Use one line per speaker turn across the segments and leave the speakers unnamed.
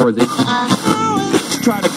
or they try to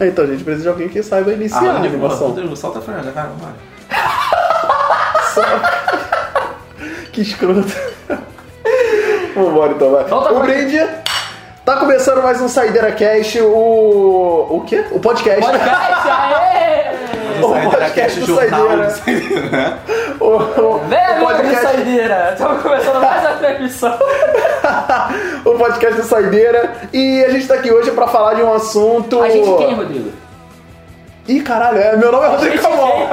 É, então, gente, precisa de alguém que saiba iniciar
Ah,
a animação.
Rodrigo, solta a franja, cara, vai.
Que escroto. Vambora então, vai.
Volta
um
pra-
brinde. Tá começando mais um Saideira Cast, o. O quê? O podcast.
Podcast, aê!
O podcast do Saideira. O, o-
Vem,
o
amigo de
podcast,
saideira! Estamos começando mais a transmissão.
o podcast do Saideira. E a gente tá aqui hoje pra falar de um assunto.
A gente quem, Rodrigo?
Ih, caralho, é, meu nome é Rodrigo Camon.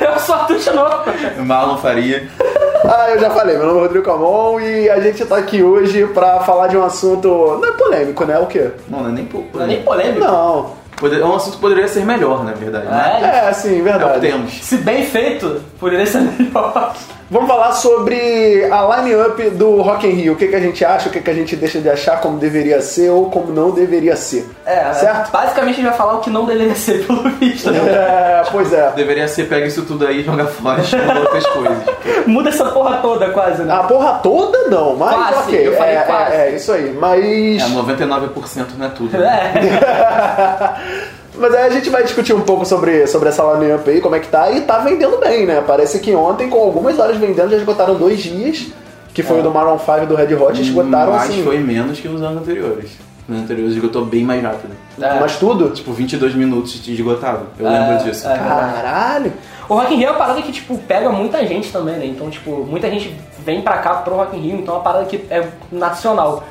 Eu sou a Tuxa Nova.
né? Marlon Faria.
Ah, eu já falei, meu nome é Rodrigo Camon e a gente tá aqui hoje pra falar de um assunto. Não é polêmico, né? O quê?
Não, não é nem pouco.
Não é nem polêmico.
Não.
Poder- É um assunto que poderia ser melhor, na verdade. né?
É,
É, sim,
É o que
verdade.
temos.
se bem feito, poderia ser melhor.
Vamos falar sobre a line-up do Rock in Rio. O que, que a gente acha, o que, que a gente deixa de achar, como deveria ser ou como não deveria ser.
É,
Certo?
basicamente a gente vai falar o que não deveria ser, pelo visto. né?
É, pois é.
Deveria ser pega isso tudo aí e joga fora e chama outras coisas.
É.
Muda essa porra toda, quase, né?
A porra toda não, mas
Quase,
ok.
eu falei
é,
quase.
é, é, isso aí.
É,
Mas.
99% não é tudo. né?
É.
Mas aí a gente vai discutir um pouco sobre, sobre essa line-up aí, como é que tá. E tá vendendo bem, né? Parece que ontem, com algumas horas vendendo, já esgotaram dois dias. Que
É.
foi o do Maroon 5 e do Red
Hum,
Hot, esgotaram
Mas
assim.
foi menos que os anos anteriores. Nos anteriores esgotou bem mais rápido.
É.
Mas tudo?
Tipo, 22 minutos de esgotado. Eu lembro disso.
é.
Caralho!
O Rock in Rio é uma parada que, tipo, pega muita gente também, né? Então, tipo, muita gente vem pra cá pro Rock in Rio, então é uma parada que é nacional.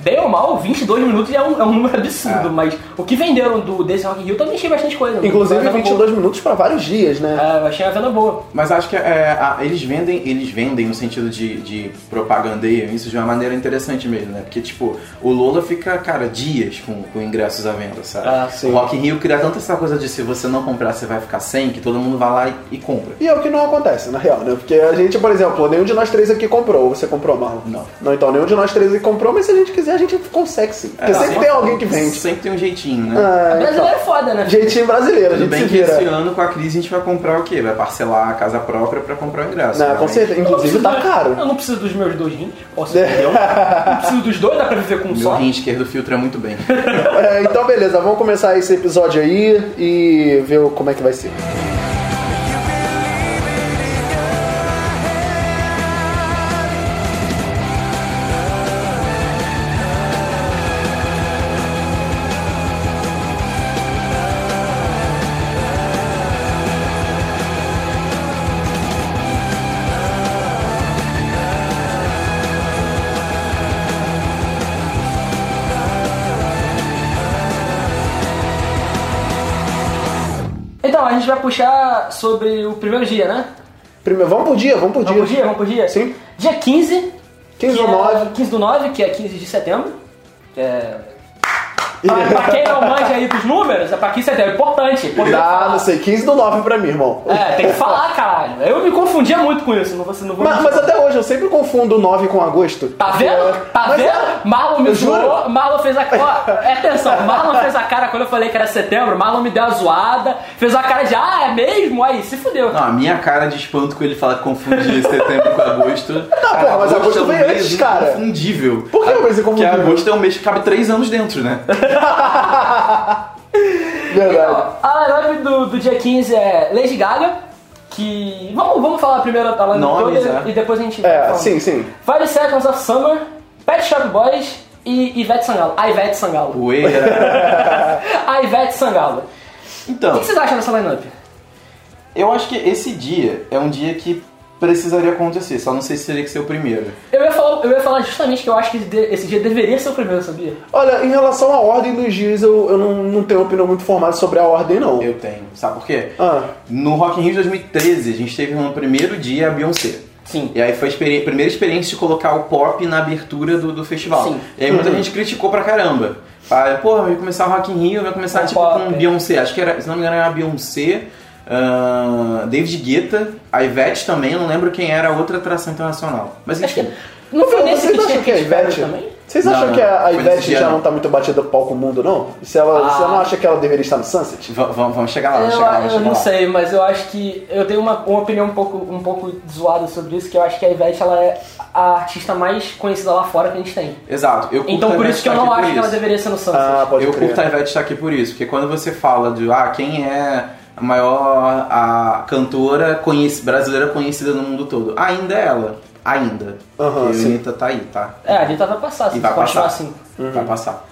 Bem ou mal, 22 minutos é um, é um número absurdo, mas o que venderam do, desse Rock in Rio também achei bastante coisa. Foi
Inclusive
uma venda
22 minutos pra vários dias, né?
boa. É, eu achei uma venda boa.
Mas acho que é, a- eles vendem, eles vendem no sentido de, de propagandeiam isso de uma maneira interessante mesmo, né? Porque, tipo, o Lola fica, cara, dias com, com ingressos à venda, sabe?
Ah,
sim.
O Rock in Rio cria tanto essa coisa de se você não comprar, você vai ficar sem, que todo mundo vai lá e, e compra.
E é o que não acontece, na real, né? Porque a gente, por exemplo, nenhum de nós três aqui comprou. Ou Você comprou, Marlon?
Não.
Não, então, nenhum de nós três aqui comprou, mas se a gente quiser, a gente consegue sim. Porque
É,
sempre
não,
tem alguém que vende.
Sempre tem um jeitinho, né?
A
Ah,
brasileira é foda, né?
jeitinho brasileiro, a
Tudo
gente se
bem que esse
vira.
ano, com a crise, a gente vai comprar o quê? Vai parcelar a casa própria pra comprar o ingresso.
Não,
né?
com certeza.
Eu não
Inclusive,
preciso
tá
dos-
caro.
Eu não preciso dos meus dois rins, posso entender. Eu não preciso dos dois, dá pra viver com um
Meu
só.
rim esquerdo filtra muito bem.
É, então, beleza, vamos começar esse episódio aí e ver o- como é que vai ser.
Então, a gente vai puxar sobre o primeiro dia, né?
Primeiro, vamos por dia, vamos por
Vamos por
dia.
dia? Vamos por dia?
Sim.
Dia 15.
15
que
do
é-
nove.
15 do 9, que é 15 de setembro. Que é... pra, pra quem não manja aí dos números, é pra 15 de setembro. É importante. é importante
Dá,
falar.
não sei, 15 do 9 pra mim, irmão.
É, tem que falar, caralho. Eu me confundia muito com isso, não vou, não vou
Mas,
mentir.
mas até hoje eu sempre confundo o 9 com agosto.
Tá vendo? Tá
Mas é-
vendo? Marlon me
Eu juro.
zoou, Marlon fez a. Ó, é atenção, Marlon fez a cara quando eu falei que era setembro, Marlon me deu a zoada, fez a cara de, ah, é mesmo? Aí, se fudeu.
Não, a minha cara de espanto quando ele fala que confunde setembro com agosto. é um Não,
Tá, porra, mas agosto vem antes, cara.
Confundível.
Por que eu pensei
Porque
confundível?
agosto é um mês que cabe três anos dentro, né?
é Verdade.
A live do, do dia 15 é Lady Gaga, que. Vamos, vamos falar primeiro a live
Nomes,
toda
é.
e depois a gente.
É,
fala.
sim, sim.
Five Seconds of Summer, Pet Shop Boys e Ivete Sangalo. A Ivete Sangalo.
Poeira.
A Ivete Sangalo. O
Então,
que vocês acham dessa lineup?
eu acho que esse dia é um dia que precisaria acontecer, só não sei se teria que ser o primeiro.
Eu ia, falar, eu ia falar justamente que eu acho que esse de- esse dia deveria ser o primeiro, sabia?
Olha, em relação à ordem dos dias, eu, eu não, não tenho opinião muito formada sobre a ordem, não.
Eu tenho. Sabe por quê?
Ah,
No Rock in Rio de 2013, a gente teve no primeiro dia a Beyoncé.
Sim.
E aí foi a experi- primeira experiência de colocar o pop na abertura do, do festival.
Sim. Uhum.
E aí muita gente criticou pra caramba. Fala, Porra, vai começar o Rock in Rio, vai começar
Com
tipo
pop,
com
é.
Beyoncé. Acho que era, se não me engano, era Beyoncé, ah, David Guetta, a Ivete também, eu não lembro quem era a outra atração internacional. Mas
Acho É que.
enfim.
Não foi
Vocês
nesse que
acham
tinha
que a
Katy Perry
Ivete...
também?
Vocês
Não,
acham
não,
que a, a
foi nesse
Ivete
dia,
já
não.
não tá muito batida do pau com o mundo, não? Se ela,
Ah.
você não acha que ela deveria estar no Sunset?
v- v- Vamos chegar Ah, lá, vamos
Eu,
chegar lá. vamos
eu
chegar
não
lá.
sei, mas eu acho que. Eu tenho uma, uma opinião um pouco, um pouco zoada sobre isso, que eu acho que a Ivete ela é a artista mais conhecida lá fora que a gente tem.
Exato. Eu curto
Então
a
por
Ivete
isso que eu
estar
não
aqui
acho
por
que ela
isso.
deveria ser no Sunset.
Ah, pode
eu
crer.
curto a Ivete estar aqui por isso, porque quando você fala de ah, quem é a maior a cantora conhec- brasileira conhecida no mundo todo, ainda é ela. Ainda.
Aham,
porque a
sim.
Anitta tá aí, tá?
é, a Anitta vai passar,
E
se
vai
continuar
passar.
assim.
Uhum.
Vai passar.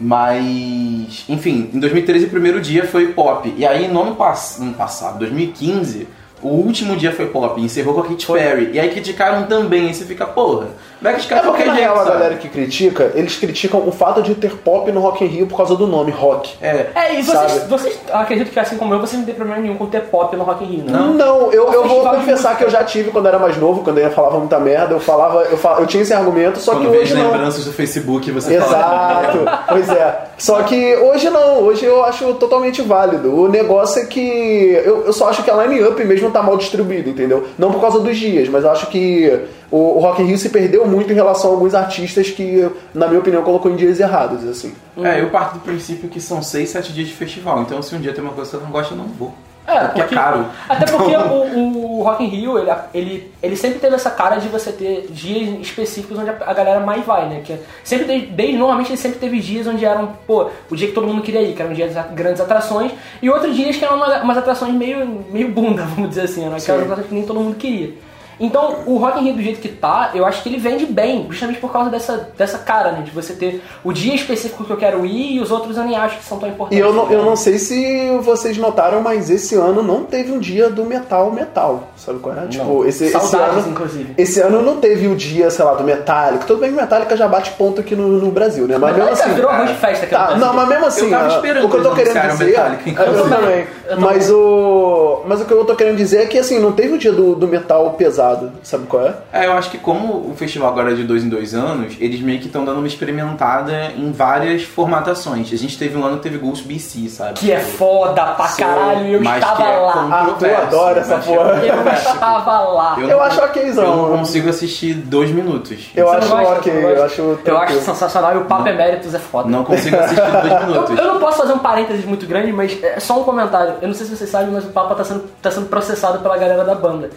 Mas, enfim, em 2013 o primeiro dia foi pop. E aí no ano, pass ano passado, 2015, o último dia foi pop. Encerrou com a Katy Perry. E aí criticaram também. E você fica, porra, vai criticar
É
de
porque,
qualquer
na
jeito.
real, a
sabe?
galera que critica, eles criticam o fato de ter pop no Rock in Rio por causa do nome, rock.
É,
É, e vocês,
Sabe?
vocês acredito que assim como eu, vocês não tem problema nenhum com ter pop no Rock in Rio, né?
Não.
Não, eu, eu vou
Festival de
confessar
música.
que eu já tive quando era mais novo, quando eu falava muita merda, eu falava, eu, falava, eu tinha esse argumento, só
quando
que
vê
hoje
as
não.
lembranças do Facebook, você fala.
Exato, pois é. Só que hoje não, hoje eu acho totalmente válido. O negócio é que eu, eu só acho que a line-up mesmo tá mal distribuída, entendeu? Não por causa dos dias, mas eu acho que o, o Rock in Rio se perdeu muito em relação a alguns artistas que, na minha opinião, colocou em dias errados, assim.
Hum.
É, eu parto do princípio que são 6, 7 dias de festival. Então, se um dia tem uma coisa que eu não gosto, eu não vou.
É,
porque é caro.
Até porque
Então-
o, o Rock in Rio, ele, ele, ele sempre teve essa cara de você ter dias específicos onde a, a galera mais vai, né? Que é- sempre teve- desde, normalmente ele sempre teve dias onde eram, pô, o dia que todo mundo queria ir, que eram dias de grandes atrações, e outros dias que eram uma- umas atrações meio, meio bunda, vamos dizer assim, né? aquelas atrações que nem todo mundo queria. Então, o Rock in Rio do jeito que tá, eu acho que ele vende bem, justamente por causa dessa, dessa cara, né? De você ter o dia específico que eu quero ir e os outros eu nem acho que são tão
E
importantes.
eu não, eu não sei se vocês notaram, mas esse ano não teve um dia do metal metal. Sabe qual é? Tipo, esse, esse
Saudades,
ano.
inclusive.
Esse ano não teve o dia, sei lá, do Metallica. Tudo bem que Metallica já bate ponto aqui no, no Brasil, né? Mas mesmo
Metallica
assim.
virou né? arroz de festa aqui no
Tá,
Brasil.
não, mas mesmo assim.
tava
ah,
esperando
o que eu tô
eles
querendo
anunciarem
dizer. Ah,
o Metallica,
eu
inclusive.
também.
Eu também.
Mas o. Mas o que eu tô querendo dizer é que assim, não teve o dia do, do metal pesado, sabe qual é?
É, eu acho que como o festival agora é de dois em dois anos, eles meio que estão dando uma experimentada em várias formatações. A gente teve um ano que teve Ghost BC, sabe?
Que é foda pra
Sou-
caralho, eu
mas
estava
que é
lá.
controverso,
Ah, eu adoro essa
mas que é
porra.
Eu
controverso.
estava lá.
Eu acho okzão.
Eu não consigo assistir dois minutos.
Eu
Você
acho
não gosta?
ok,
Você não gosta?
eu acho
Eu
tranquilo.
acho sensacional e o Papa Emeritus é foda.
Não consigo assistir dois
Eu,
minutos.
eu não posso fazer um parênteses muito grande, mas é só um comentário. Eu não sei se vocês sabem, mas o Papa tá sendo, tá sendo processado pela galera da banda.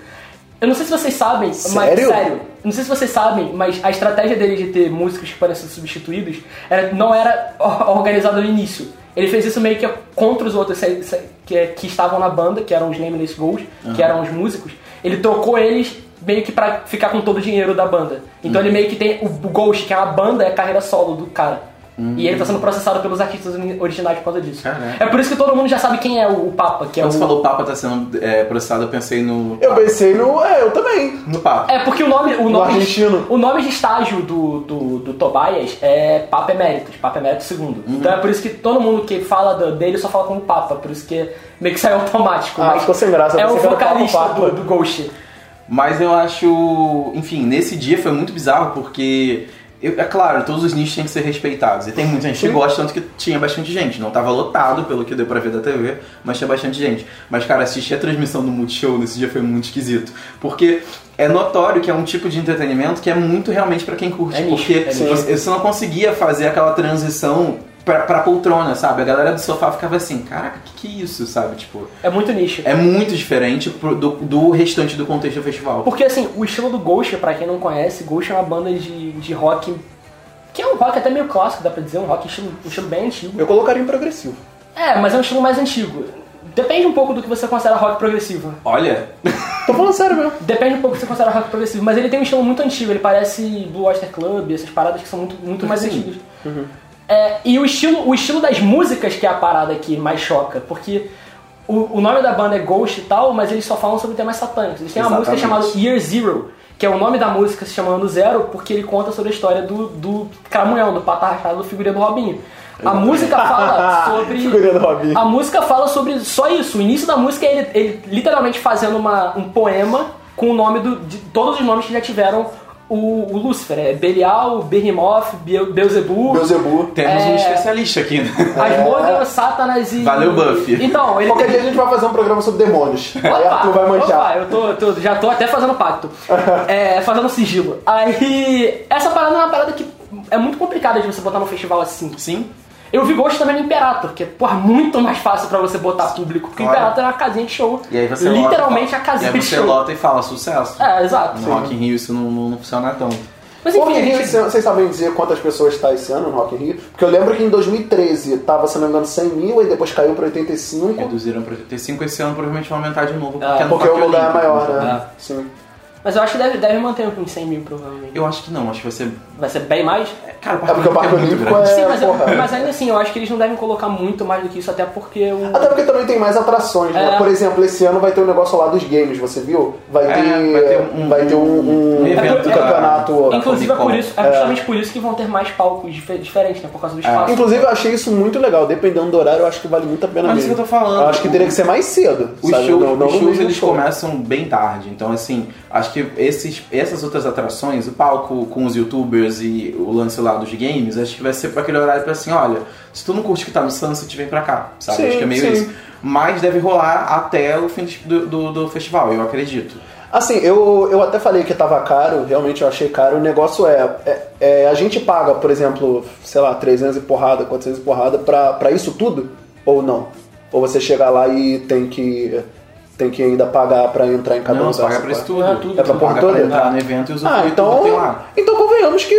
Eu não sei se vocês sabem, mas
Sério?
sério, não sei se vocês sabem, mas a estratégia dele de ter músicos que parecem substituídos era- não era o- organizada no início. Ele fez isso meio que contra os outros se- se- que, que estavam na banda, que eram os Nameless Gold, que eram os músicos. Ele trocou eles meio que pra ficar com todo o dinheiro da banda. Então
Uhum.
ele meio que tem o, o Ghost, que é uma banda, é a carreira solo do cara. E ele tá sendo processado pelos artistas uni- originais por causa disso.
Uhum. Caraca.
É por isso que todo mundo já sabe quem é o, o Papa, que é
Quando você
o.
falou Papa tá sendo é, processado, eu pensei no.
Ah.
Eu pensei no. É, eu também.
No Papa.
É porque o nome. O nome
Tá. argentino.
O nome de estágio do, do, do Tobias é Papa Emeritus, Papa Emeritus II.
Uhum.
Então é por isso que todo mundo que fala do- dele só fala como Papa, por isso que meio que sai automático.
Ah,
mas
ficou sem graça,
É
eu
o
pensei que era Papa,
vocalista
Papa.
do, do Ghost.
Mas eu acho. Enfim, nesse dia foi muito bizarro porque. eu- é claro, todos os nichos têm que ser respeitados. E tem muita gente que gosta, tanto que tinha bastante gente. Não tava lotado, pelo que deu pra ver da TV, mas tinha bastante gente. Mas, cara, assistir a transmissão do Multishow nesse dia foi muito esquisito. Porque é notório que é um tipo de entretenimento que é muito realmente pra quem curte.
É nicho,
porque
é nicho.
você você não conseguia fazer aquela transição pra, pra poltrona, sabe? A galera do sofá ficava assim, caraca, que que é isso, sabe? Tipo,
É muito nicho.
é muito diferente pro- do, do restante do contexto do festival.
Porque assim, o estilo do Ghost, pra quem não conhece, Ghost é uma banda de, de rock. Que é um rock até meio clássico, dá pra dizer, um rock estilo, um estilo bem antigo.
Eu colocaria em progressivo.
É, mas é um estilo mais antigo. Depende um pouco do que você considera rock progressivo.
Olha,
Tô falando sério mesmo.
Depende um pouco do que você considera rock progressivo, mas ele tem um estilo muito antigo, ele parece Blue Oyster Club, essas paradas que são muito, muito mais
Sim.
antigas. É, e o estilo, o estilo das músicas que é a parada que mais choca, porque o, o nome da banda é Ghost e tal, mas eles só falam sobre temas satânicos. Eles têm uma música chamada
Exatamente.
Year Zero, que é o nome da música se chamando Zero, porque ele conta sobre a história do, do Cramunhão, do pata rachado do figurinha do Robinho. A música fala sobre.
Figurinha do Robinho.
A música fala sobre só isso. O início da música é ele, ele literalmente fazendo uma, um poema com o nome do, de todos os nomes que já tiveram o, o Lúcifer. É Belial, Behemoth, Beu- Beelzebub.
Beuzebu.
Temos
É.
um especialista aqui. né?
Asmodeu, Satanás né, e.
Valeu, Buffy.
Então, ele.
Qualquer dia a gente vai fazer um programa sobre demônios. Aí
Opa,
Arthur vai
opa,
manchar.
eu tô, tô- já tô até fazendo pacto. é, fazendo sigilo. Aí. Essa parada é uma parada que é muito complicada de você botar num festival assim.
Sim.
Eu vi Ghost também no Imperator, que é porra, muito mais fácil pra você botar público, porque o
Claro.
Imperator é uma casinha de show.
E aí você lota e
Literalmente
fala-
a casinha
E aí
de
você
show.
lota e fala sucesso.
É, exato.
No Rock in Rio isso não, não, não funciona tanto.
Mas
Rock in
enfim,
Rio,
gente,
esse ano- vocês sabem dizer quantas pessoas está esse ano no Rock in Rio? Porque eu lembro que em 2013 tava, se não me engano, 100 mil, e depois caiu para 85,
Reduziram pra 85 esse ano, provavelmente vão aumentar de novo.
Ah,
Porque, no
porque o
Parque
lugar é
Olímpico.
maior, né? Sim.
mas eu acho que deve, deve manter uns 100 mil, provavelmente.
Eu acho que não, acho que vai ser...
Vai ser bem mais?
Cara, o
É porque o Parque
muito
Olímpico
grande.
é.
Sim, mas,
porra.
mas ainda assim, eu acho que eles não devem colocar muito mais do que isso, até porque o.
Até porque também tem mais atrações, né?
É.
Por exemplo, esse ano vai ter um negócio lá dos games, você viu? Vai
É,
ter,
vai ter um-
vai ter um, um-
um evento
um
da-
campeonato.
da
É Inclusive é
Comic Con.
por isso, é justamente por isso que vão ter mais palcos dife- diferentes, né? Por causa do
É.
espaço.
Inclusive, eu achei isso muito legal. Dependendo do horário, eu acho que vale muito a pena
Mas é
mesmo.
isso que eu tô falando.
é Eu acho que teria que ser mais cedo.
Os
sabe?
shows,
Não- não
os
no
shows,
mesmo
eles
show.
começam bem tarde, então assim, acho que esses, essas outras atrações, o palco com os youtubers e o lance lá dos games, acho que vai ser pra aquele horário pra assim, olha, se tu não curte o que tá no Sunset, vem pra cá, sabe?
Sim,
acho que é meio
sim.
isso. Mas deve rolar até o fim do, do, do festival, eu acredito.
Assim, eu, eu até falei que tava caro, realmente eu achei caro. O negócio é, é, é, a gente paga, por exemplo, sei lá, 300 e porrada, 400 e porrada pra, pra isso tudo? Ou não? Ou você chega lá e tem que, tem que ainda pagar pra entrar em cada
não,
lugar?
tu paga
sabe
pra isso
qual
tudo.
É tudo,
É pra
tu
porra
paga
toda?
pra entrar no evento e os
é? Ah,
outros
então,
tem lá.
então convenhamos que,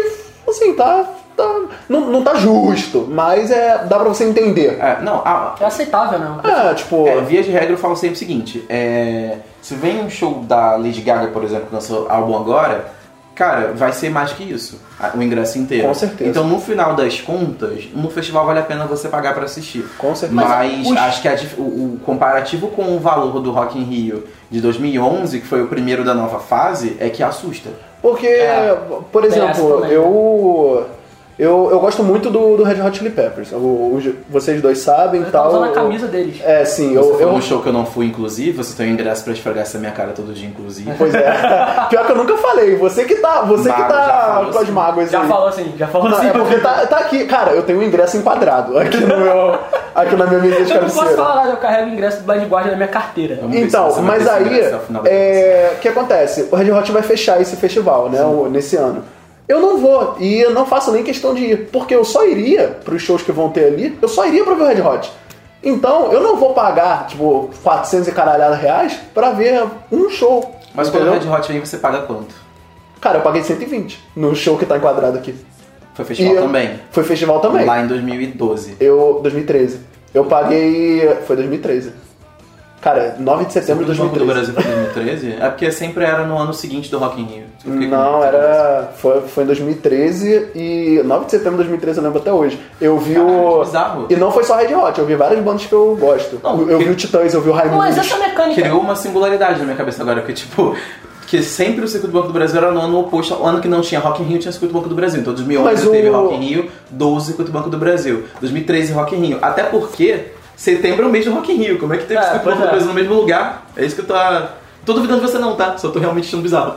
assim, tá... tá não, não tá justo, mas é, dá pra você entender.
É, não, a,
É aceitável, né?
É, tipo...
É, via de regra eu falo sempre o seguinte: é, se vem um show da Lady Gaga, por exemplo, que lançou álbum agora, cara, vai ser mais que isso, a- o ingresso inteiro.
Com certeza.
Então, no final das contas, no festival vale a pena você pagar pra assistir.
Com certeza.
Mas
Mas,
acho que a dif- o, o comparativo com o valor do Rock in Rio de 2011, que foi o primeiro da nova fase, é que assusta.
Porque,
É.
por
Tem essa
exemplo,
também. né?
eu, eu. Eu gosto muito do, do Red Hot Chili Peppers. O- os- vocês dois sabem e
Eu tava
tal.
usando a camisa deles.
Tá, É, sim,
Você
eu.
foi
eu-
num show que eu não fui, inclusive, você tem um ingresso pra esfregar essa minha cara todo dia, inclusive.
Pois é. Pior que eu nunca falei. Você que tá. Você
Mago,
que
já
tá
falou
com as
sim.
mágoas
Já
aí.
falou assim, já falou
Não,
assim.
é porque tá, tá aqui. Cara, eu tenho um ingresso enquadrado aqui no meu. aqui na minha mesa de
Eu não posso
cabeceira.
falar nada, eu carrego o ingresso do Blind Guardian na minha carteira.
Vamos ver se você
Então,
vai
mas
ter esse
aí,
ingresso ao final da
é, o que acontece? O Red Hot vai fechar esse festival, né, o- nesse ano. Eu não vou, e eu não faço nem questão de ir, porque eu só iria pros shows que vão ter ali, eu só iria pra ver o Red Hot. Então, eu não vou pagar, tipo, 400 e caralhada reais pra ver um show.
Mas quando o
entendeu?
Red Hot vem, você paga quanto?
Cara, eu paguei 120 no show que tá enquadrado aqui.
Foi festival
E eu-
também.
Foi festival também.
Lá em 2012.
Eu, 2013. Eu paguei, foi 2013. Cara, 9 de setembro de
O Banco
2013.
do Brasil foi 2013? é porque sempre era no ano seguinte do Rock in Rio. Eu fiquei com
Não,
muita curiosidade.
era. Foi, foi em 2013 e. 9 de setembro de 2013, eu lembro até hoje. Eu vi
Caralho,
o.
que bizarro.
E não foi só Red Hot, eu vi várias bandas que eu gosto.
Não,
eu eu
que-
vi o Titãs, eu vi o
Mas
Raimundo.
essa mecânica.
Criou uma singularidade na minha cabeça agora, que tipo... Que sempre o Circuito do Banco do Brasil era no ano oposto ao ano que não tinha Rock in Rio, tinha Circuito do Banco do Brasil. Então, 2011
Mas o-
teve Rock in Rio, 12 Circuito do Banco do Brasil, 2013 Rock in Rio. Até porque setembro é o mês do Rock in Rio. Como é que teve
É,
Circuito do
pois
Banco do
é.
Brasil no mesmo lugar? É isso que eu tô... Tô duvidando de você não, tá? Só tô realmente achando bizarro.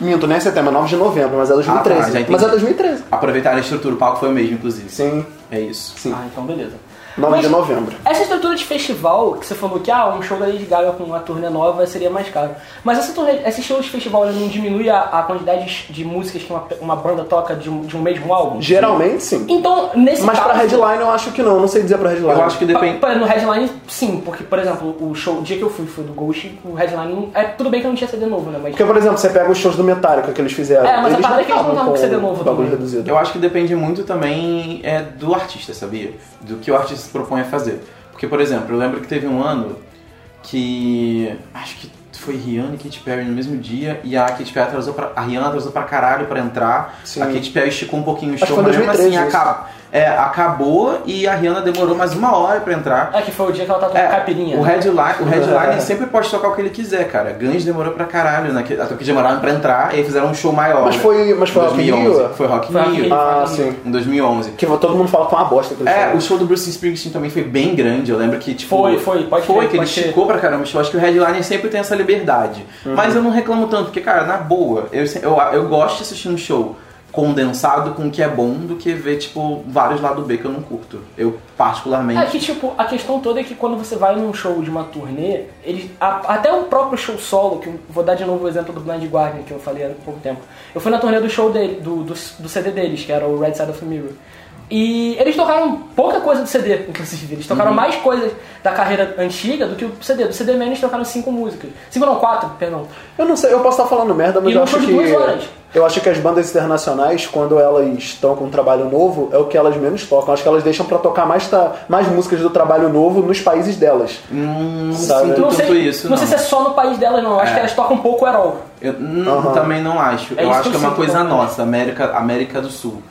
Minto, né? Setembro, 9 de novembro, mas é 2013.
Ah, tá, já entendi.
mas é 2013.
Aproveitar a estrutura, o palco foi o mesmo, inclusive.
Sim,
É isso.
sim.
Ah, então beleza.
9
Mas-
de novembro.
Essa estrutura de festival que você falou que ah, um show da Lady Gaga com uma turnê nova seria mais caro. Mas essa turnê, esse show de festival ele não diminui a, a quantidade de, de músicas que uma, uma banda toca de um, de um mesmo álbum?
Geralmente sim.
Então, nesse
Mas
caso.
pra headline eu acho que não, não sei dizer pra headline.
Eu acho que depende...
Pa- pa- No headline, sim, porque, por exemplo, o show, o dia que eu fui foi do Ghost, o headline. não- É, tudo bem que eu não tinha CD novo, né? Mas.
Porque, por exemplo, você pega os shows do Metallica que eles fizeram.
É, mas a
eles
parada
não
é que eles não
estavam
estavam com CD
com
novo
bagulho
também.
reduzido.
Eu acho que depende muito também é, do artista, sabia? Do que o artista se propõe a fazer. Porque, por exemplo, eu lembro que teve um ano que. Acho que foi Rihanna e Katy Perry no mesmo dia, e a Katy Perry atrasou pra. A Rihanna atrasou pra caralho pra entrar.
Sim.
A Katy Perry esticou um pouquinho o
Acho
show,
que foi
mas mesmo assim
2013 isso.
acaba. é, acabou e a Rihanna demorou mais uma hora pra entrar.
É que foi o dia que ela tá tocando
É,
capirinha.
O headline, o headline
É.
sempre pode tocar o que ele quiser, cara. Guns demorou pra caralho, né? que- Até que demoraram pra entrar e aí fizeram um show maior.
Mas
né?
foi- mas foi
Em
Rock in
2011.
Rio?
Foi Rock in
Foi Rock in
Rio.
Rio.
Ah, sim.
Em 2011.
Que todo mundo fala que é uma bosta. aquele
É,
show.
o show do Bruce Springsteen também foi bem grande, eu lembro que, tipo...
Foi, foi, pode
Foi,
crer,
que ele
pode crer. Uhum.
esticou pra caramba o show, acho que o Headliner sempre tem essa liberdade. Mas eu não reclamo tanto, porque, cara, na boa, eu, se- eu, eu gosto de assistir um show condensado com o que é bom do que ver, tipo, vários lados B que eu não curto. Eu, particularmente...
É que, tipo, a questão toda é que quando você vai num show de uma turnê, ele, a- até o próprio show solo, que eu vou dar de novo o exemplo do Blind Guardian, que eu falei há pouco tempo. Eu fui na turnê do show dele, do, do, do CD deles, que era o Red Side of the Mirror. E eles tocaram pouca coisa do CD, inclusive. Eles
Uhum.
tocaram mais coisas da carreira antiga do que o CD. Do CD mesmo eles tocaram cinco músicas. Cinco não, quatro, perdão.
Eu não sei, eu posso estar falando merda, mas
E
eu
num
acho
show de
que.
duas horas.
Eu acho que as bandas internacionais, quando elas estão com um trabalho novo, é o que elas menos tocam. Acho que elas deixam pra tocar mais, ta- mais músicas do trabalho novo nos países delas.
Hum, não
Sabe?
sinto
Eu
É, Não
tanto
sei,
isso,
Então não sei se é só no país delas, não. Acho
É.
que elas tocam um pouco o Erol.
Eu não,
Aham.
também não acho. eu
É isso
acho
que
que é
eu
uma
sinto
coisa
também.
nossa, América, América do Sul.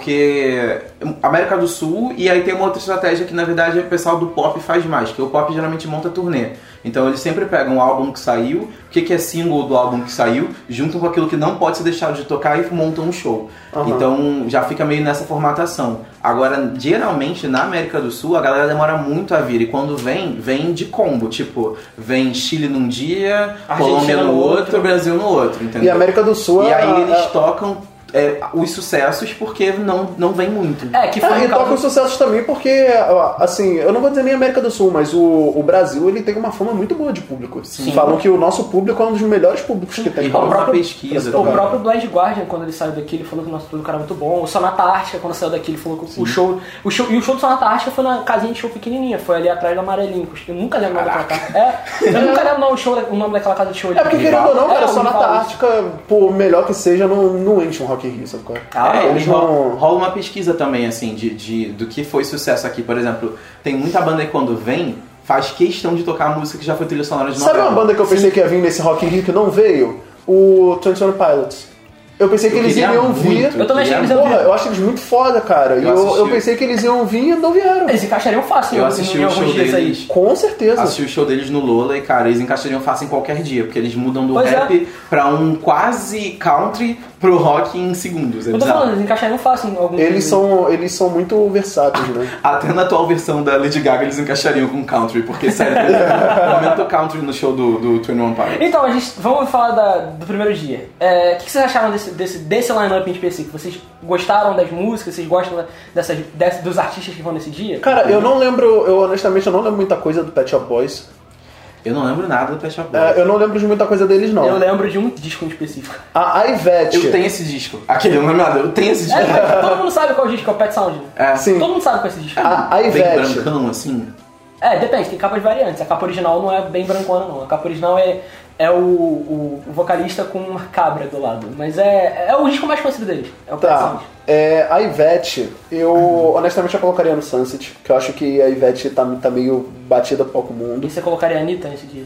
Porque América do Sul, e aí tem uma outra estratégia que na verdade o pessoal do pop faz mais, que o pop geralmente monta turnê. Então eles sempre pegam um álbum que saiu, o que, que é single do álbum que saiu, juntam com aquilo que não pode ser deixado de tocar e montam um show.
Aham.
Então já fica meio nessa formatação. Agora, geralmente na América do Sul a galera demora muito a vir, e quando vem, vem de combo. Tipo, vem Chile num dia,
Argentina
Colômbia no
no
outro,
outro.
Brasil no outro, entendeu?
E a América do Sul
E
é-
aí eles
é-
tocam é, os sucessos porque não, não vem muito.
É, que foi
Ah,
um
e
caso-
tocam sucessos também porque, ó, assim, eu não vou dizer nem América do Sul, mas o, o Brasil ele tem uma fama muito boa de público. Falam que o nosso público é um dos melhores públicos que tem.
E rola
o
uma
próprio-
pesquisa.
O
também.
próprio Blind Guardian, quando ele saiu daqui, ele falou que o nosso truque era muito bom. O Sonata Ártica, quando saiu daqui, ele falou que o show, o show. E o show do Sonata Ártica foi na casinha de show pequenininha, foi ali atrás do Amarelinho. Eu nunca lembro o nome daquela casa. É, eu nunca lembro não, o, show, o nome daquela casa de show. ali.
É porque, querendo ou não, cara,
É,
só na
Unival.
Ártica, por melhor que seja, não, não enche um Rock in Rio, sabe? qual é?
Ah, é,
eles
eles rolam-
não-
rola uma pesquisa também, assim, de, de- do que foi sucesso aqui. Por exemplo, tem muita banda que quando vem, faz questão de tocar a música que já foi trilha sonora de
Sabe
novela.
uma banda que eu pensei que ia vir nesse Rock in Rio que não veio? O 21 Pilots. Eu pensei que
Eu
eles
queria
iriam vir.
muito,
Eu também
queria
achei que eles iam
muito.
Porra, eu acho eles muito foda, cara. E
Eu
Eu, eu,
assisti.
pensei que eles iam vir e não vieram.
Eles encaixariam fácil
Eu
em-
assisti
em
o
alguns
show
dias aí.
deles.
Com certeza.
Assisti o show deles no Lola e, cara, eles encaixariam fácil em qualquer dia, porque eles mudam do
Pois é.
rap pra um quase country pro rock em segundos. É
Eu tô
bizarro.
falando, eles encaixariam fácil em alguns
Eles
dias.
são, eles são muito versáteis, né?
Até na atual versão da Lady Gaga eles encaixariam com country, porque sério, momento country no show do, do 21 Pilots.
Então, a gente, vamos falar da- do primeiro dia. É, O que, que vocês acharam desse, desse, desse line-up em específico? Vocês gostaram das músicas? Vocês gostam da- dessas, dessas- dos artistas que vão nesse dia?
Cara, eu não lembro, eu honestamente eu não lembro muita coisa do Pet Shop Boys.
Eu não lembro nada do Pet Shop Boys.
É, eu não lembro de muita coisa deles, não.
Eu lembro de um disco em específico.
A, a Ivete.
eu... tenho esse disco. Aquele, eu não lembro nada. Eu tenho esse disco.
É, mas todo mundo sabe qual disco, que é o Pet Sound. né?
É,
Sim.
Todo mundo sabe qual é esse disco.
A, a
um Bem
Ivete.
brancão, assim.
É, depende, tem capas variantes. A capa original não é bem brancona, não. A capa original é, é o, o- o vocalista com uma cabra do lado. Mas é, é o disco mais conhecido deles. É o Pet
Tá.
Sound.
É, a Ivete, eu honestamente eu colocaria no Sunset, porque eu acho que a Ivete tá, tá meio batida pro com o mundo.
E você colocaria a Anitta nesse dia?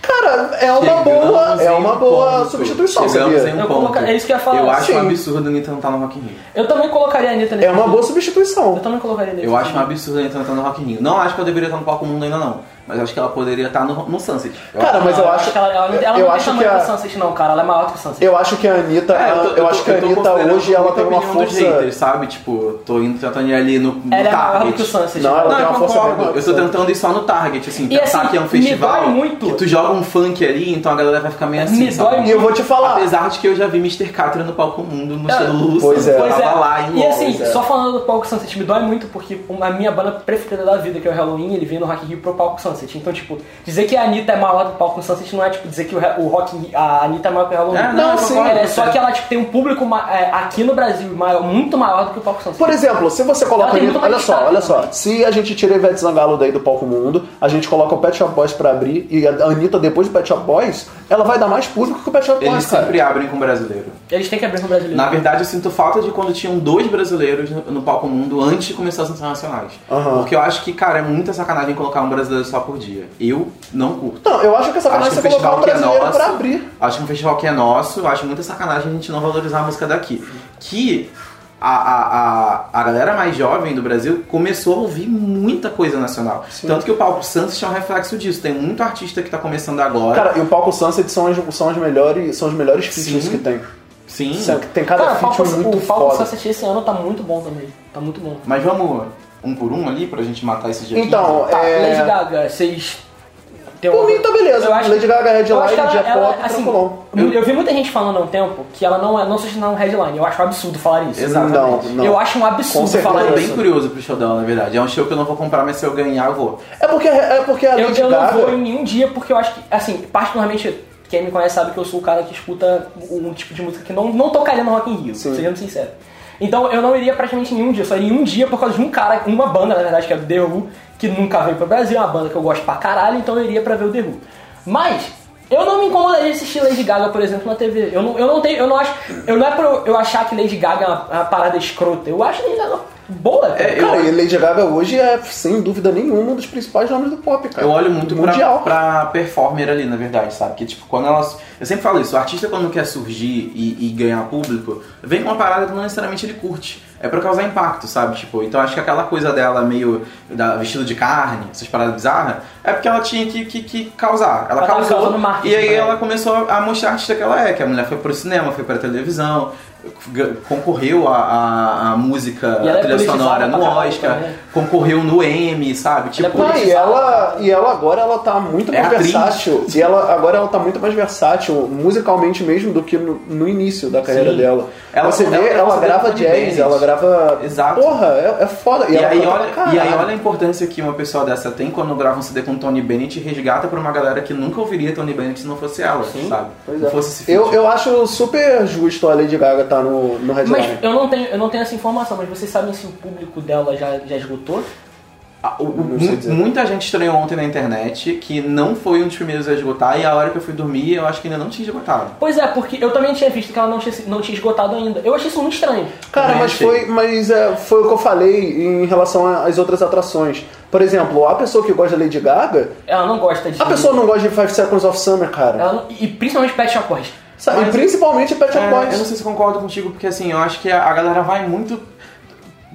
Cara, é uma boa,
Chegamos
é
em
uma
um
boa
ponto.
substituição,
Chegamos
sabia?
em um
Eu
ponto.
coloca- é isso que eu ia falar,
Eu acho
sim.
um absurdo a Anitta não estar no Rock in Rio.
Eu também colocaria a Anitta nesse
É uma
dia.
boa substituição.
Eu também colocaria a Anitta
Eu
nesse
acho um
dia.
absurdo a Anitta não estar no Rock in Rio. Não acho que eu deveria estar no Palco Mundo ainda não, mas acho que ela poderia estar no, no Sunset. Eu
Cara, mas
Não,
eu acho,
que Ah, ela, ela, ela
eu
não tem
acho que
tamanho pro
a,
Sunset, não, cara. Ela é maior que o Sunset.
eu acho que a Anitta,
É,
eu,
tô- tô-
acho que a
tô
Anitta
considerando
hoje ela
muito
tem
a
uma
opinião dos
força.
haters, sabe? Tipo, tô indo tentando ir ali no, no
Ela é maior
target.
do que o Sunset.
Tá, Não, ela
Não,
tem
eu
uma força bem
concordo.
maior
Eu tô
que o
tentando ir só no target, assim,
E,
pensar
assim,
que é um
me
festival.
dói muito.
Que tu joga um funk ali, então a galera vai ficar meio assim.
Me
sabe?
dói
E eu vou te falar,
Apesar de que eu já vi Mr. Catra no palco mundo no
É,
show do Lulu
pois
Santos,
é.
eu
Pois
tava
é.
lá em
e assim,
Londres, é.
só falando do palco Sunset, me dói muito porque a minha banda preferida da vida, que é o Halloween, ele vem no Rock in Rio pro palco Sunset. Então, tipo, dizer que a Anitta é maior do palco Sunset não é, tipo, dizer que o, Re- o Rock in Rio- a Anitta é maior que o Halloween.
É, não, eu
assim,
concordo
é,
com
só
você.
que ela, tipo, tem um público ma- é, aqui no Brasil maior- muito maior do que o palco Sunset.
Por exemplo, se você coloca
Ela
a
tem
Anitta,
muito mais
olha só,
destaque,
olha
né?
só. Se a gente tira a Ivete Zangalo daí do palco mundo, a gente coloca o Pet Shop Boys pra abrir e a Anitta depois do Pet Shop Boys, ela vai dar mais público que o Pet Shop
Eles
Boys, cara.
sempre abrem com o brasileiro.
Eles têm que abrir com o brasileiro.
Na verdade, eu sinto falta de quando tinham dois brasileiros no, no palco mundo antes de começar os internacionais.
Aham.
Porque eu acho que, cara, é muita sacanagem colocar um brasileiro só por dia. Eu não curto.
Não, eu acho que essa
Acho
sacanagem
que
é
um
você colocar
festival
um
que é
brasileiro
nosso,
pra abrir.
Acho que um festival que é nosso, acho muita sacanagem a gente não valorizar a música daqui. Que a, a, a, a galera mais jovem do Brasil começou a ouvir muita coisa nacional. Tanto que o palco Santos é um reflexo disso. Tem muito artista que tá começando agora.
Cara, e o palco Sunset são as, são as melhores, são os melhores features
Sim.
que tem.
Sim.
Tem cada
Cara, o palco,
feature muito
o palco
foda.
Sunset esse ano tá muito bom também. Tá muito bom.
Mas vamos um por um ali pra gente matar esse dia.
Então,
Tá,
é...
Lady Gaga, vocês. tem
Por
uma-
mim tá beleza.
Eu acho-
Lady Gaga
eu
headline,
acho que ela-
dia
ela-
pop,
assim,
tranquilão.
eu, eu vi muita gente falando há um tempo que ela não, é- não se um headline. Eu acho um absurdo falar isso.
Exatamente.
Não, não.
Eu acho um
Com
absurdo
certeza,
falar
Eu tô bem
isso.
curioso pro show dela, na verdade. É um show que eu não vou comprar, mas se eu ganhar, eu vou.
É porque, é porque a
Eu,
Lady
eu não
Gaga...
vou em nenhum dia porque eu acho que, assim, particularmente, quem me conhece sabe que eu sou o cara que escuta um tipo de música que não, não tocaria no Rock in Rio,
Sim.
sejamos sinceros. Então eu não iria praticamente em nenhum dia, eu só iria em um dia por causa de um cara, uma banda na verdade, que é o The Who, que nunca veio pro Brasil, é uma banda que eu gosto pra caralho, então eu iria pra ver o The Who. Mas eu não me incomodaria de assistir Lady Gaga, por exemplo, na TV. Eu não, eu não tenho, eu não acho, eu não é pra eu, eu achar que Lady Gaga é uma, uma parada escrota. Eu acho Lady Gaga boa. tá cara.
É, eu-
Cara, e Lady Gaga hoje é, sem dúvida nenhuma, um dos principais nomes do pop, cara.
Eu olho muito pra,
Mundial.
pra performer ali, na verdade, sabe? Que tipo, quando ela. Eu sempre falo isso, o artista quando quer surgir e, e ganhar público, vem com uma parada que não necessariamente ele curte. É pra causar impacto, sabe? Tipo, então acho que aquela coisa dela meio da, vestido de carne, essas paradas bizarras, é porque ela tinha que, que, que causar. Ela,
Ela tava
causou.
causando marketing
E aí
pra ela.
ela começou a mostrar a artista que ela é, que a mulher foi pro cinema, foi pra televisão, g- concorreu à- à à música,
E ela é
à trilha
politizada
sonora no
pra caralho
Oscar,
também.
concorreu no Emmy, sabe?
Ela é
Tipo,
Não, Ah, e ela, e ela agora ela tá muito
É
mais
atriz.
versátil. E ela agora ela tá muito mais versátil musicalmente mesmo do que no, no início da carreira
Sim.
dela.
Ela-
Você vê,
ela- é
ela,
ela fazia
grava
Tony
jazz,
Bennett.
ela grava.
Exato.
Porra, é, é foda. E,
E,
ela
aí,
canta
olha,
pra caralho.
e aí olha a importância que uma pessoa dessa tem quando grava um CD com Tony Bennett e resgata pra uma galera que nunca ouviria Tony Bennett se não fosse ela,
Sim.
sabe?
Pois
Não
é.
fosse esse feat.
eu, eu acho super justo a Lady Gaga estar no, no headline.
Mas eu não tenho, eu não tenho essa informação, mas vocês sabem se o público dela já, já esgotou?
Ah, o- o-
Não sei
mu-
dizer.
muita gente estranhou ontem na internet que não foi um dos primeiros a esgotar e a hora que eu fui dormir eu acho que ainda não tinha esgotado.
Pois é, porque eu também tinha visto que ela não tinha, se- não tinha esgotado ainda. Eu achei isso muito estranho.
Cara,
Também
mas
achei.
foi, mas é, foi o que eu falei em relação às outras atrações. Por exemplo, a pessoa que gosta da Lady Gaga,
Ela não gosta de.
a pessoa não gosta de Five Seconds of Summer, cara.
Ela não- e principalmente Pet Shop Boys.
Sabe?
Mas-
e principalmente Pet Shop
É,
Boys.
eu não sei se eu concordo contigo, porque assim, eu acho que a, a galera vai muito.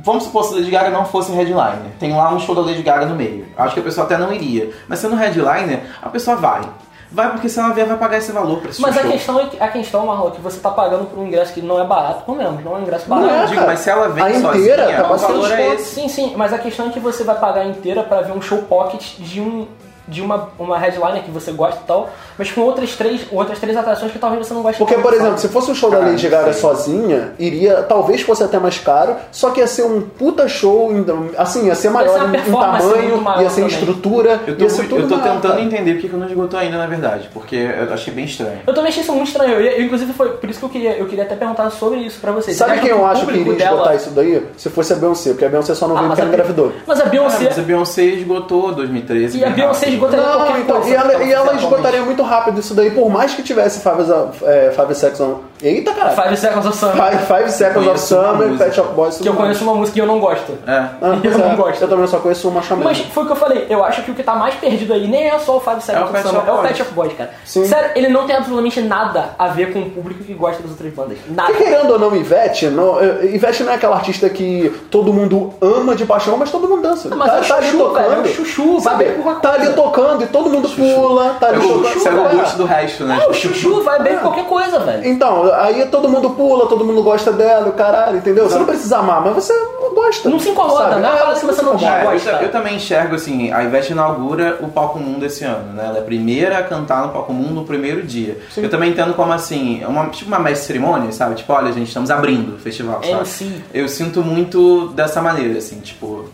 Vamos supor se a Lady Gaga não fosse headliner. Tem lá um show da Lady Gaga no meio. Acho que a pessoa até não iria. Mas sendo headliner, a pessoa vai. Vai porque se ela vier, vai pagar esse valor pra esse
Mas a
show.
questão, é que- a questão, Marlon, é que você tá pagando por um ingresso que não é barato, comemos, não é um ingresso
Não
barato.
é,
eu digo,
cara.
mas se ela vem
A
sozinha,
inteira acaba
o valor
sendo
é
desconto.
esse.
Sim, sim, mas a questão é que você vai pagar inteira pra ver um show pocket de um de uma, uma headliner que você gosta e tal, mas com outras três, outras três atrações que talvez você não goste
Porque,
tanto,
por
sabe?
exemplo, se fosse um show da
Cara,
Lady
não
Gaga
sei.
sozinha, iria. Talvez fosse até mais caro, só que ia ser um puta show, em- assim, ia ser
ser
maior
uma
em, em
performance muito
tamanho,
maior
ia ser em
também.
estrutura,
Eu tô,
ia ser tudo
eu tô
é
maior,
tentando
cara.
entender porque que não esgotou ainda, na verdade, porque eu achei bem estranho.
Eu também achei isso muito estranho. Eu, eu, inclusive, foi por isso que eu queria, eu queria até perguntar sobre isso pra vocês.
Sabe
Você
quem
acha
eu
o
acho que
público
iria
dela-
esgotar isso é daí? Se fosse a Beyoncé, porque a Beyoncé só não
Ah,
veio
mas
porque
a
ela
Be-
engravidou.
Mas a Beyoncé.
Ah, mas é a Beyoncé esgotou 2013.
E a
bem
Beyoncé
rápido.
esgotaria
Não,
qualquer
então,
coisa.
e ela,
que
e ela
fizer
esgotaria
atualmente.
muito rápido isso daí, por mais que tivesse Five, é, five Seconds on. Eita caralho!
Five Seconds of Summer.
Five, five Seconds of
Conheço uma
Summer,
música.
Pet Shop Boys. tudo
Que eu
mais.
conheço uma música que eu não gosto.
É.
Ah, pois
eu não
é,
gosto.
Eu também só conheço uma chamada.
Mas foi o que eu falei, eu acho que o que tá mais perdido aí nem é só o Five
É o
Seconds
Pet
of Summer,
Shop
é o
Boys.
Pet Shop Boys, cara.
Sim.
Sério, ele não tem absolutamente nada a ver com o público que gosta das outras bandas. Nada.
E querendo ou não, Ivete, não, eh, Ivete não é aquela artista que todo mundo ama de paixão, mas todo mundo dança. Tá,
Mas é o chuchu, velho, é o chuchu,
sabe?
vai bem por
Tá ali
coisa.
tocando e todo mundo pula, tá
É
ali
o-
tocando.
Segue o
é.
gosto do resto, né?
Ah, o Chuchu vai bem com qualquer coisa, velho.
Então, aí todo mundo pula, todo mundo gosta dela, o caralho, entendeu? Você não precisa amar, mas você gosta.
Não se incomoda,
sabe?
não é uma parada que você não
se incomoda.
É, eu,
gosta.
ta- eu também enxergo assim, a Ivete inaugura o Palco Mundo esse ano, né? Ela é a primeira a cantar no Palco Mundo no primeiro dia. Eu também entendo como assim, é uma, tipo uma mestre cerimônia, sabe? Tipo, olha, gente, estamos abrindo o festival, sabe?
MC.
Eu sinto muito dessa maneira, assim, tipo,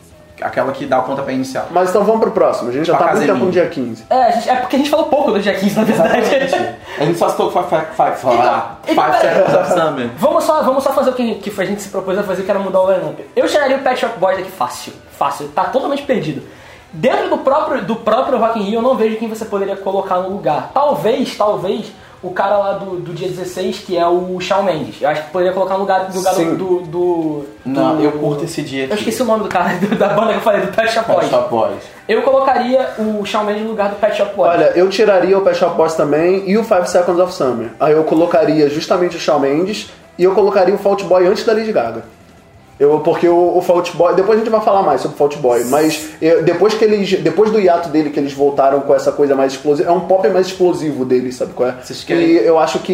aquela que dá o pontapé inicial.
Mas então vamos pro próximo, a gente já
Pra
tá há muito
casa é
tempo no
minha.
dia 15.
É, a gente- é porque a gente falou pouco do dia 15, na verdade.
A gente só citou Five Five- Five- Five-
então,
Five Seconds of Summer.
Vamos só, vamos só fazer o que, que a gente se propôs a fazer, que era mudar o lineup. Eu tiraria o Pet Shop Boys daqui fácil, fácil, tá totalmente perdido. Dentro do próprio, do próprio Rock in Rio, eu não vejo quem você poderia colocar no lugar. Talvez, talvez, o cara lá do, do dia 16, que é o Shawn Mendes. Eu acho que poderia colocar no lugar, no lugar do,
Sim.
do, do-
Não,
do-
eu curto esse dia aqui.
Então, Eu esqueci o nome do cara, do- da banda que eu falei, do Pet Shop Boys.
Shop Boys.
Eu colocaria o Shawn Mendes no lugar do Pet Shop Boys.
Olha, eu tiraria o Pet Shop Boys também e o Five Seconds of Summer. Aí eu colocaria justamente o Shawn Mendes e eu colocaria o Fault Boy antes da Lady Gaga. Eu, porque o, o Fault Boy. Depois a gente vai falar mais sobre o Fault Boy, mas eu- depois que eles. Depois do hiato dele que eles voltaram com essa coisa mais explosiva. É um pop mais explosivo dele, sabe qual é?
Vocês querem-
E eu acho que.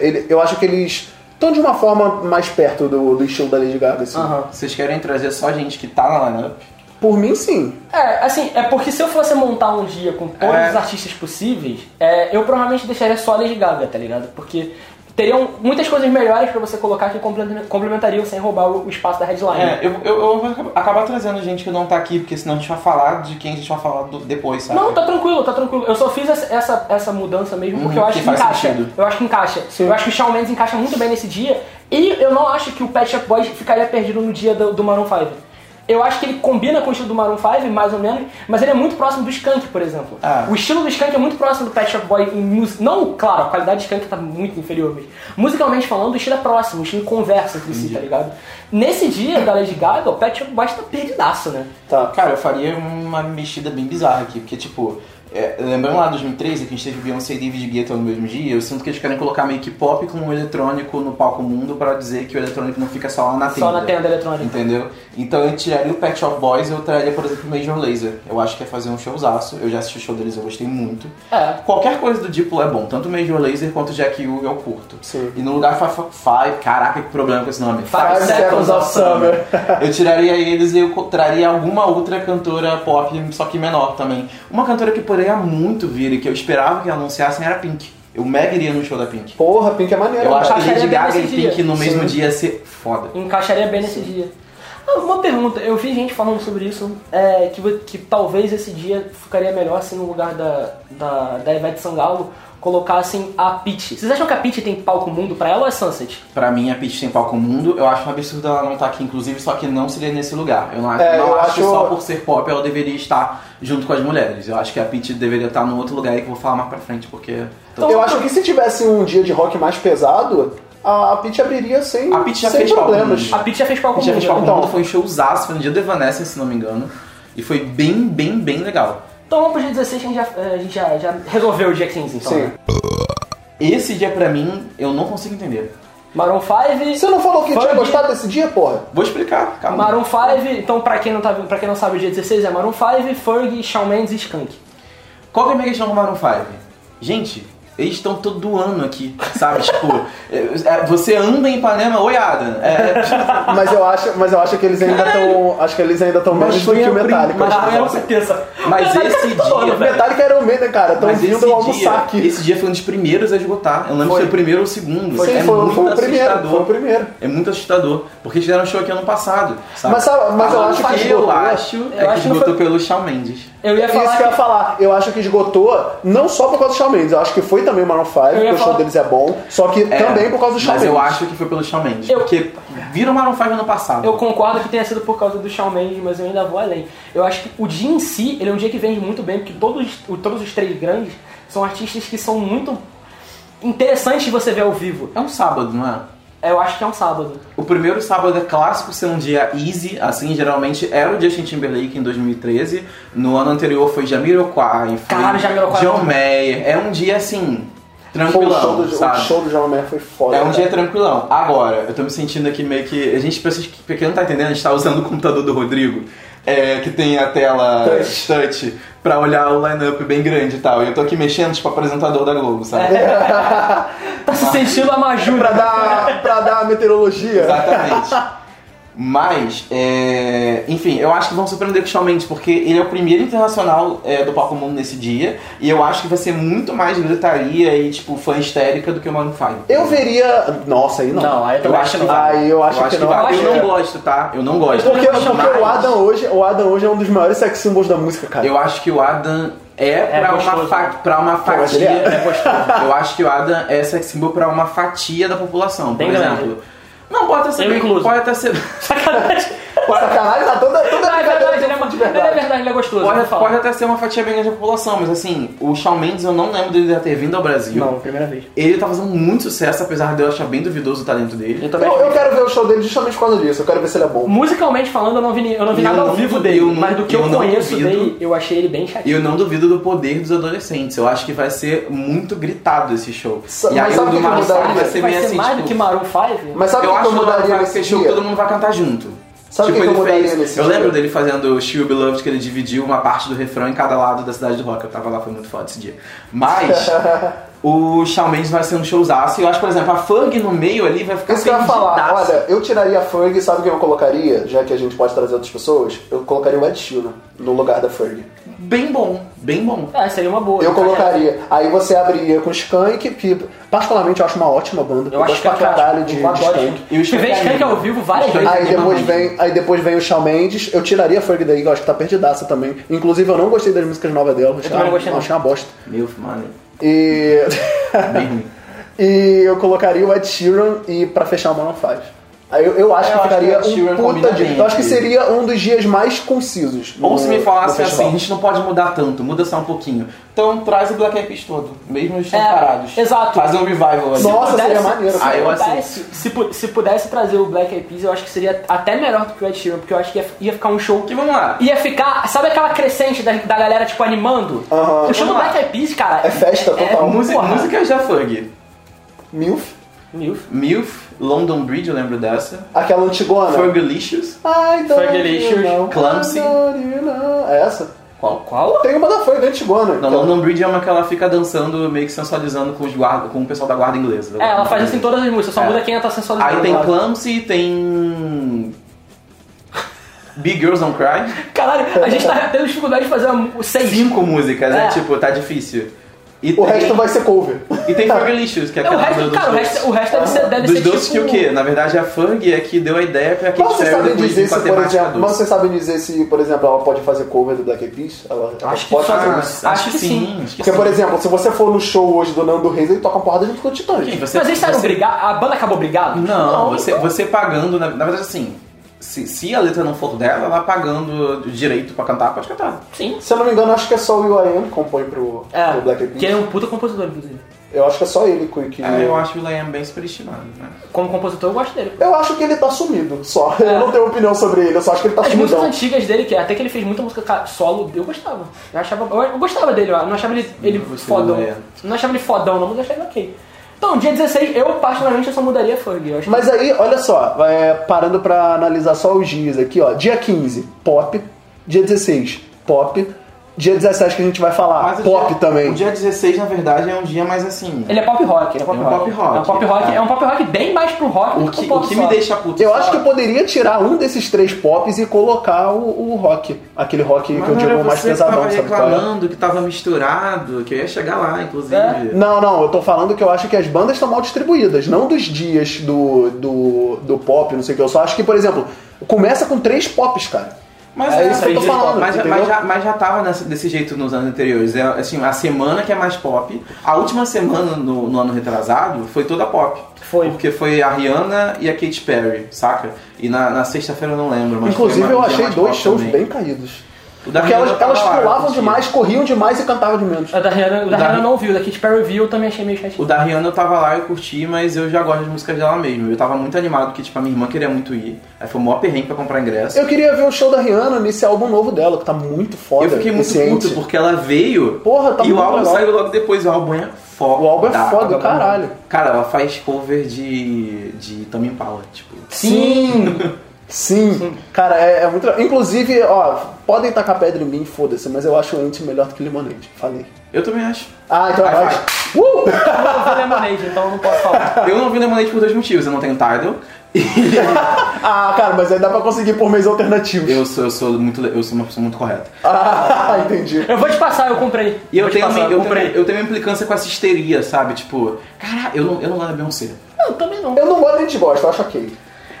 ele- eu acho que eles estão de uma forma mais perto do, do estilo da Lady Gaga, assim.
Aham.
Vocês querem trazer só gente que tá na lineup?
Por mim, sim.
É, assim, é porque se eu fosse montar um dia com todos
É.
os artistas possíveis, é, eu provavelmente deixaria só a Lady Gaga, tá ligado? Porque teriam muitas coisas melhores pra você colocar que complemen- complementariam sem roubar o o espaço da headline. né?
É, eu, eu, eu vou acab- acabar trazendo gente que não tá aqui, porque senão a gente vai falar de quem a gente vai falar do- depois, sabe?
Não, tá tranquilo, tá tranquilo. Eu só fiz essa, essa, essa mudança mesmo porque
Uhum,
eu acho
que
que,
faz
encaixa.
sentido.
Eu acho que encaixa. Eu acho que o Shawn Mendes encaixa muito bem nesse dia. E eu não acho que o Pet Shop Boys ficaria perdido no dia do, do Maroon 5. Eu acho que ele combina com o estilo do Maroon 5, mais ou menos, mas ele é muito próximo do Skank, por exemplo.
Ah.
O estilo do Skank é muito próximo do Pet Shop Boy em música. Não, claro, a qualidade do Skank tá muito inferior, mas musicalmente falando, o estilo é próximo, o estilo conversa entre si, tá ligado? Nesse dia da Lady Gaga, o Pet Shop Boys tá perdidaço, né?
Tá.
Cara, eu faria uma mexida bem bizarra aqui, porque, tipo, é, lembrando lá 2013, que a gente teve Beyoncé e David Guetta no mesmo dia, eu sinto que eles querem colocar meio que pop com o eletrônico no palco mundo pra dizer que o eletrônico não fica só lá na tenda.
Só na tenda eletrônica.
Entendeu? Então eu tiraria o Pet Shop Boys e eu traria, por exemplo, o Major Laser. Eu acho que é fazer um showzaço. Eu já assisti o show deles, eu gostei muito.
É.
Qualquer coisa do Diplo é bom, tanto o Major Laser quanto o Jack Yu eu curto.
Sim.
E no lugar Five, Five caraca, que problema com esse nome.
Five Seconds of
Summer.
Eu tiraria eles e eu co- traria alguma outra cantora pop, só que menor também. Uma cantora que poderia muito vir e que eu esperava que anunciassem era Pink. Eu mega iria no show da Pink.
Porra, Pink é maneiro.
Eu acho
cara.
que Lady
Encaixaria bem
Gaga e
nesse dia.
Pink no mesmo
Sim.
dia ia ser foda.
encaixaria bem nesse dia. Ah, Uma pergunta, eu vi gente falando sobre isso, é, que, vo- que talvez esse dia ficaria melhor se no lugar da, da, da Ivete Sangalo colocassem a Peach. Vocês acham que a Peach tem palco mundo pra ela ou é Sunset?
Pra mim, a Peach tem palco mundo. Eu acho um absurdo ela não estar aqui, inclusive, só que não seria nesse lugar. Eu não,
É,
não
eu
acho que
acho-
só por ser pop ela deveria estar junto com as mulheres. Eu acho que a Peach deveria estar num outro lugar aí que eu vou falar mais pra frente, porque...
Então,
Eu acho que se tivesse um dia de rock mais pesado, a Pitty abriria sem,
A Pitty já
sem
fez
problemas.
palco,
A Peach já fez palco
A gente já
mundo.
fez palco
né?
Então-
mundo, foi um showzaço, foi no dia do Evanescence, se não me engano. E foi bem, bem, bem legal.
Então vamos pro dia 16 que a gente já, é, a gente já, já resolveu o dia 15, então.
Sim.
Né?
Esse dia pra mim, eu não consigo entender.
Maroon 5...
Você não falou que tinha
Funk.
gostado desse dia, porra?
Vou explicar, calma.
Maroon 5, então pra quem, não tá, pra quem não sabe, o dia 16 é Maroon 5, Ferg, Shawn Mendes e Skank.
Qual que é a minha questão com o Maroon 5? Gente, eles estão todo ano aqui, sabe? tipo, é, é, você anda em Ipanema, oi Adam. É,
Mas eu acho, mas eu acho que eles ainda estão. Acho que eles ainda estão
Mas
menos do
foi
que o
a prim-
Metallica.
mas foi a-
com certeza.
mas esse dia,
O Metallica era o Mena, cara. Estão
mas
vindo
esse
almoçar
dia,
aqui.
esse dia foi um dos primeiros a esgotar. Eu não lembro
Foi.
se foi o primeiro ou o segundo.
Sim,
é
foi,
muito
foi o primeiro.
assustador.
Foi o primeiro.
É muito assustador, porque eles deram show aqui ano passado, sabe?
Mas sabe- mas eu
Agora,
acho que
o
esgotou.
eu acho
Eu
é
acho
que
que não
esgotou
foi-
pelo Shawn Mendes.
Eu ia
É Isso
falar
que eu ia falar, eu acho que esgotou não só por causa do Shawn Mendes, eu acho que foi também o Maroon 5,
Eu ia
porque o show
falar-
deles é bom, só que
É,
também por causa do Shawn
Mas
Mendes.
eu acho que foi pelo Shawn Mendes,
Eu-
porque viram Maroon 5 ano passado.
Eu concordo que tenha sido por causa do Shawn Mendes, mas eu ainda vou além. Eu acho que o dia em si, ele é um dia que vende muito bem, porque todos, o- todos os três grandes são artistas que são muito interessantes de você ver ao vivo.
É um sábado, não é?
Eu acho que é um sábado.
O primeiro sábado é clássico ser um dia easy, assim, geralmente era o Justin Timberlake em 2013. No ano anterior foi Jamiroquai, foi
Caralho, Jamiroquai.
John Mayer. É um dia, assim,
Pô, o um show
tranquilão,
do, o
sabe?
show do John Mayer foi foda.
É um
cara.
dia tranquilão. Agora, eu tô me sentindo aqui meio que. A gente, pra, vocês, pra quem não tá entendendo, a gente tá usando o computador do Rodrigo, é, que tem a tela
Touch.
touch. pra olhar o line-up bem grande e tal. E eu tô aqui mexendo, tipo, apresentador da Globo, sabe?
Tá se sentindo a Maju
É Pra dar, pra dar meteorologia.
Exatamente. Mas, é, enfim, eu acho que vão surpreender com o Shawn Mendes, porque ele é o primeiro internacional é, do Palco Mundo nesse dia, e eu acho que vai ser muito mais gritaria e, tipo, fã histérica do que o Maroon 5.
Eu veria. Nossa, aí não.
Não, aí
Eu acho que vai.
Aí eu acho que não.
vai.
Eu
Eu
acho
não
que-
gosto, tá? Eu não gosto.
Porque,
Mas-
porque o, Adam hoje, o Adam hoje é um dos maiores sex symbols da música, cara.
Eu acho que o Adam é, pra, uma
gostoso.
fa- pra uma
mas ele
fatia.
é.
é gostoso. eu acho que o Adam é sex symbol pra uma fatia da população, por
Bem grande.
exemplo. Não, pode até ser
Eu
bem-
incluso.
Pode até ser.
Tá Sacanagem.
Sacanagem, tá toda, toda
Ah, é verdade, ele é,
de
ele é
verdade.
verdade, ele é gostoso. eu
Pode,
vou falar.
pode até ser uma fatia bem grande da população, mas assim, o Shawn Mendes eu não lembro dele já ter vindo ao Brasil.
Não, primeira vez.
Ele tá fazendo muito sucesso, apesar de eu achar bem duvidoso o talento dele.
Eu também
Eu,
acho
eu quero ver o show dele justamente por causa disso. Eu quero ver se ele é bom.
Musicalmente falando, eu não vi, ni- eu não vi
Eu
nada ao
não
vivo
duvido,
dele,
eu não-
mas do que eu,
eu não
conheço
duvido.
dele, eu achei ele bem
E
chatinho.
eu não duvido do poder dos adolescentes. Eu acho que vai ser muito gritado esse show.
Sa-
e
mas
aí
sabe
o
o
do
que que
Maroon
mudaria?
five vai
Será
ser
que
meio
vai ser
assim,
mais do
tipo,
que Maroon 5?
Mas sabe o
Eu
que
acho
eu
que o Maroon
mudaria
five vai
nesse
ser show que
dia?
todo mundo vai cantar junto. Tipo,
Sabe o que, que eu mudaria
fez,
nesse
Eu
dia?
lembro dele fazendo She'll Be Loved, que ele dividiu uma parte do refrão em cada lado da Cidade do Rock. Eu tava lá, foi muito foda esse dia. Mas o Shawn Mendes vai ser um showzaço. E eu acho, por exemplo, a Fang no meio ali vai ficar
Isso que eu ia falar,
perdidaça.
olha, eu tiraria a Ferg, sabe quem eu colocaria? Já que a gente pode trazer outras pessoas, eu colocaria o Ed Sheeran no lugar da Ferg.
Bem bom, bem bom.
É, seria uma boa.
Eu
encaixar.
colocaria. Aí você abriria com Skank, que particularmente eu acho uma ótima banda.
Eu acho que é
gosto pra caralho de, de
eu adoro
Skank.
Eu escutei Skank ao vivo várias
Skank
vezes.
Aí
Ele é
depois,
uma
vem, aí depois vem o Shawn Mendes, eu tiraria a Ferg daí, que eu acho que tá perdidaça também. Inclusive eu não gostei das músicas novas dela, eu achei,
também não gostei, não.
achei uma bosta.
Meu, mano,
E.
bem ruim.
e eu colocaria o Ed Sheeran e pra fechar o Maroon 5. Aí eu, eu acho
Eu
que
acho que
ficaria
o Ed Sheeran
um
combina
puta dia.
bem,
Eu acho que
filho.
seria um dos dias mais concisos.
Ou
no-
se me
no
falassem assim,
festival.
a gente não pode mudar tanto, muda só um pouquinho. Então traz o Black Eyed Peas todo, mesmo eles
É,
separados.
exato.
Faz um revival ali.
Nossa, seria maneiro,
cara.
Se,
Ah, eu
pudesse, se, pu- se pudesse trazer o Black Eyed Peas, eu acho que seria até melhor do que o Ed Sheeran, porque eu acho que ia, ia ficar um show
Que
que
vamos lá.
ia ficar... Sabe aquela crescente da, da galera, tipo, animando?
Aham.
O show do Black Eyed Peas, cara...
Ah, É festa total.
Música,
porra.
música já Ferg.
Milf?
Milf.
MILF, London Bridge, eu lembro dessa.
Aquela antigona.
Fergalicious.
Ai, don't
Fergalicious,
you know,
Clumsy.
I don't you know. É essa?
Qual? Qual?
Tem uma da Ferg antigona.
Não,
então.
London Bridge é uma que ela fica dançando, meio que sensualizando com, os guarda, com o pessoal da guarda inglesa.
É, ela faz isso em todas as músicas, só
É.
muda quem tá sensualizando.
Aí tem Clumsy, tem... Big Girls Don't Cry.
Caralho, a gente tá tendo dificuldade de fazer uma- seis.
Cinco músicas, é,
É.
tipo, tá difícil. E
O
tem-
resto vai ser cover.
E tem Fergalicious, que é
É, o
aquela
resto,
dos
cara, o
doces.
resto, o resto deve ser, deve
Dos
ser
doces
tipo...
que o quê? Na verdade, a Fang é que deu a ideia pra
Mas
Kate
vocês
Perry
sabem
depois de
dizer se, por
matemática
exemplo, mas
doce.
vocês sabem dizer se, por exemplo, ela pode fazer cover do Black Eyed Peas? Ela, ela
Acho que
pode
só-
fazer
Ah,
isso.
Acho que sim.
acho que
Porque,
sim.
por exemplo, se você for no show hoje do Nando Reis, ele toca uma porrada junto com o Titãs.
Quem? Você-
Mas eles estavam
você-
brigados? A banda acabou brigada?
Não, você, você pagando, na, na verdade assim, se, se a letra não for dela, ela pagando o direito pra cantar, pode cantar.
Sim.
Se eu não me engano, acho que é só o Will.i.am que compõe pro, pro Black Eyed
É,
Peas.
que ele é um puta compositor, inclusive.
Eu acho que é só ele que... que-
É, eu acho o Liam bem superestimado, né?
Como compositor, eu gosto dele.
Eu acho que ele tá sumido, só.
É.
Eu não tenho opinião sobre ele, eu só acho que ele tá
As
sumido.
músicas antigas dele, que até que ele fez muita música ca- solo, eu gostava. Eu, achava, eu, eu gostava dele, eu não achava ele, ele
Você
fodão.
não é.
Não achava ele fodão, não, mas eu achava ele ok. Então, dia 16, eu particularmente eu só mudaria a Ferg. Eu acho
Mas aí, olha só, é, parando pra analisar só os dias aqui, ó. Dia 15, pop. Dia 16, pop. Dia 17 que a gente vai falar,
Mas o
Ah, pop
dia-
também.
O dia 16, na verdade, é um dia mais assim.
Ele é pop rock, ele é pop
É um
rock.
pop rock,
É um pop rock,
é.
é. um pop rock bem mais pro rock
O
do
que,
pro é um pop
o que
só.
me deixa puto.
Eu
só- é
acho que eu poderia tirar um desses três pops e colocar o, o rock. Aquele rock
Mas
que eu
não
digo
era
o um mais
você que tava
pesadão, sabe qual é?
reclamando que tava misturado, que eu ia chegar lá, inclusive.
É.
Não, não, eu tô falando que eu acho que as bandas estão mal distribuídas, não dos dias do, do, do pop, não sei o que. Eu só acho que, por exemplo, começa com três pops, cara.
Mas
É
é,
isso que eu tô
mas-
falando,
mas,
entendeu?
mas já, mas já tava nessa- desse jeito nos anos anteriores. É, assim, a semana que é mais pop. A última semana no, no ano retrasado foi toda pop.
Foi.
Porque foi a Rihanna e a Katy Perry, saca? E na, na sexta-feira eu não lembro, mas
Inclusive,
foi
eu
uma- um dia
achei
mais
dois
pop
shows
também.
bem caídos.
O da
Porque
Rihanna
elas,
tava
elas
lá, eu
pulavam
curti.
demais, corriam demais e cantavam de menos.
A da Rihanna, o da
Da-
Rihanna não viu, da Katy Perry viu, eu também achei meio
O
chatinho.
da Rihanna eu tava lá, eu curti, mas eu já gosto das músicas dela mesmo. Eu tava muito animado, que tipo, a minha irmã queria muito ir. Aí foi o maior perrengue pra comprar ingresso.
Eu queria ver o show da Rihanna nesse álbum novo dela, que tá muito foda.
Eu fiquei muito
eficiente.
puto, porque ela veio
Porra, tá
e o
muito
álbum
legal.
saiu logo depois. O álbum é foda.
O álbum é foda,
Tá bom.
caralho.
Cara, ela faz cover de, de Tommy Impala, tipo...
Sim! Sim! Cara, é, é muito. Inclusive, ó, podem tacar pedra em mim, foda-se, mas eu acho o Ant melhor do que Limonade. Falei.
Eu também acho.
Ah, então é
Vai,
nóis. Uh!
Eu não vi Lemonade, então eu não posso falar.
Eu não vi Lemonade por dois motivos. Eu não tenho Tidal.
Ah, cara, mas aí dá pra conseguir por meios alternativos.
Eu sou, eu sou, muito, le- eu sou uma pessoa muito correta.
Ah, entendi.
Eu vou te passar, eu comprei.
E eu
vou te
tenho,
passar,
eu,
comprei.
tenho, eu tenho uma implicância com essa histeria, sabe? Tipo, cara, eu não, eu não gosto da Beyoncé.
Não, eu também não.
Eu não gosto nem de gosto, eu acho ok.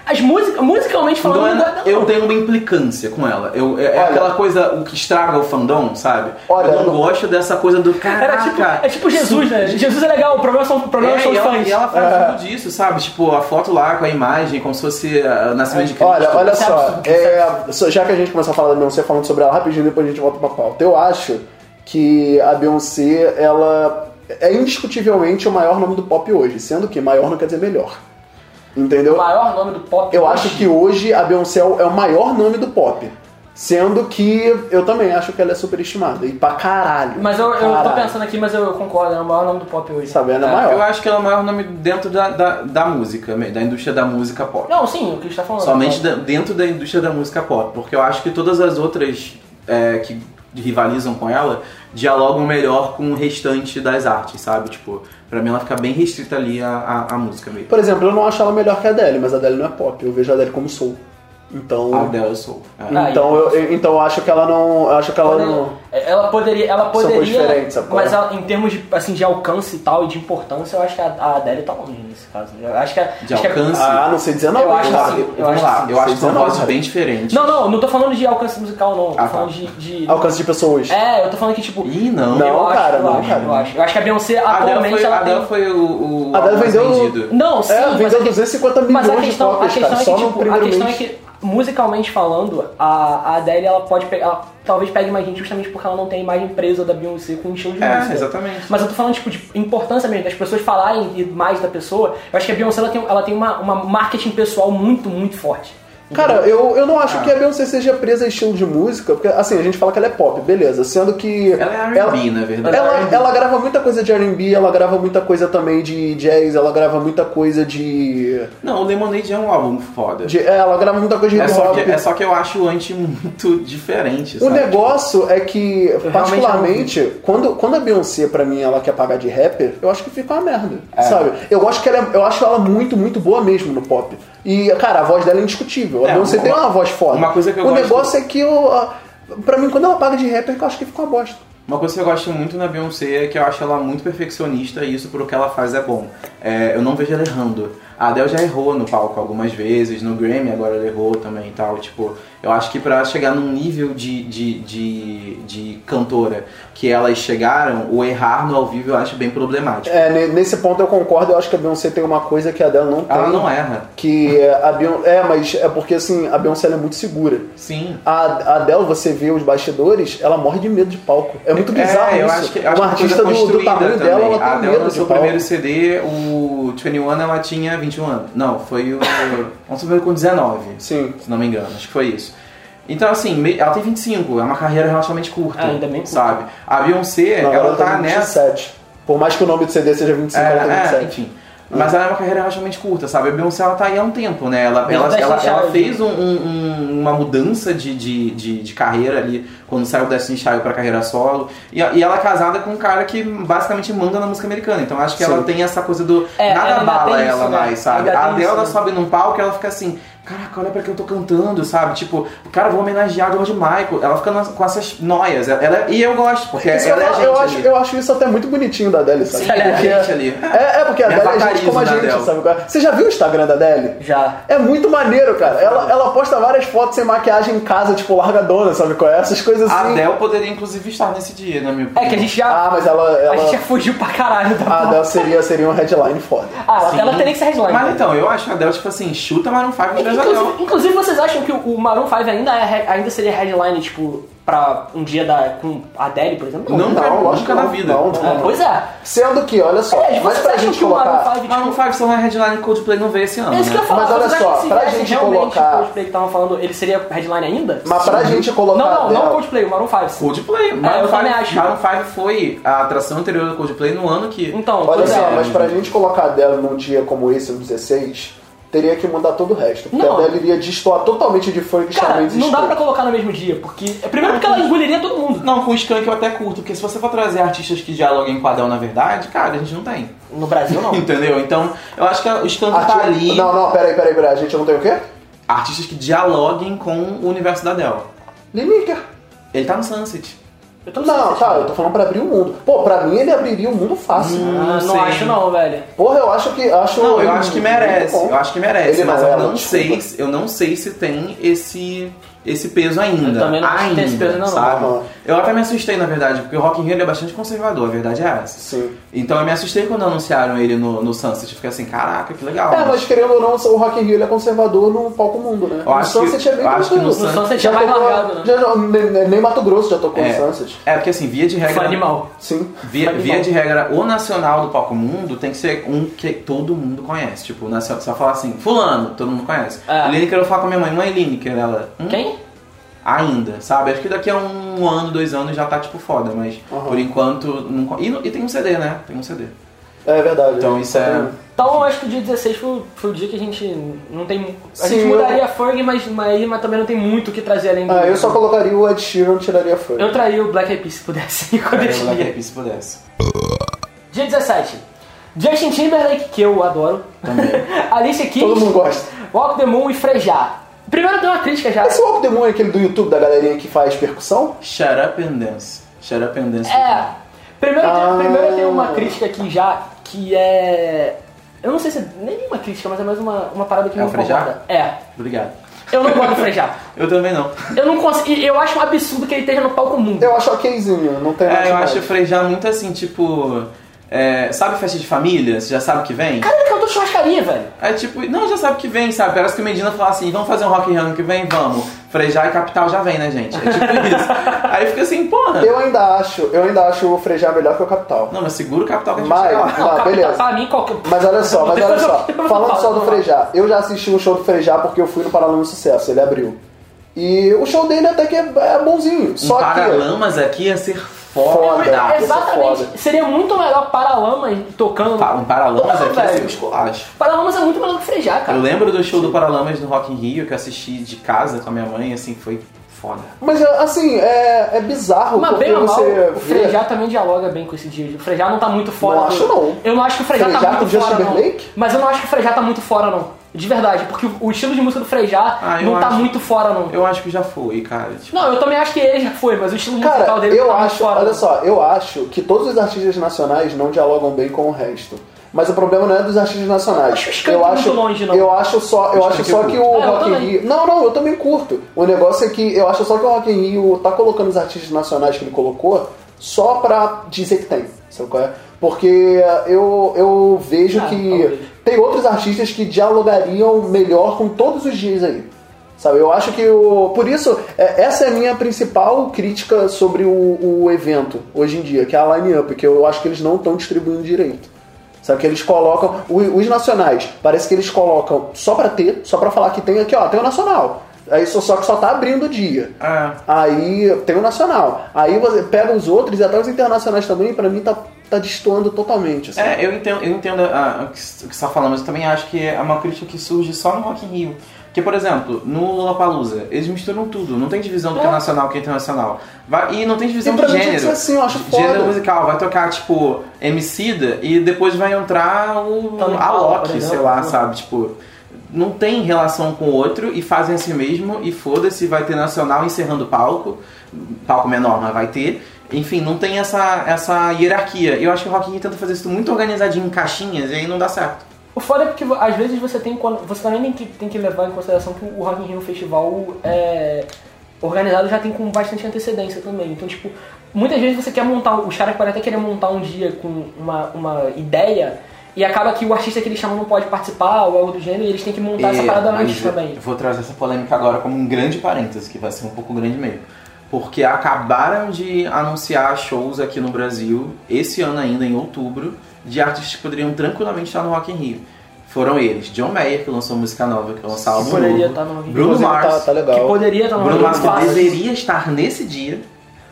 As músicas, musicalmente falando,
Então,
eu não gosto
ela-
dela,
eu
não.
tenho uma implicância com ela. Eu, é é
Olha.
aquela coisa o que estraga o fandom, sabe?
Olha,
eu
eu
não
não-
gosto dessa coisa do
Era tipo,
caraca.
é tipo Jesus, né? Jesus é legal, o problema são, o problema
É,
são
e,
os
ela,
fãs.
e ela faz
É.
tudo disso, sabe? Tipo, a foto lá com a imagem, como se fosse ah, o nascimento de Cristo.
Olha, olha
Isso é
só,
absurdo,
é, só- já que a gente começou a falar da Beyoncé falando sobre ela rapidinho, depois a gente volta pra pauta. Eu acho que a Beyoncé, ela é indiscutivelmente o maior nome do pop hoje, sendo que maior não quer dizer melhor. Entendeu?
O maior nome do pop.
Eu acho que hoje a Beyoncé é o é o maior nome do pop. Sendo que eu também acho que ela é superestimada. E pra caralho.
Mas eu, eu tô
Caralho.
pensando aqui, mas eu, eu concordo, é o maior nome do pop hoje.
Sabe, ela é
É.
maior.
Eu acho que ela é o maior nome dentro da, da, da música, mesmo, da indústria da música pop.
Não, sim, o que a gente tá falando.
Somente da- dentro da indústria da música pop, porque eu acho que todas as outras é, que rivalizam com ela dialogam melhor com o restante das artes, sabe? Tipo, pra mim ela fica bem restrita ali à, à, à música mesmo.
Por exemplo, eu não acho ela melhor que a Adele, mas a Adele não é pop. Eu vejo a Adele como soul. Então.
A dela sou. É.
Ah,
então, eu, eu- então eu acho que ela não. eu acho que ela não.
Ela poderia, ela
coisas
poderia,
diferentes, sabe qual é?
mas ela- em termos de, assim, de alcance e tal, e de importância, eu acho que a, a Adele tá longe nesse caso. Eu acho que a,
De
acho que a-
alcance?
Ah, não sei dizer não.
Eu
mas
acho
tá.
assim.
eu acho lá,
que sim.
eu acho que são
Não,
vozes
cara.
bem diferentes.
Não, não, não tô falando de alcance musical, não. tô
Ah, tá.
falando de, de-
Alcance de pessoas.
É, eu tô falando que, tipo...
Ih, não.
Não,
eu acho,
cara,
eu
não,
acho,
cara.
Eu acho. Eu acho que a Beyoncé,
A Adele
atualmente,
foi,
ela
a Adele
tem...
foi o, o
A Adele
álbum mais
vendeu-
vendido.
Não, sim,
é,
mas
vendeu
a que-
250 milhões
Mas a questão,
de
a
cópias,
questão
cara,
é que,
só no
tipo, a
primeiro
questão
mês.
é que, musicalmente falando, a, a Adele, ela pode pegar, ela talvez pegue mais gente justamente porque ela não tem a imagem presa da Beyoncé com o estilo de
É,
música.
exatamente.
Mas eu tô falando, tipo, de importância mesmo, das pessoas falarem e mais da pessoa. Eu acho que a Beyoncé, ela tem, ela tem uma, uma marketing pessoal muito, muito forte.
Cara, eu, eu não acho
Ah.
que a Beyoncé seja presa a estilo de música, porque assim, a gente fala que ela é pop, beleza. Sendo que.
Ela é R&B, na verdade.
Ela,
R&B.
ela grava muita coisa de RB, ela grava muita coisa também de jazz, ela grava muita coisa de.
Não, o Lemonade é um álbum foda.
de- é, ela grava muita coisa de
É
hip
só,
hop.
que, é só que eu acho o anti muito diferente.
O
sabe?
negócio é que,
realmente
particularmente, quando, quando a Beyoncé, pra mim, ela quer pagar de rapper, eu acho que fica uma merda.
É.
Sabe? Eu acho que ela é- eu acho ela muito, muito boa mesmo no pop. E, cara, a voz dela é indiscutível. A
É,
Beyoncé
uma-
tem uma voz foda.
uma coisa que eu
O
gosto-
negócio é que eu. a- Pra mim, quando ela paga de rapper, eu acho que fica uma bosta.
Uma coisa que eu gosto muito na Beyoncé é que eu acho ela muito perfeccionista e isso pro que ela faz é bom. É, eu não vejo ela errando. A Adele já errou no palco algumas vezes, no Grammy agora ela errou também e tal. Tipo, eu acho que pra chegar num nível de, de, de, de cantora que elas chegaram, o errar no ao vivo eu acho bem problemático.
É, ne- nesse ponto eu concordo, eu acho que a Beyoncé tem uma coisa que a dela não tem.
Ela não é. erra.
Que a Beyoncé. É, mas é porque assim, a Beyoncé ela é muito segura.
Sim.
A a Adele, você vê os bastidores, ela morre de medo de palco. É muito
É,
bizarro
eu
isso.
acho que, eu acho
Uma
que é coisa
artista do, do
construída
tamanho
também.
dela, ela tá então.
a
tem
Adele
medo de
lançou o
palco.
primeiro CD, o 21 ela tinha 21 anos. Não, foi o. Vamos ver com 19.
Sim.
se não me engano, acho que foi isso. Então, assim, me- ela tem 25, é uma carreira relativamente curta.
Ah, ainda bem curta.
Sabe? A Beyoncé,
Não,
ela tá
tem
nessa.
27. Por mais que o nome do CD seja 25,
É,
ela tem
é,
27.
enfim. Mas ela é uma carreira relativamente curta, sabe? A Beyoncé, ela tá aí há um tempo, né? Ela,
Desde
ela,
Destiny's
ela, ela
Child.
fez um- um- um- uma mudança de, de, de, de carreira ali, quando saiu da Destiny's Child pra carreira solo. E, a- e ela é casada com um cara que basicamente manda na música americana. Então acho que ela
Sim.
tem essa coisa do...
É,
nada
ainda
abala
tem isso,
ela
né?
mais, sabe?
Ainda
A
tem
Adele,
isso,
ela
né?
sobe num palco e ela fica assim... Caraca, olha pra que eu tô cantando, sabe? Tipo, cara, eu vou homenagear a George Michael. Ela fica nas- com essas noias. Ela, ela- e eu gosto, porque
Isso
ela é
eu,
a gente
eu acho,
ali.
eu acho isso até muito bonitinho da Adele, sabe?
Sim, ela é
porque
a gente ali.
É, é porque a
Me
Adele é gente
avacarizo
como a
da
gente,
Adele.
sabe? qual é? Você já viu o Instagram da Adele?
Já.
É muito maneiro, cara. Ela, ela posta várias fotos sem maquiagem em casa, tipo, larga dona, sabe qual é? Essas coisas
A
assim.
Adele poderia, inclusive, estar nesse dia, né, meu?
É que a gente já...
Ah, mas ela.
A gente já
ela...
fugiu pra caralho
é
da...
A Adele seria, seria um headline foda.
Ah, ela,
Sim.
ela teria que ser headline.
Mas então, eu acho a Adele, tipo assim, chuta, mas não faz com três Adele.
Inclusive, inclusive, vocês acham que o- o Maroon 5 ainda, é re- ainda seria headline, tipo, pra um dia da, com a Adele, por exemplo?
Não, cara,
lógico
nunca
que
na
não,
vida.
não, não,
É,
não.
pois é.
Sendo que, olha só,
É,
mas
vocês
pra
acham
gente
que o Maroon
colocar.
5, tipo,
Mas não faz, são a headline Coldplay não veio esse ano.
É isso que eu
né?
ia falar.
Mas olha
vocês acham
só,
que se
pra
tivesse
gente
realmente
colocar-
o Coldplay que estavam falando, ele seria headline ainda?
Mas pra gente colocar.
Não, não, não
dela-
o Coldplay, o Maroon 5.
Coldplay,
É, eu
Maroon
também
5
acho.
Maroon 5 foi a atração anterior do Coldplay no ano que.
Então,
Olha
pois
só,
é.
mas pra gente colocar a Adele num dia como esse, no 16, teria que mudar todo o resto. Porque
Não.
a Adele iria destoar totalmente de funk que
Cara,
jamais
não
existiu.
dá pra colocar no mesmo dia, porque... é Primeiro porque ela engoliria todo mundo.
Não, com o Skank eu até curto, porque se você for trazer artistas que dialoguem com a Adele na verdade, cara, a gente não tem.
No Brasil, não.
Entendeu? Então, eu acho que o Skank tá
Arti-
ali.
Não, não, peraí, peraí, peraí. A gente não tem o quê?
Artistas que dialoguem com o universo da Adele.
Lineker.
Ele tá no Sunset.
Eu tô
Não,
se-
tá,
é
eu tô falando pra abrir o mundo. Pô, pra mim ele abriria o mundo fácil.
Ah,
Não
não
sei.
acho não, velho.
Porra, eu acho que. Acho
Hum. Não, eu acho que merece.
muito bom.
Eu acho que merece,
Ele
mas
não,
eu
ela,
não sei,
desculpa.
se- eu não sei se tem esse esse peso ainda.
Eu também não acho que tem esse peso ainda não.
sabe?
Aham.
Eu até me assustei, na verdade, porque o Rock in Rio ele é bastante conservador, a verdade é essa.
Sim.
Então eu me assustei quando anunciaram ele no, no Sunset. Eu fiquei assim, caraca, que legal.
É,
né?
mas querendo ou não, o Rock in Rio ele é conservador no palco mundo, né?
Eu
No
acho que-
Sunset é bem
eu acho que no
tranquilo.
No
Sun-
Sunset
Já
é mais
tocou-
largado, né?
já- nem, nem Mato Grosso já tocou no Sunset.
é, é, porque assim, via de regra.
Foi animal.
Sim.
Via,
Foi
via
animal.
de regra, o nacional do palco mundo tem que ser um que todo mundo conhece. Tipo, na- se eu se eu falar assim, fulano, todo mundo conhece.
É.
Lineker, eu falo com a minha mãe, mãe Lineker, ela. "Hum?"
Quem?
ainda, sabe? Acho que daqui a um ano, dois anos já tá tipo foda, mas
Aham.
por enquanto. Não... co- E, no- e tem um CD, né? Tem um CD.
É verdade.
Então
né?
isso é.
Então eu acho que o dia 16 foi, foi o dia que a gente não tem. A
Sim,
gente
eu-
mudaria a Ferg, mas, mas, mas também não tem muito o que trazer além do.
Ah, eu só colocaria o Ed Sheeran e tiraria a folha.
Eu traí o Black Eyed Peas se pudesse.
É,
Eu
Cara, eu
deixaria.
vou dar aqui se pudesse.
Dia 17. Justin Timberlake, que eu adoro. Alicia Keys.
Todo mundo gosta.
Walk the Moon e Frejar. Primeiro tem uma crítica já.
Esse Walk the Moon é aquele do YouTube da galerinha que faz percussão?
Shut up and dance. Shut up and dance.
É. Primeiro, tem-
Ah.
primeiro tem uma crítica aqui já, que é. Eu não sei se é nem uma crítica, mas é mais uma, uma parada que
É
me
o Frejá?
incomoda. É.
Obrigado.
Eu não gosto do Frejar.
Eu também não.
Eu não consigo. e Eu acho um absurdo que ele esteja no palco mundo.
Eu acho okzinho, não tem nada
É, eu
demais.
acho frejar muito assim, tipo. é, sabe festa de família? Você já sabe que vem?
Cara, ele cantou churrascaria, velho.
É tipo, não, já sabe que vem, sabe? Parece que o Medina fala assim, vamos fazer um rock in Rio ano que vem? Vamos. Frejar e capital já vem, né, gente? É tipo isso. Aí fica assim, porra.
Eu ainda acho, eu ainda acho o Frejar melhor que o Capital.
Não, mas segura o capital que a gente vai
Mas,
chegar lá.
tá,
Capitão,
beleza.
Pra mim, qualquer.
Mas olha só, mas olha só. Falando só do
Frejar.
Frejá, eu já assisti um show do Frejá porque eu fui no Paralama do Sucesso, ele abriu. E o show dele até que é, é bonzinho.
Um
Só que.
paralamas aqui ia ser foda.
Foda.
Tá.
Essa
Exatamente.
foda.
Seria muito melhor Paralamas tocando.
Pa- Um paralamas
Porra,
aqui ia ser
velho.
um esculacho.
Paralamas é muito melhor que Frejar, cara.
Eu lembro do show do Paralamas no Rock in Rio que eu assisti de casa com a minha mãe, assim, foi foda.
Mas assim, é, é bizarro
Mas
porque
bem ou mal,
você.
o
vê-
Frejar também dialoga bem com esse dia. O Frejar não tá muito fora.
é, Não
do-
acho, não.
Eu não acho que o Frejar tá
Frejá
muito
com
fora,
Justin
não.
Timberlake?
Mas eu não acho que o Frejar tá muito fora, não. De verdade, porque o- o estilo de música do Frejar
Ah, eu
não tá
acho.
muito fora, não.
Eu acho que já foi, cara. Tipo,
Não, eu também acho que ele já foi, mas o estilo musical
Cara,
dele
eu
não tá muito
acho,
fora.
olha
não.
só, eu acho que todos os artistas nacionais não dialogam bem com o resto. Mas o problema não é dos artistas nacionais.
Acho o Skank muito longe, não.
Eu acho só, eu
O
acho
Skank
só
eu
que
curto.
o
É, eu
Rock in
também.
Rio. Não, não, eu também curto. O negócio é que eu acho só que o Rock in Rio tá colocando os artistas nacionais que ele colocou só pra dizer que tem. Sabe qual é? Porque eu, eu vejo
Ah,
que
talvez.
tem outros artistas que dialogariam melhor com todos os dias aí. Sabe, eu acho que o. Por isso, é- essa é a minha principal crítica sobre o, o evento hoje em dia, que é a line-up, que eu acho que eles não estão distribuindo direito. Sabe, que eles colocam. o- Os nacionais, parece que eles colocam só pra ter, só pra falar que tem aqui, ó, tem o nacional. Aí só, só que só tá abrindo o dia.
ah,
Aí tem o nacional. Aí você pega os outros e até os internacionais também, pra mim tá, tá destoando totalmente. assim.
é, eu entendo, eu entendo ah, o que o que você tá falando, mas eu também acho que é uma crítica que surge só no Rock in Rio. Porque, por exemplo, no Lollapalooza, eles misturam tudo. Não tem divisão do que é nacional, que é internacional. Vai- e não tem divisão
E pra
de
mim tinha que
gênero.
ser assim, eu acho foda.
Gênero musical. Vai tocar, tipo, Emicida e depois vai entrar o
Tá no palco, por
Alok,
exemplo.
sei lá, sabe? Tipo, não tem relação com o outro e fazem assim mesmo e foda-se, vai ter nacional encerrando o palco. Palco menor, mas vai ter. Enfim, não tem essa, essa hierarquia. Eu acho que o Rock in Rio tenta fazer isso muito organizadinho em caixinhas e aí não dá certo.
O foda é porque às vezes você tem quando- você também tem que, tem que levar em consideração que o Rock in Rio Festival é, organizado já tem com bastante antecedência também. Então, tipo, muitas vezes você quer montar, os caras podem até querer montar um dia com uma, uma ideia e acaba que o artista que eles chamam não pode participar ou algo do gênero e eles têm que montar essa
É,
parada
mas
antes
eu-
também.
Eu vou trazer essa polêmica agora como um grande parêntese, que vai ser um pouco grande mesmo. Porque acabaram de anunciar shows aqui no Brasil, esse ano ainda, em outubro, de artistas que poderiam tranquilamente estar no Rock in Rio. Foram eles, John Mayer, que lançou música nova, que lançou é um álbum
Poderia
novo,
estar no Rock in Rio.
Bruno
Inclusive,
Mars,
tá, tá legal.
Que poderia estar no
Bruno Mars
Rock
que
in Rio fácil.
deveria estar nesse dia,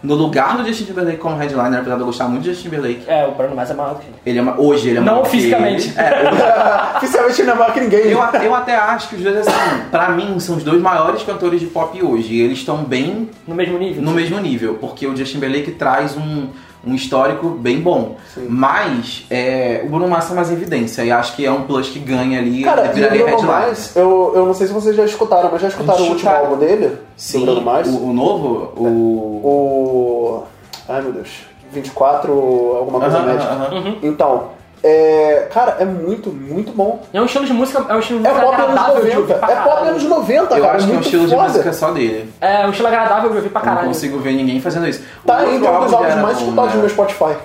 no lugar do Justin Timberlake como headliner, apesar de eu gostar muito de Justin Timberlake.
É, o Bruno Mars é maior do que ele.
Ele é uma- hoje ele é
Não
maior que ele.
fisicamente.
É,
Oficialmente não é maior que ninguém.
eu, a- eu até acho que os dois, assim, pra mim, são os dois maiores cantores de pop hoje. E eles estão bem
No mesmo nível?
no mesmo nível, porque o Justin Timberlake traz um, um histórico bem bom. Mas é, o Bruno Mars é mais evidência. E acho que é um plus que ganha ali.
Cara, e o
viraria
Bruno
headline.
Mars, eu, eu não sei se vocês já escutaram, mas já escutaram o último
Escutaram.
álbum dele?
Sim,
do Bruno Mars?
O, o novo, o...
O... Ai, meu Deus. 24, alguma coisa
Aham,
médica.
aham, aham.
Uhum.
Então, é... Cara, é muito, muito bom.
É um estilo de música, é um estilo de
É
música
pop anos
agradável de
90.
ouvir pra
É pop
caralho.
anos 90,
Eu
cara.
acho que é um
muito
estilo de
foda.
música só dele.
É um estilo agradável de ouvir pra
Eu não
caralho.
consigo ver ninguém fazendo isso. O
Tá
outro
entre um dos
álbum já
álbuns
era
mais
bom,
escutados do
né?
meu Spotify.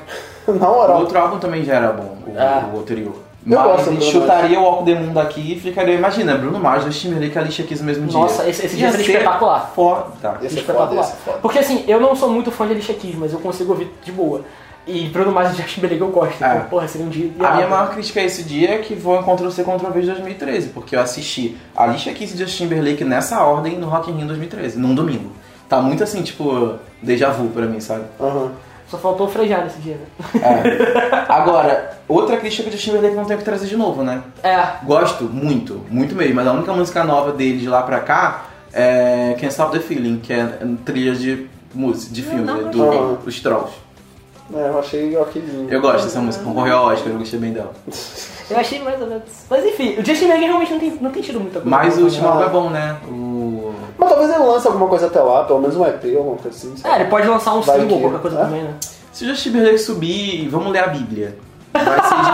Na
O
moral.
outro álbum também já era bom, o,
Ah.
o anterior.
Eu
Mas
gosto do Bruno
chutaria o Walk the Moon daqui e ficaria, imagina, Bruno Mars, Justin Timberlake e Alicia Keys no mesmo dia.
Nossa, esse- esse dia
Ia
seria espetacular.
Foda.
Esse é foda,
espetacular.
esse é foda.
Porque assim, eu não sou muito fã de Alicia Keys, mas eu consigo ouvir de boa. E Bruno Mars e Justin Bieber eu gosto.
É.
Então, porra, seria um dia
A
irado.
minha maior crítica a esse dia é que vou encontrar você contra o vez de 2013, porque eu assisti Alicia Keys e Justin Timberlake nessa ordem no Rock in Rio 2013, num domingo. tá muito assim, tipo, déjà vu pra mim, sabe?
Aham.
Só faltou o frejar nesse dia, né?
É. Agora, outra crítica que o Justin Timberlake não tem que trazer de novo, né?
É.
Gosto muito, muito mesmo, mas a única música nova dele de lá pra cá é Can't Stop the Feeling, que é trilha de música, de filme,
não,
do
não.
Os Trolls.
É, eu achei okzinho.
Eu gosto dessa música, concorreu ao Oscar, eu gostei bem dela.
Eu achei mais ou menos. Mas enfim, o Justin Bieber realmente não tem, não tem tido muita coisa.
Mas o
Não,
último
né?
álbum é bom, né? O...
Mas talvez ele lance alguma coisa até lá, pelo menos um EP, alguma coisa assim. sabe?
É, ele pode lançar um
Vai
single
que-
qualquer coisa
é?
também, né?
Se o Justin Timberlake subir, vamos ler a Bíblia. Vai ser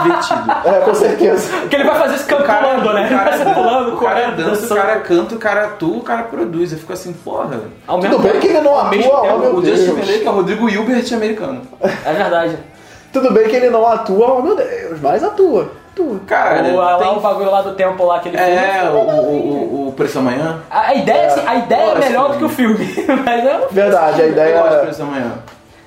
divertido.
É, com certeza.
Porque ele vai fazer isso cantando, né?
o
Ele vai
cara,
ser pulando,
o cara
correndo,
dança, o
dançando.
cara canta, o cara atua, o cara produz. Eu fico assim, porra.
Ao mesmo
Tudo bem que ele não
Ao mesmo
atua, oh
tempo,
meu
o Justin Timberlake
Deus.
é o Rodrigo Hilbert americano.
É verdade.
Tudo bem que ele não atua, oh meu Deus, mas atua. Atua.
Cara,
Ou lá
tem-
o bagulho lá do tempo lá que ele fez.
É, o, o, o, o Preço Amanhã.
A a ideia, é assim, a ideia é
Nossa,
melhor do que o filme. Mas é um-
Verdade, a
Eu gosto do
ideia. é-
Preço Amanhã.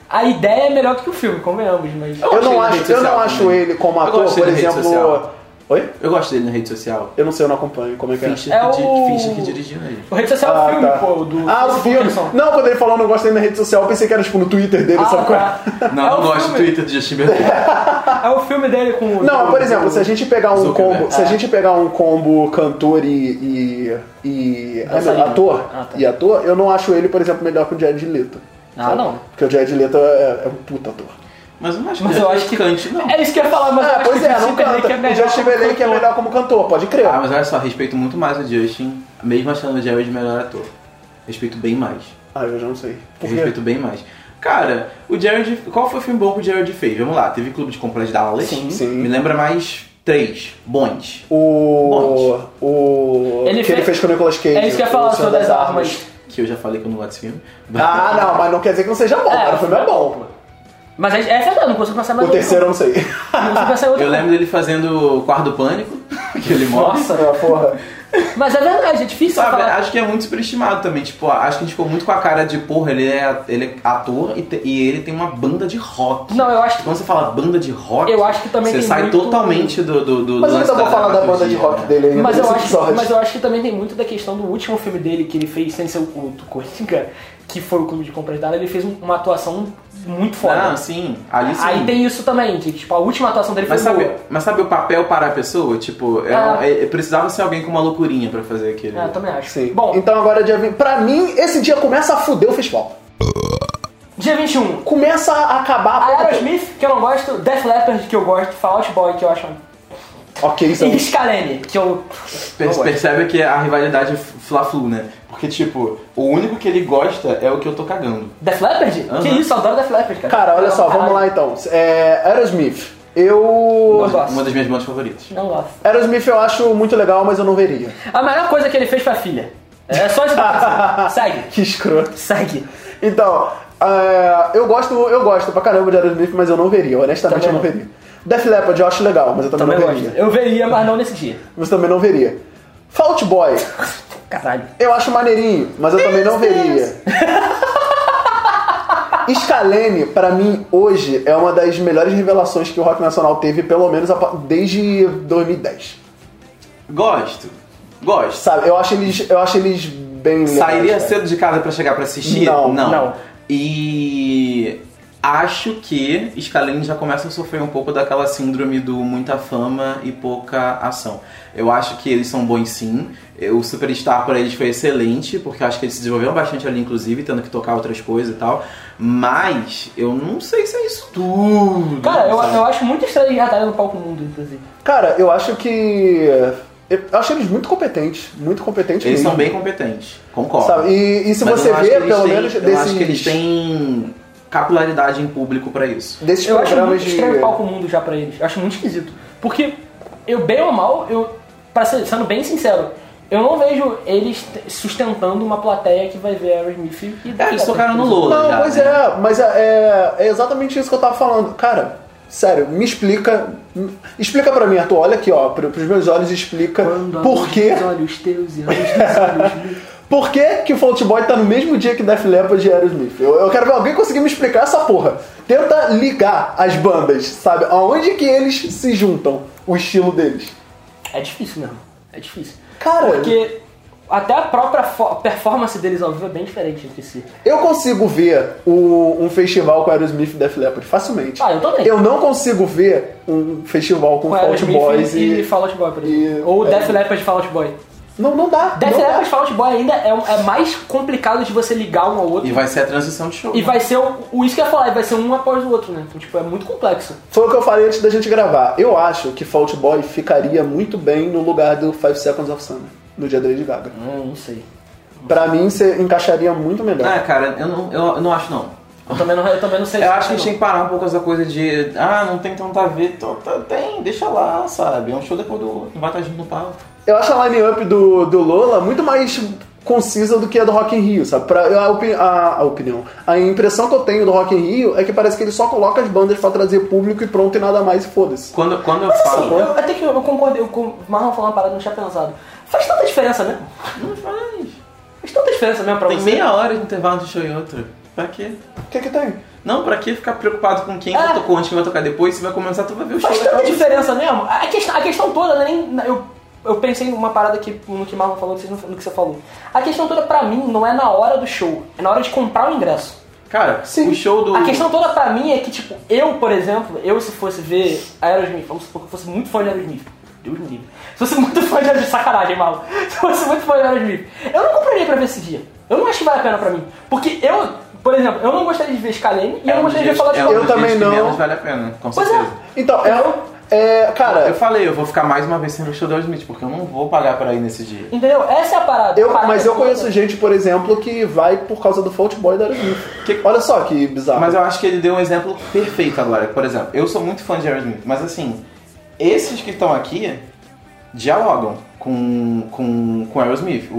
a ideia é melhor do que o filme, convenhamos, mas.
Eu
achei
não
na
acho,
tipo rede
eu não
social
acho
também.
ele como
Eu
ator,
gosto
por
dele na rede
exemplo.
social.
Oi?
Eu gosto dele na rede social.
Eu não sei, eu não acompanho como é que é.
Fincher,
É
que, di-
o-
Fincher que dirigiu ele.
O rede social é o filme, pô, do.
Ah, o
do
filme.
Wilson.
Não, quando ele falou não gosto dele na rede social, eu pensei que era tipo no Twitter dele,
Ah,
sabe qual é?
tá.
Não,
É
não
o
gosto do
filme-
Twitter de Justin Bieber.
É o filme dele com o.
Não, por exemplo, se a
você
gente pegar um
Zuckerberg. É.
combo, se a gente pegar um combo cantor e e, e ah,
Dançarino.
não, ator
Ah, tá.
e ator, eu não acho ele, por exemplo, melhor que o Jared Leto.
Ah,
sabe?
não.
Porque o Jared Leto é, é um puta ator.
Mas eu não acho
Mas
que
eu
ele
acho que-
cante, não.
É isso que eu ia falar, mas. eu
Ah,
acho
pois
que o
é, não
Justin Timberlake
canta.
melhor
o Justin
como
Timberlake é
cantor.
melhor como cantor, pode crer.
Ah, mas olha só, respeito muito mais o Justin, mesmo achando o Jared melhor ator. Respeito bem mais.
Ah, eu já não sei.
Eu
Por quê?
respeito bem mais. Cara, o Jared. Qual foi o filme bom que o Jared fez? Vamos lá, teve Clube de Compras de Dallas.
Sim.
Sim.
Me lembra mais três. Bons.
O. O.
Ele
que ele fez
fez-
com o Nicolas Cage.
É isso que eu ia falar,
o Senhor
sobre das armas.
Que eu já falei que eu não gosto desse filme.
Ah, não, mas não quer dizer que não seja bom, cara. O filme é bom.
Mas é, é verdade, não consigo pensar mais
O terceiro eu não sei.
Não consigo pensar em outro.
Eu lembro dele fazendo o Quarto do Pânico, que ele morre.
Nossa,
Ah, porra.
mas é verdade, é difícil
Sabe,
falar.
acho que é muito superestimado também. Tipo, acho que a gente ficou muito com a cara de, porra, ele é, ele é ator e, te- e ele tem uma banda de rock. Tipo,
Não, eu acho que-
Quando você fala banda de rock,
Eu acho que também
você
tem
sai
muito-
totalmente do. do, do
Mas
do
eu ainda
lance
vou falar da banda de
dramaturgia,
rock
né?
dele ainda.
Mas eu,
nesse
acho,
episódio.
mas eu acho que também tem muito da questão do último filme dele que ele fez sem ser o do Coringa, que foi o Clube de Compras Dada, ele fez um- uma atuação
Não,
muito foda.
sim, ali sim.
Aí tem isso também, de, tipo, a última atuação dele foi
Mas sabe,
boa.
mas sabe o papel para a pessoa? Tipo, é
Ah.
um- é- é- precisava ser alguém com uma loucurinha pra fazer aquele.
É, eu também acho.
Sim.
Bom,
então agora dia 20. Pra mim, esse dia começa a fuder o festival.
dia 21.
Começa a acabar
A
a
Ah, Aerosmith, que eu não gosto, Death Leppard, que eu gosto, Fall Out Boy, que eu acho...
Ok, então.
E Scalene, que eu...
Per- percebe que a rivalidade é fla-flu, né? Porque, tipo, o único que ele gosta é o que eu tô cagando.
Death Leppard?
Aham.
Que isso, eu adoro Death Leppard, cara.
Cara, olha
Eu
só,
amo
vamos lá
caralho.
então. É, Aerosmith. Eu.
Não gosto.
Uma das minhas bandas favoritas.
Não gosto.
Aerosmith eu acho muito legal, mas eu não veria.
A melhor coisa que ele fez foi a filha. É só isso. que eu quero dizer. Segue.
Que escroto.
Segue.
Então, é, eu gosto, eu gosto pra caramba de Aerosmith, mas eu não veria. Honestamente,
Também
eu não
não.
veria. Def Leppard eu acho legal, mas eu também,
Também
não
gosto.
veria.
Eu veria, mas não nesse dia.
Você também não veria. Fault Boy,
Caralho.
eu acho maneirinho, mas eu também não veria. Scalene, pra mim, hoje, é uma das melhores revelações que o rock nacional teve, pelo menos apa- desde 2010.
Gosto. Gosto.
Sabe, eu acho eles, eu acho eles bem legais, né?
Sairia
cara.
cedo de casa pra chegar pra assistir?
Não,
não.
E acho que Scalene já começa a sofrer um pouco daquela síndrome do muita fama e pouca ação. Eu acho que eles são bons sim. O Superstar pra eles foi excelente, porque eu acho que eles se desenvolveram bastante ali, inclusive, tendo que tocar outras coisas e tal. Mas eu não sei se é isso tudo.
Cara, eu,
sabe?
eu acho muito estranho tá eles atarem no palco mundo, inclusive.
Cara, eu acho que. Eu acho eles muito competentes. Muito competentes
Eles
mesmo.
são bem competentes, concordo.
Sabe? E, e se
Mas eu
você
não acho
vê,
que eles
pelo
têm-
menos,
eu
desses,
acho que eles têm capilaridade em público pra isso.
desses
Eu acho
programas
muito
de.
estranho o palco mundo já pra eles. Eu acho muito esquisito. Porque eu, bem ou mal, eu, pra ser, sendo bem sincero, eu não vejo eles t- sustentando uma plateia que vai ver Aerosmith e
É, eles tocaram no Lola
Não,
já.
pois
né?
é, mas é, é exatamente isso que eu tava falando. Cara, sério, me explica. me- Explica pra mim, Arthur, olha aqui, ó, pro- pros meus olhos, explica
Quando
por
abro
quê.
os olhos teus e olhos teus olhos.
Por que, que o Fault Boy tá no mesmo dia que Def Leppard e Aerosmith? Eu, eu quero ver alguém conseguir me explicar essa porra. Tenta ligar as bandas, sabe? Aonde que eles se juntam, o estilo deles.
É difícil mesmo. É difícil.
Cara,
Porque Até a própria fo- performance deles ao vivo é bem diferente entre si.
Eu consigo ver o- um festival com Aerosmith e Def Leppard facilmente.
Ah, eu também.
Eu não consigo ver um festival com,
Com
Fault
Aerosmith
Boys e...
e Fall Out Boy, por
e-
exemplo. Ou
é.
Def Leppard e Fall Out Boy.
Não, não dá.
Def
não dá.
Leppard e Fall Out Boy ainda é, um- é mais complicado de você ligar um ao outro.
E vai ser a transição de show.
E
né?
vai ser o, o isso que eu ia falar, vai ser um após o outro, né? Então, tipo, é muito complexo.
Foi o que eu falei antes da gente gravar. Eu acho que Fault Boy ficaria muito bem no lugar do Five Seconds of Summer, no dia da Lady Gaga.
Hum, não sei.
Pra mim, você encaixaria muito melhor.
É.
Ah, cara, eu não, eu, eu não acho não.
Eu também não, eu também não sei.
Eu
se-
acho que a gente tem
não.
que parar um pouco essa coisa de. Ah, não tem tanto a ver. Tô- tá- Tem, deixa lá, sabe? É um show depois do outro. Não vai estar junto no palco.
Eu acho a line-up do, do Lola muito mais concisa do que a do Rock in Rio, sabe? Pra, a, opi- a- a opinião. A impressão que eu tenho do Rock in Rio é que parece que ele só coloca as bandas pra trazer público e pronto e nada mais, e foda-se.
Quando, quando eu
Mas
falo.
assim, eu, até que eu, eu concordei, eu, com- o Marlon falou uma parada que eu não tinha pensado. Faz tanta diferença mesmo?
Não faz.
Faz tanta diferença mesmo pra
Tem
você.
meia hora de intervalo de um show e outro. Pra quê?
O que que tem?
Não, pra que ficar preocupado com quem
É.
que tocou antes, quem vai tocar depois? Se vai começar, tu vai ver o show. um
Faz
daquela
tanta
pessoa.
diferença mesmo? A questão, a questão toda, né, nem. Eu, eu pensei numa parada que, no que o Marlon falou, que vocês não- no que você falou. A questão toda pra mim não é na hora do show, é na hora de comprar o ingresso.
Cara,
Sim.
o show do.
A questão toda pra mim é que, tipo, eu, por exemplo, eu se fosse ver Aerosmith, vamos supor que eu fosse muito fã de Aerosmith. Deus me livre. Se fosse muito fã de Aerosmith, sacanagem, mal. Se fosse muito fã de Aerosmith, eu não compraria pra ver esse dia. Eu não acho que vale a pena pra mim. Porque eu, por exemplo, eu não gostaria de ver Scalene e eu
um
não gostaria de ver
dos
falar de
dias-
Eu
é
Bola.
um dos
também
dias que
não.
menos vale a pena, com
Pois é.
certeza.
Então, é, é.
Eu
Cara,
falei, eu vou ficar mais uma vez sem ver o show do Aerosmith, porque eu não vou pagar pra ir nesse dia.
Entendeu? Essa é a parada.
eu,
A parada
mas eu
toda.
conheço gente, por exemplo, que vai por causa do Fault Boy da Aerosmith.
Que-
Olha só que bizarro.
Mas eu acho que ele deu um exemplo perfeito agora. Por exemplo, eu sou muito fã de Aerosmith, mas assim, esses que estão aqui dialogam com, com, com Aerosmith. O,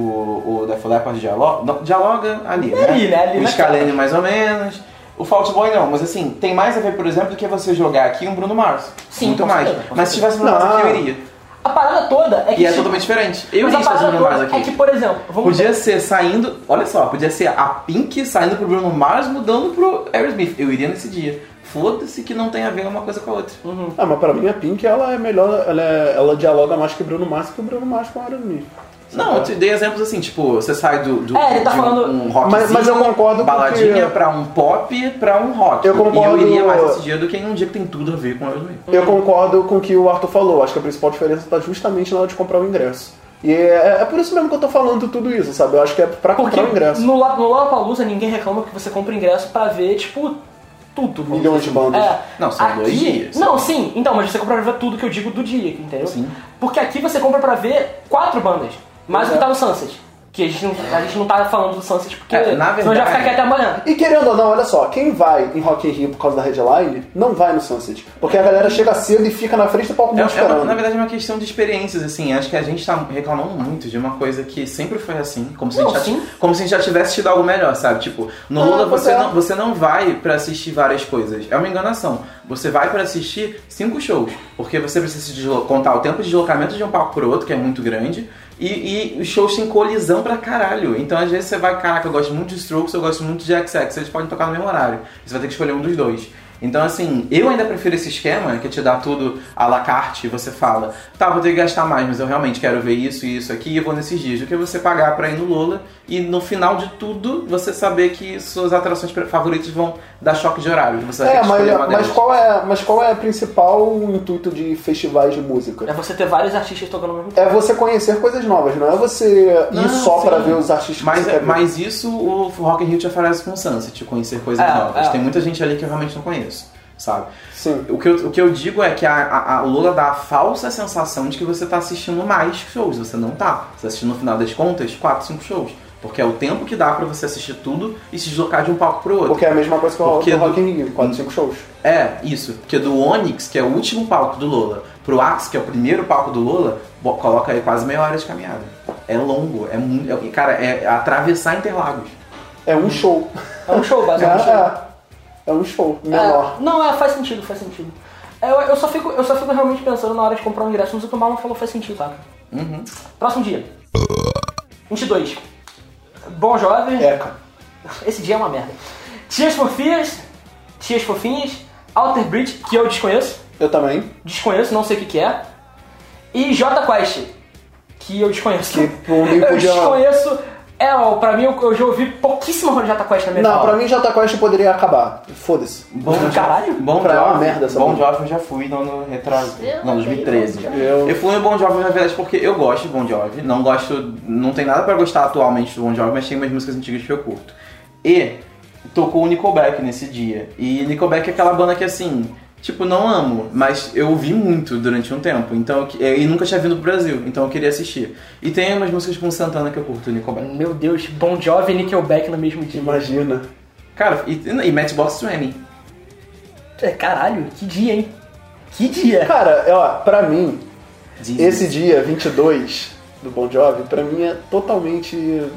o Def Leppard dialoga, não, dialoga ali, né?
Ali, né? Ali
o
na
Scalene mais ou menos. O Fault Boy não, mas assim, tem mais a ver, por exemplo, do que você jogar aqui um Bruno Mars.
Sim,
Muito
com
mais.
certeza, com
mas se tivesse um Bruno
Não.
Mars aqui, eu iria.
A parada toda é que.
E é
tipo,
totalmente diferente. Eu
mas
iria estar
a parada
Bruno Mars
toda
aqui.
é que, por exemplo, vamos
Podia ser saindo, olha só, podia ser a Pink saindo pro Bruno Mars, mudando pro Aerosmith. Eu iria nesse dia. Foda-se que não tem a ver uma coisa com a outra.
Ah, mas pra mim a Pink ela é melhor, ela, é- ela dialoga mais que o Bruno Mars que o Bruno Mars com a Aerosmith.
Não, eu te dei exemplos assim, tipo, você sai do, do
É, ele tá
de um-
falando-
um rock
Mas- mas eu concordo
baladinha
porque-
pra um pop, pra um rock.
Eu concordo-
E eu iria mais nesse dia do que em um dia que tem tudo a ver com Aerosmith.
Eu concordo com o que o Arthur falou. Acho que a principal diferença está justamente na hora de comprar o ingresso. E é, é por isso mesmo que eu tô falando tudo isso, sabe? Eu acho que é pra
Porque
comprar o ingresso.
no, La- no Lollapalooza ninguém reclama que você compra ingresso pra ver, tipo, tudo. vamos
Milhões
dizer
de bandas.
É.
Não, são dois dias.
Não, sim. Então, mas você compra pra ver tudo que eu digo do dia, entendeu?
Sim.
Porque aqui você compra pra ver quatro bandas. Mais o que tá no Sunset. Que a gente não, a gente não tá falando do Sunset porque
É, na
senão já
verdade-
fica aqui até amanhã.
E querendo ou não, olha só, quem vai em Rock in Rio por causa da Headline, não vai no Sunset. Porque a galera chega cedo e fica na frente do palco
É,
muito
é uma-
esperando.
na verdade é uma questão de experiências, assim. Acho que a gente tá reclamando muito de uma coisa que sempre foi assim. Como se,
Não,
a, gente
sim.
já, como se a gente já tivesse tido algo melhor, sabe? Tipo, no
Ah,
Lula
pois
você,
é.
não, você não vai pra assistir várias coisas. É uma enganação. Você vai pra assistir cinco shows. Porque você precisa se deslo- contar o tempo de deslocamento de um palco pro outro, que é muito grande. E, e os shows têm colisão pra caralho. Então às vezes você vai, caraca, eu gosto muito de Strokes, eu gosto muito de XX. Eles podem tocar no mesmo horário. Você vai ter que escolher um dos dois. Então, assim, eu ainda prefiro esse esquema que te dá tudo à la carte e você fala, tá, vou ter que gastar mais, mas eu realmente quero ver isso e isso aqui e eu vou nesses dias, do que você pagar pra ir no Lola e no final de tudo você saber que suas atrações pre- favoritas vão dar choque de horário, que você vai ter
É,
que escolher uma
mas, mas
delas.
qual é, mas qual é o principal intuito de festivais de
É
música?
você ter vários artistas tocando ao mesmo tempo.
É você conhecer coisas novas, não é você ir
Não,
só
sim.
pra ver os artistas que
Mas, é,
você quer ver.
mas isso o Rock in Rio te oferece com o Sunset, conhecer coisas
É,
novas.
é.
Tem muita gente ali que eu realmente não conheço, sabe?
Sim.
O que, eu, o que eu digo é que a, a, a Lola dá a falsa sensação de que você tá assistindo mais shows. Você não tá. Você tá assistindo, no final das contas, 4, 5 shows. Porque é o tempo que dá pra você assistir tudo e se deslocar de um palco pro outro.
Porque é a mesma coisa que o
Porque Hum.
do
do-
Rock in Rio, 4, 5 shows.
É, isso. Porque do Onyx, que é o último palco do Lola, pro Axe, que é o primeiro palco do Lola, bo- coloca aí quase meia hora de caminhada. É longo, é muito. é- cara, é atravessar Interlagos.
É um show.
É um show,
É,
basicamente.
é. É um show menor.
É, não, é, faz sentido, faz sentido. É, Eu, eu só fico, eu só fico realmente pensando na hora de comprar um ingresso, mas o que o Marlon falou faz sentido, saca?
Uhum.
Próximo dia. 22. Bom jovem.
Eca.
Esse dia é uma merda. Tias fofinhas. Tias fofinhas. Alter Bridge, que eu desconheço.
Eu também.
Desconheço, não sei o que, que é. E J Quest. que eu desconheço.
Que por mim
eu
podia-
desconheço. É, ó, pra mim eu, eu já ouvi pouquíssima Rolling Jota Quest na minha
Não,
vida.
pra mim Jota Quest poderia acabar. Foda-se.
Bom
Bom, caralho.
Bom
Pra ela é uma
Jovem,
merda essa
Bom
música.
Jovem eu já fui no ano retraso.
Eu não
Não, 2013.
sei, Bon
Jovi.
Eu fui no Bon Jovi, na verdade, porque eu gosto de Bon Jovi. Não gosto... Não tem nada pra gostar atualmente do Bon Jovi, mas tem umas músicas antigas que eu curto. E tocou o Nickelback nesse dia. E Nickelback é aquela banda que, assim... Tipo, não amo, mas eu ouvi muito durante um tempo. Então, eu- e nunca tinha vindo pro Brasil, então eu queria assistir. E tem umas músicas com Santana que eu curto, Nickelback.
Meu Deus, Bon Jovi e Nickelback no mesmo dia.
Imagina.
Cara, e, e Matchbox 20.
É, caralho, que dia, hein? Que dia.
Cara, é, ó, pra mim,
Disney.
esse dia 22 do Bon Jovi, pra mim é totalmente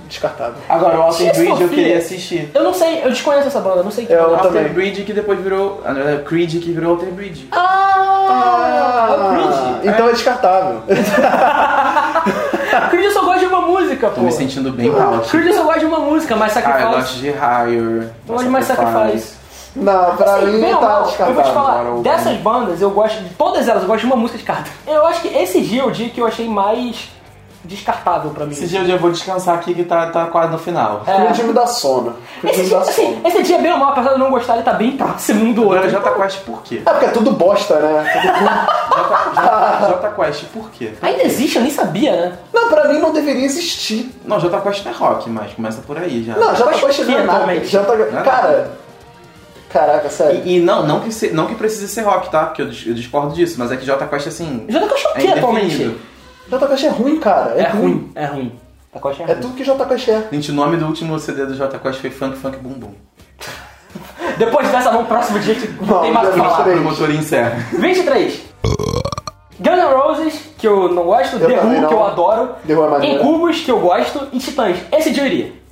descartável.
Agora, o Alter
Tia
Bridge eu
Sofia.
queria assistir.
Eu não sei, eu desconheço essa banda, não sei é. que
Eu
banda.
Alter
também.
Bridge que depois virou. ah, Na verdade, Creed que virou Alter Bridge.
Ah, é
Ah,
cringe.
então é descartável.
Ah, Creed eu só gosto de uma música, pô.
Tô me sentindo bem out.
Creed eu só gosto de uma música, mas
Ah, eu
Sacrifice.
gosto de Higher.
eu gosto de mais Sacrifice.
Não, pra
Assim,
mim
bem ou
tá
mal, eu
descartável.
vou te
agora
falar,
o-
dessas bandas, eu gosto de todas elas, eu gosto de uma música de cada. Eu acho que esse dia é o dia que eu achei mais descartável pra mim.
Esse dia eu já vou descansar aqui que tá, tá quase no final.
É.
Cringe me dá sono. Cringe
Esse
me
dia,
dá
assim,
sono.
esse dia é bem ou mal, apesar de eu não gostar, ele tá bem próximo um do
Agora
outro.
Jota Quest por quê?
É porque é tudo bosta, né?
Jota, Jota, Jota Quest por quê?
Ainda existe, eu nem sabia, né?
Não, pra mim não deveria existir.
Não, Jota Quest não é rock, mas começa por aí já.
Não, já tá
Mas
quase
que é
chegando nada.
atualmente?
Já tá...
Nada.
Cara. Caraca, sério.
E, e não, não que, se- não que precise ser rock, tá? Porque eu, dis- eu discordo disso, mas é que Jota Quest assim.
Jota Quest é o
é
quê atualmente?
indefinido.
Jota Quest é ruim, cara. É,
É ruim, é ruim. Jota Quest é
É
ruim.
tudo que Jota Quest é.
Gente, o nome do último CD do Jota Quest foi Funk Funk Bum Bum.
Depois dessa, vamos pro próximo dia que não
Não,
tem mais o que
já
falar.
mostrei.
O motor encerra.
23. Guns N' Roses, que eu não gosto, The
também
Who,
não.
que eu adoro,
The Who é maneiro.
Em Cubos, que eu gosto, e Titãs. Esse dia eu iria.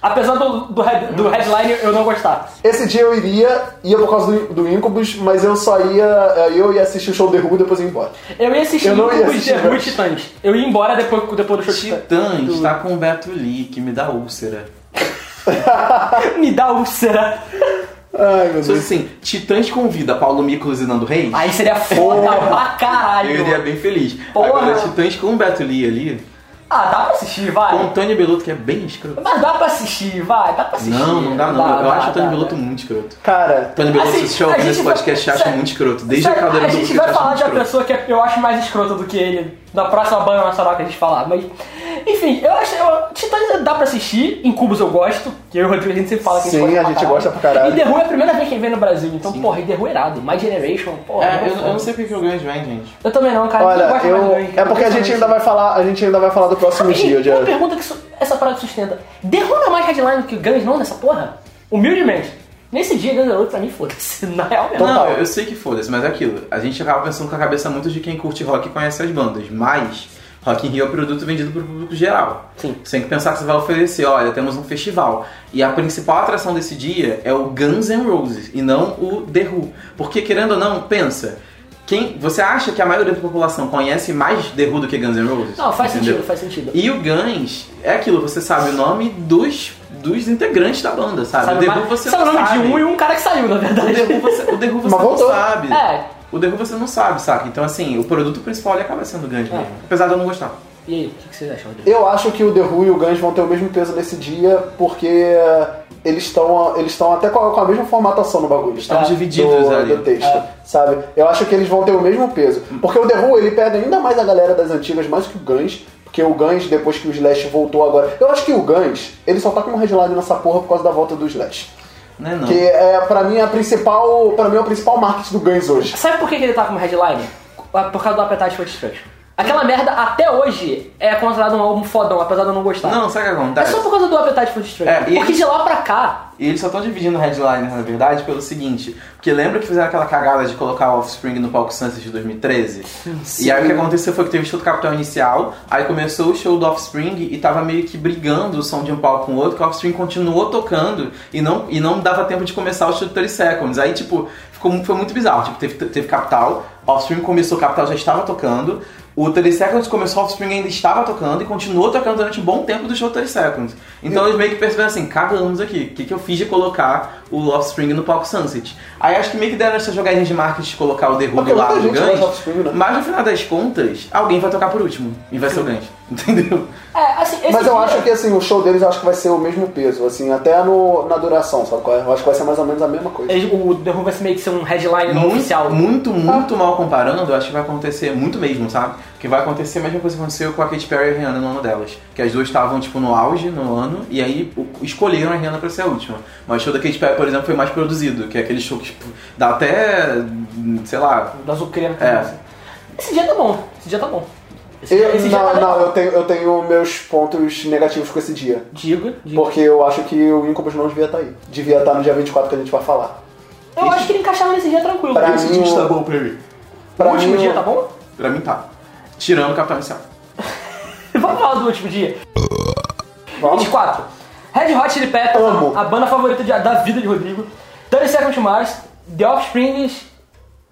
Apesar do, do, head- do headline eu não gostar.
Esse dia eu iria, ia por causa do, do Incubus, mas eu só ia. eh, Eu ia assistir o show The Who e depois ia embora.
Eu ia assistir
Eu não ia
Incubus,
assistir,
The Who e
mas-
Titãs. Eu ia embora depois, depois do show de Titãs.
Titãs tá com o Beto Lee, que me dá úlcera.
Me dá úlcera.
Ai, meu
Se fosse
Deus.
assim, Titãs convida Paulo Miklos e Nando Reis,
Aí seria foda pra caralho.
eu iria bem feliz.
Porra.
Agora, Titãs com o Beto Lee ali,
Ah, dá pra assistir, vai.
com o Tony Belotto, que é bem escroto.
Mas dá pra assistir, vai. Dá pra assistir.
Não, não dá não. eu
dá,
acho o Tony
dá,
Belotto
dá.
muito escroto.
Cara,
Tony Belotto,
Assim,
se você
a
ouvir esse
gente vai-
podcast, acha
sério,
muito escroto. Desde a
sério,
cadeira
a
do
gente
Buquete,
vai
acha
falar
muito
de uma
escroto.
pessoa que é, eu acho mais escrota do que ele na próxima banda nacional que a gente falar, mas. Enfim, eu acho. Eu, Titãs dá pra assistir, em Cubos eu gosto, que eu e o Rodrigo a gente sempre fala que
Sim,
a gente,
a gente gosta pra caralho.
E The Who é a primeira vez que ele vem no Brasil, então, porra, e The Who é irado. My Generation, porra.
É, eu,
eu,
eu não sei porque que o Guns vem, gente.
eu também não, cara.
olha,
gosto
eu.
mais do Guns,
É porque a gente ainda vai falar. A gente ainda vai falar do próximo dia,
Ih, Uma
dia.
pergunta que su- essa parada sustenta. The Who não é mais headline que o Guns, não, nessa porra? Humildemente. Nesse dia, Guns N' Roses pra mim, foda-se. Na real mesmo.
Não, eu sei que foda-se, mas é aquilo. A gente acaba pensando com a cabeça muito de quem curte rock e conhece as bandas, mas Rock in Rio é um produto vendido pro público geral.
Sim.
Você tem que pensar que você vai oferecer, olha, temos um festival. E a principal atração desse dia é o Guns N' Roses e não o The Who. Porque, querendo ou não, pensa. Quem, você acha que a maioria da população conhece mais The Who do que Guns N' Roses?
Não, faz
Entendeu?
sentido, faz sentido.
E o Guns é aquilo, você sabe o nome dos, dos integrantes da banda, sabe?
Sabe,
o The
mas-
Who você
sabe
não
o nome
sabe.
de um e um cara que saiu, na
O The
verdade.
Who você, o The Who você
Mas
não
voltou.
sabe.
É.
O The Who você não sabe, saca? Então, assim, o produto principal ele acaba sendo grande
É.
mesmo. Apesar de eu não gostar.
E aí, o que que vocês acham, Rodrigo?
Eu acho que o The Who e o Guns vão ter o mesmo peso nesse dia, porque eles estão eles estão até com a, com a mesma formatação no bagulho.
Estão
tá?
divididos
do,
ali.
do texto,
É.
sabe? Eu acho que eles vão ter o mesmo peso. Porque o The Who, ele perde ainda mais a galera das antigas, mais que o Guns. Porque o Guns, depois que o Slash voltou agora... Eu acho que o Guns, ele só tá com um headline nessa porra por causa da volta do Slash.
Não é não.
Que é, pra mim, a principal... Pra mim, é o principal marketing do Guns hoje.
Sabe por que que ele tá como headline? Ah, Por causa do Appetite for Destruction. Aquela merda, até hoje, é considerado um álbum fodão, apesar de eu não gostar.
Não, sabe o que
É
acontece?
só por causa do Appetite for Destruction.
É, e-
Porque de lá pra cá...
E eles só estão dividindo headliner, na verdade, pelo seguinte. Porque lembra que fizeram aquela cagada de colocar o Offspring no palco Sunset de 2013? E aí o que aconteceu foi que teve o show do Capitão Inicial, aí começou o show do Offspring e tava meio que brigando o som de um palco com o outro, que o Offspring continuou tocando e não, e não dava tempo de começar o show do 30 Seconds. Aí, tipo, ficou, mu- foi muito bizarro. Tipo, teve, teve Capital, Offspring começou, Capital já estava tocando, O 30 Seconds começou, o Offspring ainda estava tocando e continuou tocando durante um bom tempo do show 30 Seconds. Então eles meio que perceberam assim, cagamos aqui, o que, que eu fiz de colocar o Offspring no palco Sunset? Aí acho que meio que deram essa jogadinha de marketing de colocar o The Who
Porque
lá
muita
do
gente gosta do Offspring,
Guns,
né?
mas no final das contas, alguém vai tocar por último e vai ser o Guns, entendeu?
É, assim, esse
Mas eu
dia-
acho que assim, o show deles eu acho que vai ser o mesmo peso, assim, até no, na duração, sabe? qual é? Eu acho que vai ser mais ou menos a mesma coisa.
eles- O The Who vai ser meio que ser um headline
Muito,
oficial.
muito, muito mal comparando, eu acho que vai acontecer muito mesmo, sabe? Que vai acontecer a mesma coisa que aconteceu com a Katy Perry e a Rihanna no ano delas. Que as duas estavam, tipo, no auge no ano, e aí o- escolheram a Rihanna pra ser a última. Mas o show da Katy Perry, por exemplo, foi mais produzido, que é aquele show que, tipo, dá até, sei lá...
Da zucreira na
É.
cabeça. Esse dia tá bom. Esse dia tá bom. Esse,
Eu- não,
esse dia tá
não,
legal.
eu tenho, eu tenho meus pontos negativos com esse dia.
Digo, digo.
Porque eu acho que o Incubus não devia estar aí. Devia estar no dia 24 que a gente vai falar.
Eu acho que ele encaixava nesse dia tranquilo.
Pra
Esse
mim,
dia-
o-
está bom pra mim.
Pra
o último
mim,
dia tá bom?
Pra mim tá. Tirando o Capitão Inicial.
Vamos falar do último dia.
Vamos?
24. Red Hot Chili Peppers,
Amo.
a banda favorita de- da vida de Rodrigo. 30 Seconds to Mars, The Offspring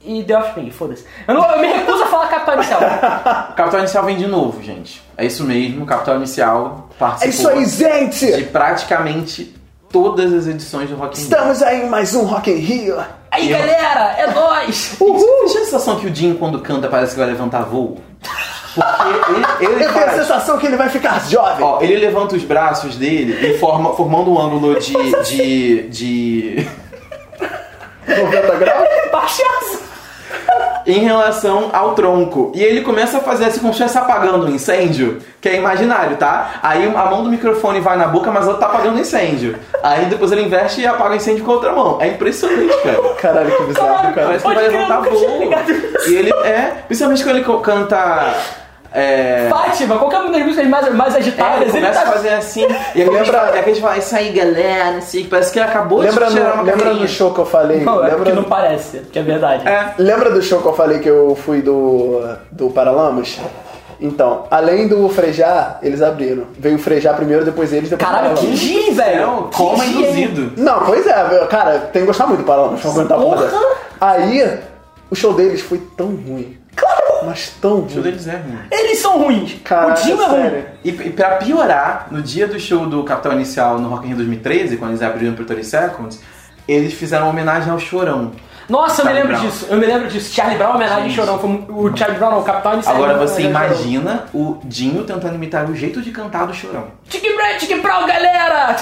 e The Offspring, foda-se. Eu, não- eu me recuso a falar Capitão Inicial.
Capitão Inicial vem de novo, gente. É isso mesmo, Capitão Inicial
É
participou
isso aí,
de
gente!
praticamente todas as edições do Rock in Rio.
Estamos aí em mais um Rock in Rio.
Aí,
Eu-
galera, é nóis!
Uhul! Tinha a sensação que o Jim, quando canta, parece que vai levantar voo? Porque ele, ele
Eu tenho a
faz-
sensação que ele vai ficar jovem.
Ó, ele levanta os braços dele e forma, formando um ângulo de. de. de.
90 graus?
Baixaço!
em relação ao tronco. E ele começa a fazer assim como se estivesse apagando um incêndio, que é imaginário, tá? Aí a mão do microfone vai na boca, mas ela tá apagando o incêndio. Aí depois ele inverte e apaga o incêndio com a outra mão. É impressionante, cara.
Oh, Caralho, que bizarro,
Caralho,
cara.
Parece que
Pode
vai
crer, eu
levantar
nunca tinha
voo.
ligado
E ele é. Principalmente quando ele co- canta. É,
Fátima, qualquer uma das músicas mais, mais
É, ele
agitadas, ele
começa a
tá...
fazer assim. E aí a gente
Lembra-
fala- e a gente fala, isso aí, galera, não sei o que. Parece que ele acabou
Lembra,
de tirar uma
no, lembra do
carreirinha.
show que eu falei?
Não, é porque
lembra,
não parece, que é verdade.
É.
lembra do show que eu falei que eu fui do, do Paralamas? Então, além do Frejá, eles abriram. Veio o Frejá primeiro, depois eles, depois
Caralho, que
Paralamas.
dia, velho!
Não, coma
Que dia, hein?
induzido.
Não, pois é, cara, tem que gostar muito do Paralamas pra aguentar a porra.
Porra!
dessa. Aí, o show deles foi tão ruim.
Claro!
Mas tão
O show
ruim.
deles é ruim.
Eles são ruins!
Caralho,
o time é ruim!
sério.
E, e pra piorar, no dia do show do Capitão Inicial no Rock in Rio 2013, quando eles abriram pro 30 Seconds, eles fizeram uma homenagem ao Chorão.
Nossa, eu me
Charlie
lembro
Brown.
disso, eu me lembro disso. Charlie Brown, é homenagem ao Chorão. Foi um- o Charlie Brown, não, o Capitão Inicial. é
Agora
Não,
você
não, não, não.
imagina o Dinho tentando imitar o jeito de cantar do Chorão.
Tique Brown, Tique Brown, galera!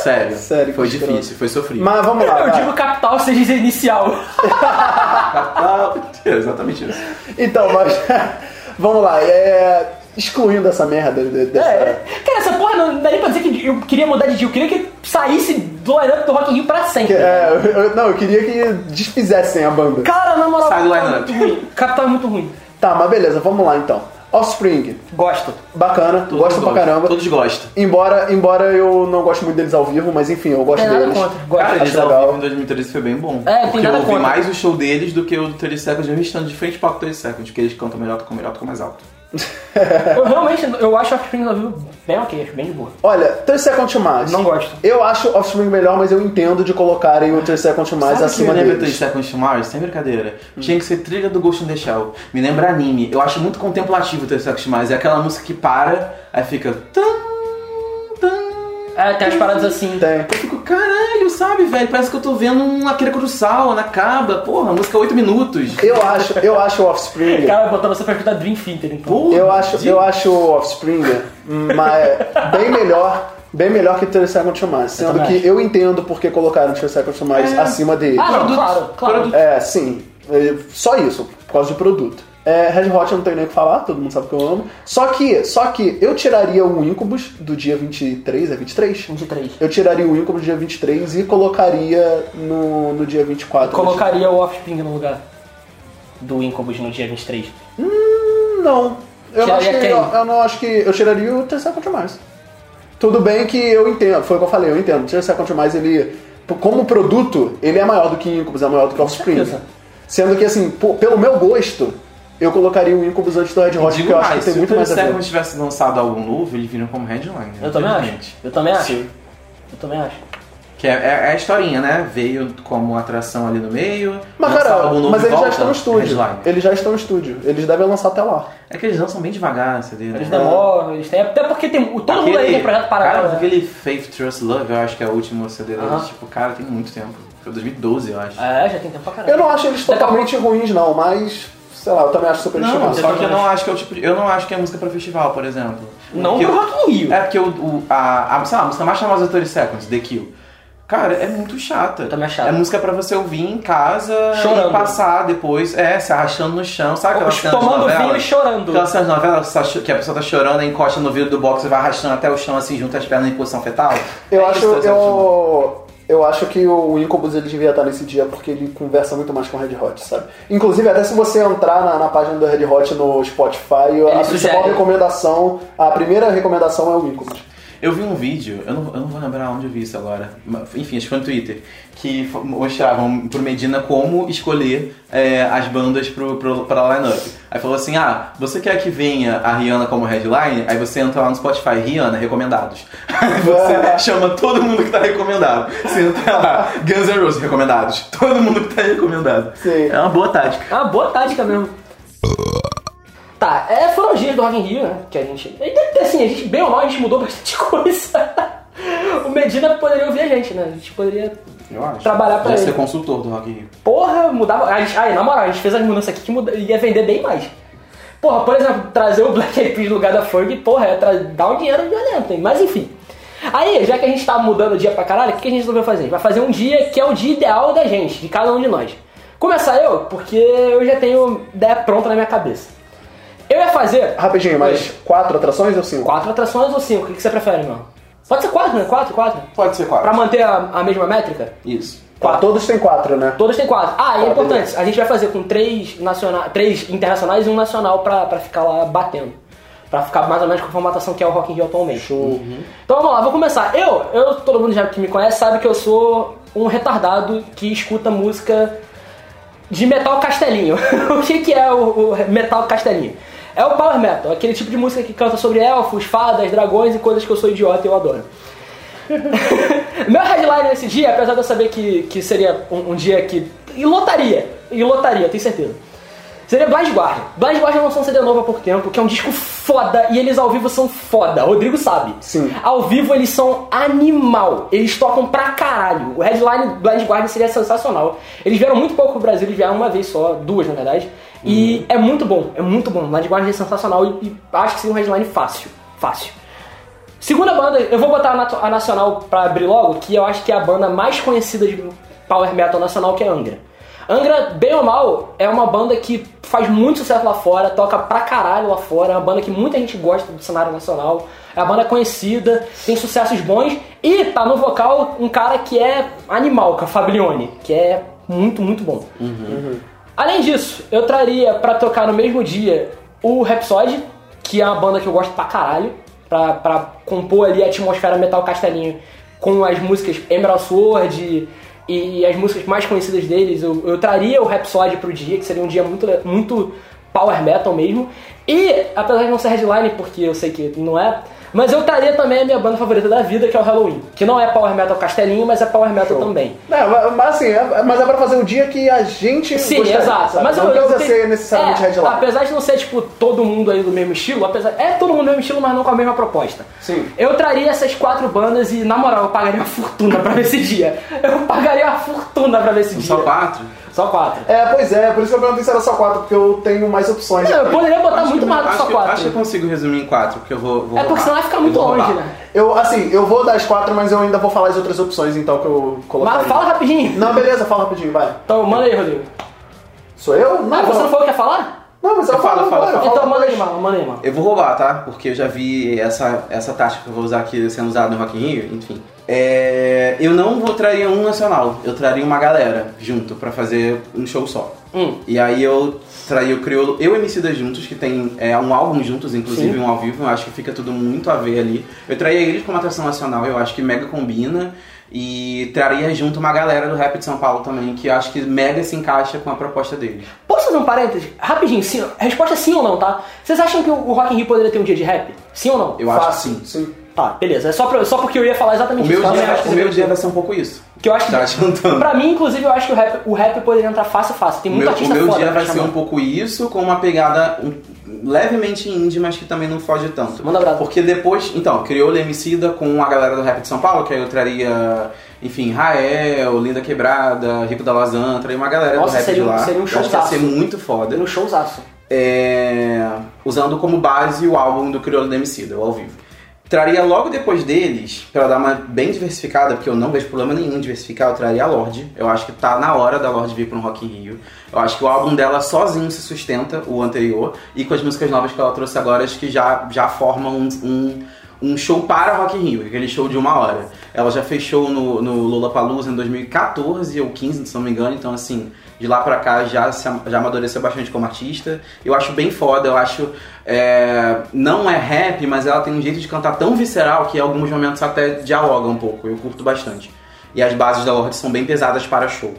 Sério.
Sério,
Foi
que escroto.
difícil, foi sofrido.
Mas vamos lá,
Eu
cara.
digo capital, você diz inicial.
Ah, é exatamente isso.
Então, mas... vamos lá, é... Excluindo essa merda de- dessa...
É. Cara, essa porra não dá nem pra dizer que eu queria mudar de dia. Eu queria que saísse do lineup do Rock in Rio pra sempre.
É, eu- eu- não, eu queria que desfizessem a banda.
Cara, na moral,
Sai do
capital é
lineup.
muito ruim. Capital é muito ruim.
Tá, mas beleza, vamos lá então. Offspring,
Gosto.
bacana,
Todos
gosto pra
gostam,
caramba.
Todos gostam.
Embora, embora eu não gosto muito deles ao vivo, mas enfim, eu gosto
Tem nada
deles.
contra. Gosto.
Cara, eles
Acho
ao
legal.
vivo em 2013 foi bem bom.
É, tem
porque eu
nada
ouvi
contra.
mais o show deles do que o do 30 Seconds, mesmo estando de frente para o 30 Seconds, porque eles cantam melhor, tocam melhor, tocam mais alto.
Eu realmente, eu acho Offspring ao vivo bem ok, acho bem de boa.
Olha, 3 Second to Mars.
Não gosto.
Eu acho Offspring melhor, mas eu entendo de colocarem o 3 Second to Mars
Sabe
acima
que me lembra 30
deles. Hum.
Seconds to Mars? Sem brincadeira. Tinha que ser trilha do Ghost in the Shell. Me lembra anime. Eu acho muito contemplativo o 30 Seconds to Mars. É aquela música que para, aí fica... Tum, tum.
É, tem umas paradas assim.
Tem.
Eu fico, caralho, sabe, velho? Parece que eu tô vendo um Akira Kurosawa na caba. Porra, música 8 minutos.
Eu acho, eu acho o Offspring.
Cara, botar você pra escutar Dream Theater, então.
Porra,
Eu acho,
de-
eu acho o Offspring mas bem melhor. Bem melhor que 3 Second to Mars. Sendo
também
que eu entendo porque colocaram 3 Second to Mars
É.
acima deles.
Ah, não,
Produto-
claro, claro.
produto-
É, sim. É, Só isso, por causa do produto. É, Red Hot eu não tenho nem o que falar, todo mundo sabe que eu amo. Só que, só que eu tiraria o Incubus do dia 23, é 23?
23.
Eu tiraria o Incubus do dia 23 e colocaria no, no dia 24.
Colocaria o Offspring no lugar do Incubus no dia 23.
Não. Eu não, acho
Tiraria
que,
quem?
eu, eu não acho que. Eu tiraria o terceiro contra mais. Tudo bem que eu entendo, foi o que eu falei, eu entendo. O terceiro contra mais, ele. Como produto, ele é maior do que Incubus, é maior do que Offspring.
certeza.
Sendo que, assim, pô, pelo meu gosto, eu colocaria o Incubus antes do Red Hot,
Digo
porque eu acho
mais,
que tem
se o
muito mais a
30
ver.
Seconds tivesse lançado álbum novo, ele viria como headline.
Eu também acho.
infelizmente.
Eu também acho.
Sim.
Eu também acho.
Que é, é- é a historinha, né? Veio como atração ali no meio.
Mas,
lançar
cara,
algo novo
mas
e
eles já
volta,
estão no estúdio.
Headline.
Eles já estão no estúdio. Eles devem lançar até lá.
É que eles dançam bem devagar, você vê, né?
Eles demoram, eles têm. Até porque tem. Todo mundo aí tem projeto paralelo.
Cara,
né?
aquele Faith Trust Love, eu acho que é o último CD deles.
Aham.
Tipo, cara, tem muito tempo. Foi 2012, eu acho.
É, já tem tempo pra caralho.
Eu não acho eles totalmente ruins, não, mas. Sei lá, eu também acho super
Não,
estimado.
só que eu
também
não acho que é o tipo de- Eu não acho que é música pra festival, por exemplo.
Não
Porque
pro
eu-
Rock in Rio.
É porque o, o- a, a, sei lá, a música mais famosa do 30 Seconds, The Kill. Cara, é muito chata.
também acho chata.
É música pra você ouvir em casa
Chorando.
e passar depois. É, se arrastando no chão, sabe aquelas cenas de
Tomando vinho
novela?
e chorando.
Aquelas cenas de novela que você tá cho- que a pessoa tá chorando, aí encosta no vidro do box e vai arrastando até o chão, assim, junto as pernas em posição fetal.
Eu
É
acho,
isso, sabe?
eu,
né?
eu acho que o Incubus ele devia estar nesse dia porque ele conversa muito mais com o Red Hot, sabe? Inclusive, até se você entrar na, na página do Red Hot no Spotify, a principal
sugere.
recomendação, a primeira recomendação é o Incubus.
Eu vi um vídeo, eu não, eu não vou lembrar onde eu vi isso agora, mas, enfim, acho que foi no Twitter, que fo- mostravam pro Medina como escolher é, as bandas pro, pro, pra line-up. Aí falou assim: ah, você quer que venha a Rihanna como headline? Aí você entra lá no Spotify, Rihanna, recomendados. Aí você chama todo mundo que tá recomendado. Você entra lá, Guns N' Roses, recomendados. Todo mundo que tá recomendado.
Sim.
É uma boa tática.
É uma boa tática mesmo. Tá, é, foram os dias do Rock in Rio, né? Que a gente. e, Assim, a gente, bem ou mal, a gente mudou bastante coisa. o Medina poderia ouvir a gente, né? A gente poderia.
Eu acho.
Trabalhar pra
Deve
ele.
ser consultor do Rock in Rio.
Porra, mudava. A gente, aí, na moral, a gente fez as mudanças aqui que muda, ia vender bem mais. Porra, por exemplo, trazer o Black Eyed Peas no lugar da Ferg, porra, é tra- dar um dinheiro violento, hein? Mas enfim. Aí, já que a gente tá mudando o dia pra caralho, o que que a gente resolveu fazer? Vai fazer um dia que é o dia ideal da gente, de cada um de nós. Começar eu, porque eu já tenho ideia pronta na minha cabeça. Eu ia fazer
Rapidinho, mas quatro atrações ou cinco?
quatro atrações ou cinco? O que que você prefere, irmão? Pode ser quatro, né? Quatro, quatro.
Pode ser
Pra
quatro.
manter a- a mesma métrica?
Isso.
Ah, Todos têm quatro, né?
Todas têm quatro. Ah, e é
Tá,
importante,
beleza.
a gente vai fazer com três, naciona... três internacionais e um nacional pra, pra ficar lá batendo. Pra ficar mais ou menos com a formatação que é o Rock in Rio atualmente.
Uhum.
Então vamos lá, vou começar. Eu, eu, todo mundo já que me conhece sabe que eu sou um retardado que escuta música de metal castelinho. o que, que é o, o metal castelinho? É o power metal, aquele tipo de música que canta sobre elfos, fadas, dragões e coisas que eu sou idiota e eu adoro. Meu headline nesse dia, apesar de eu saber que, que seria um, um dia que. E lotaria! E lotaria, tenho certeza. Seria Blind Guardian. Blind Guardian lançou um CD novo há pouco tempo, que é um disco foda, e eles ao vivo são foda. Rodrigo sabe.
Sim.
Ao vivo eles são animal. Eles tocam pra caralho. O headline Blind Guardian seria sensacional. Eles vieram muito pouco pro Brasil, eles vieram uma vez só, duas na verdade. E é muito bom, é muito bom. Blind Guardian é sensacional e, e acho que seria um headline fácil. Fácil. Segunda banda, eu vou botar a, nat- a Nacional pra abrir logo, que eu acho que é a banda mais conhecida de Power Metal Nacional, que é Angra. Angra, bem ou mal, é uma banda que faz muito sucesso lá fora, toca pra caralho lá fora, é uma banda que muita gente gosta do cenário nacional, é uma banda conhecida, tem sucessos bons, e tá no vocal um cara que é animal, que é o Fablione, que é muito, muito bom. Além disso, eu traria pra tocar no mesmo dia o Rhapsody, que é uma banda que eu gosto pra caralho, pra, pra compor ali a atmosfera metal castelinho com as músicas Emerald Sword e, e as músicas mais conhecidas deles. Eu, eu traria o Rhapsody pro dia, que seria um dia muito, le- muito power metal mesmo. E, apesar de não ser headline, porque eu sei que não é, mas eu traria também a minha banda favorita da vida, que é o Halloween, que não é power metal castelinho, mas é power metal também.
É, mas- mas assim, é, mas é pra fazer o dia que a gente
Sim,
gostaria,
exato.
sabe?
Mas
não
eu, eu
precisa
tenho-
ser necessariamente
é,
headline.
Apesar de não ser, tipo, todo mundo aí do mesmo estilo, apesar... é todo mundo do mesmo estilo, mas não com a mesma proposta.
Sim.
Eu traria essas quatro bandas e, na moral, eu pagaria uma fortuna pra ver esse dia. Eu pagaria uma fortuna pra ver esse dia.
Só quatro?
Só quatro.
É, pois é, por isso que eu perguntei se era só quatro, porque eu tenho mais opções.
Não, eu poderia botar
Acho
Tá muito
que-
mais do que
acho
só
que-
quatro.
Acho que eu consigo resumir em quatro, porque eu vou. vou
é
roubar.
porque senão vai ficar
Eu
muito
vou
longe,
roubar.
né?
Eu, assim, eu vou das quatro, mas eu ainda vou falar as outras opções, então, que eu coloquei.
Mas fala rapidinho.
Não, beleza, fala rapidinho, vai.
Então, manda aí, Rodrigo.
Sou eu?
Ah,
Não,
você
não.
não falou o que ia falar?
Não, mas eu
Fala,
falo
fala,
agora.
fala.
eu
Então,
falo
manda aí,
depois.
mano. Manda aí, mano.
Eu vou roubar, tá? Porque eu já vi essa, essa tática que eu vou usar aqui sendo usada no Rock in Rio, enfim. É, eu não vou trair um nacional, eu traria uma galera junto pra fazer um show só.
Hum.
E aí eu traí o Criolo, eu e MC da Juntos, que tem é, um álbum juntos, inclusive, um ao vivo, eu acho que fica tudo muito a ver ali. Eu traria eles como atração nacional, eu acho que mega combina. E traria junto uma galera do rap de São Paulo também, que eu acho que mega se encaixa com a proposta deles.
Posso fazer um parênteses? Rapidinho, sim. A resposta é sim ou não, tá? Vocês acham que o Rock in Rio poderia ter um dia de rap? Sim ou não?
Eu acho que
Fácil,
sim.
sim.
Ah, beleza. É só, pra- só porque eu ia falar
O
exatamente
meu,
isso. eu também
dia,
acho que
o meu
deveria-
dia vai ser um pouco isso.
que eu acho que
Tá adiantando.
Pra mim, inclusive, eu acho que o rap, o rap poderia entrar fácil, fácil. Tem
O
muito
meu, o
artista
meu
foda
dia
pra
vai ser
chamar.
um pouco isso, com uma pegada um- levemente indie, mas que também não foge tanto.
Manda brasa.
um Porque depois, então, criou o Emicida com a galera do rap de São Paulo, que aí eu traria, enfim, Rael, Linda Quebrada, Rico da Lazan, traria uma galera
Nossa,
do rap
seria
de
um-
lá.
seria um
Eu acho que ia
showzaço.
ser muito foda.
Um showzaço.
É, usando como base o álbum do Criolo da Emicida, o ao vivo. Traria logo depois deles, pra dar uma bem diversificada, porque eu não vejo problema nenhum em diversificar, eu traria a Lorde. Eu acho que tá na hora da Lorde vir pra um Rock in Rio. Eu acho que o álbum dela sozinho se sustenta, o anterior, e com as músicas novas que ela trouxe agora, acho que já, já formam um, um, um show para Rock in Rio, aquele show de uma hora. Ela já fez show no, no Lollapalooza em 2014 ou 15, se não me engano, então assim, de lá pra cá já, se am- já amadureceu bastante como artista. Eu acho bem foda, eu acho. é, não é rap, mas ela tem um jeito de cantar tão visceral que em alguns momentos até dialoga um pouco. Eu curto bastante. E as bases da Lorde são bem pesadas para show.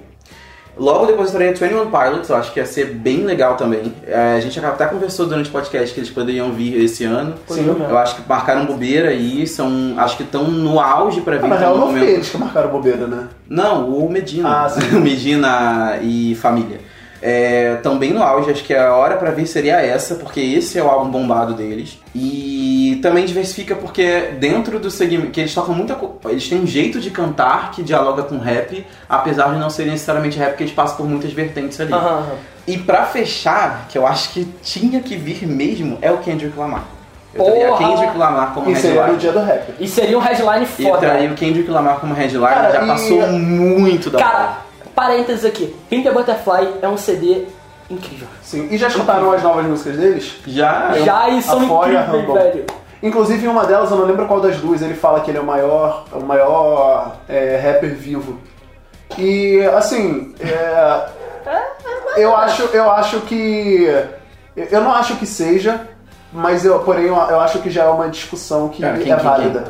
Logo depois eu traria 21 Pilots, eu acho que ia ser bem legal também. É, a gente até conversou durante o podcast que eles poderiam vir esse ano.
Sim, mesmo.
eu acho que marcaram bobeira aí, são. Acho que estão no auge pra vir.
Ah, na
tá
real,
no
não foi
momento. um
eles que marcaram bobeira, né?
Não, o Medina.
Ah,
o Medina e família. É, tão bem no auge, acho que a hora pra vir seria essa, porque esse é o álbum bombado deles. E também diversifica porque dentro do segmento. que eles tocam muita. co- Eles têm um jeito de cantar que dialoga com rap, apesar de não serem necessariamente rap, porque eles passam por muitas vertentes ali.
Aham, aham.
E pra fechar, que eu acho que tinha que vir mesmo, é o Kendrick Lamar. Eu traria
Porra!
Kendrick Lamar como
E seria no
headline.
dia do rap.
E seria um headline
E eu
foda.
traria o Kendrick Lamar como headline,
Cara,
já
e-
passou muito da hora.
Cara, parênteses aqui. Pimp a Butterfly é um CD incrível.
Sim. E já escutaram as novas músicas deles?
Já, eu-
Já e são
a Fória
incríveis,
Rumble.
velho.
Inclusive, em uma delas, eu não lembro qual das duas, ele fala que ele é o maior, o maior é, rapper vivo. E, assim, é, eu, acho, eu acho que. Eu não acho que seja, mas eu, porém, eu, eu acho que já é uma discussão que
Cara, quem-
é
quem-
válida.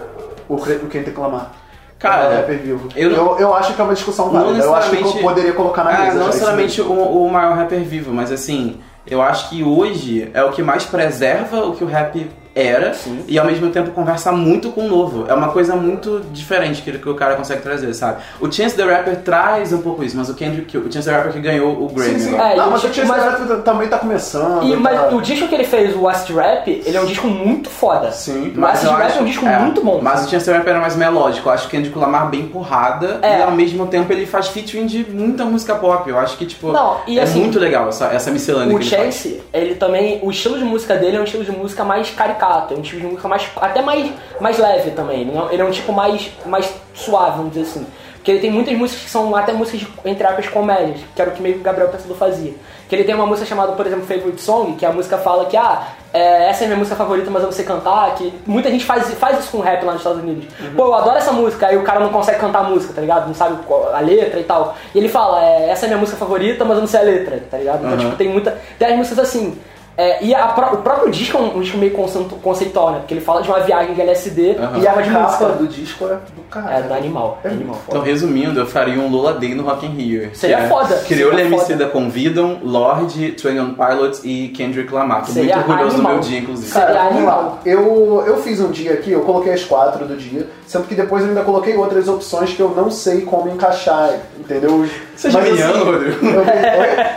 O, cre- o quem reclamar.
Cara,
é rapper vivo.
eu-
Eu, eu, acho que é uma discussão
Não
válida. Eu acho que eu
necessariamente-
poderia colocar na
Ah,
mesa. já
não
isso
necessariamente o, o maior rapper vivo, mas assim, eu acho que hoje é o que mais preserva o que o rap era
Sim.
e ao mesmo tempo conversa muito com o novo. É uma coisa muito diferente que, que o cara consegue trazer, sabe? O Chance the Rapper traz um pouco isso, mas o Kendrick, o Chance the Rapper que ganhou o Grammy.
Sim, sim.
agora.
É, e
não,
o
mas o
Chico-
Chance
mas-
the Rapper também tá começando.
E,
tá-
mas o disco que ele fez, o Acid Rap, ele é um disco muito foda.
Sim,
o Acid
eu
Rap
acho-
é um disco muito bom.
Mas o Chance the Rapper era mais melódico. Eu acho que o Kendrick Lamar bem porrada
É.
e ao mesmo tempo ele faz featuring de muita música pop. Eu acho que, tipo,
Não, e
é
assim,
muito legal essa, essa miscelânea
O
que ele faz.
Chance, ele também. O estilo de música dele é um estilo de música mais caricato, é um estilo de música mais. até mais, mais leve também. Ele é- ele é um tipo mais, mais suave, vamos dizer assim. Porque ele tem muitas músicas que são até músicas, de, entre aspas, comédias, que era o que meio que o Gabriel Pensador fazia. Que ele tem uma música chamada, por exemplo, Favorite Song, que a música fala que, ah, é, essa é a minha música favorita, mas eu não sei cantar, que muita gente faz, faz isso com rap lá nos Estados Unidos.
Uhum.
Pô, eu adoro essa música, aí o cara não consegue cantar a música, tá ligado? Não sabe qual- a letra e tal. E ele fala, é, essa é a minha música favorita, mas eu não sei a letra, tá ligado? Então,
Uhum.
tipo, tem muita. Tem as músicas assim. é, e a pró- o próprio disco é um, um disco meio conceitu- conceitual, né? Porque ele fala de uma viagem de LSD
Aham.
e
E
ama
a
de
capa
música.
do disco é do caralho.
É, do animal.
É
do animal.
muito
Então,
foda.
resumindo, eu faria um Lula Day no Rock in Rio. que
Seria
é
foda,
Crioulo
seria
MC da Convidam, Lorde, Twenty Pilots e Kendrick Lamar. Tô muito
Seria
orgulhoso
animal.
do meu dia, inclusive.
Cara,
Cara, É, vamos
animal.
lá. Eu, eu fiz um dia aqui, eu coloquei as quatro do dia, sendo que depois eu ainda coloquei outras opções que eu não sei como encaixar, entendeu? assim,
Você é geminiano, Rodrigo?
eu- Oi?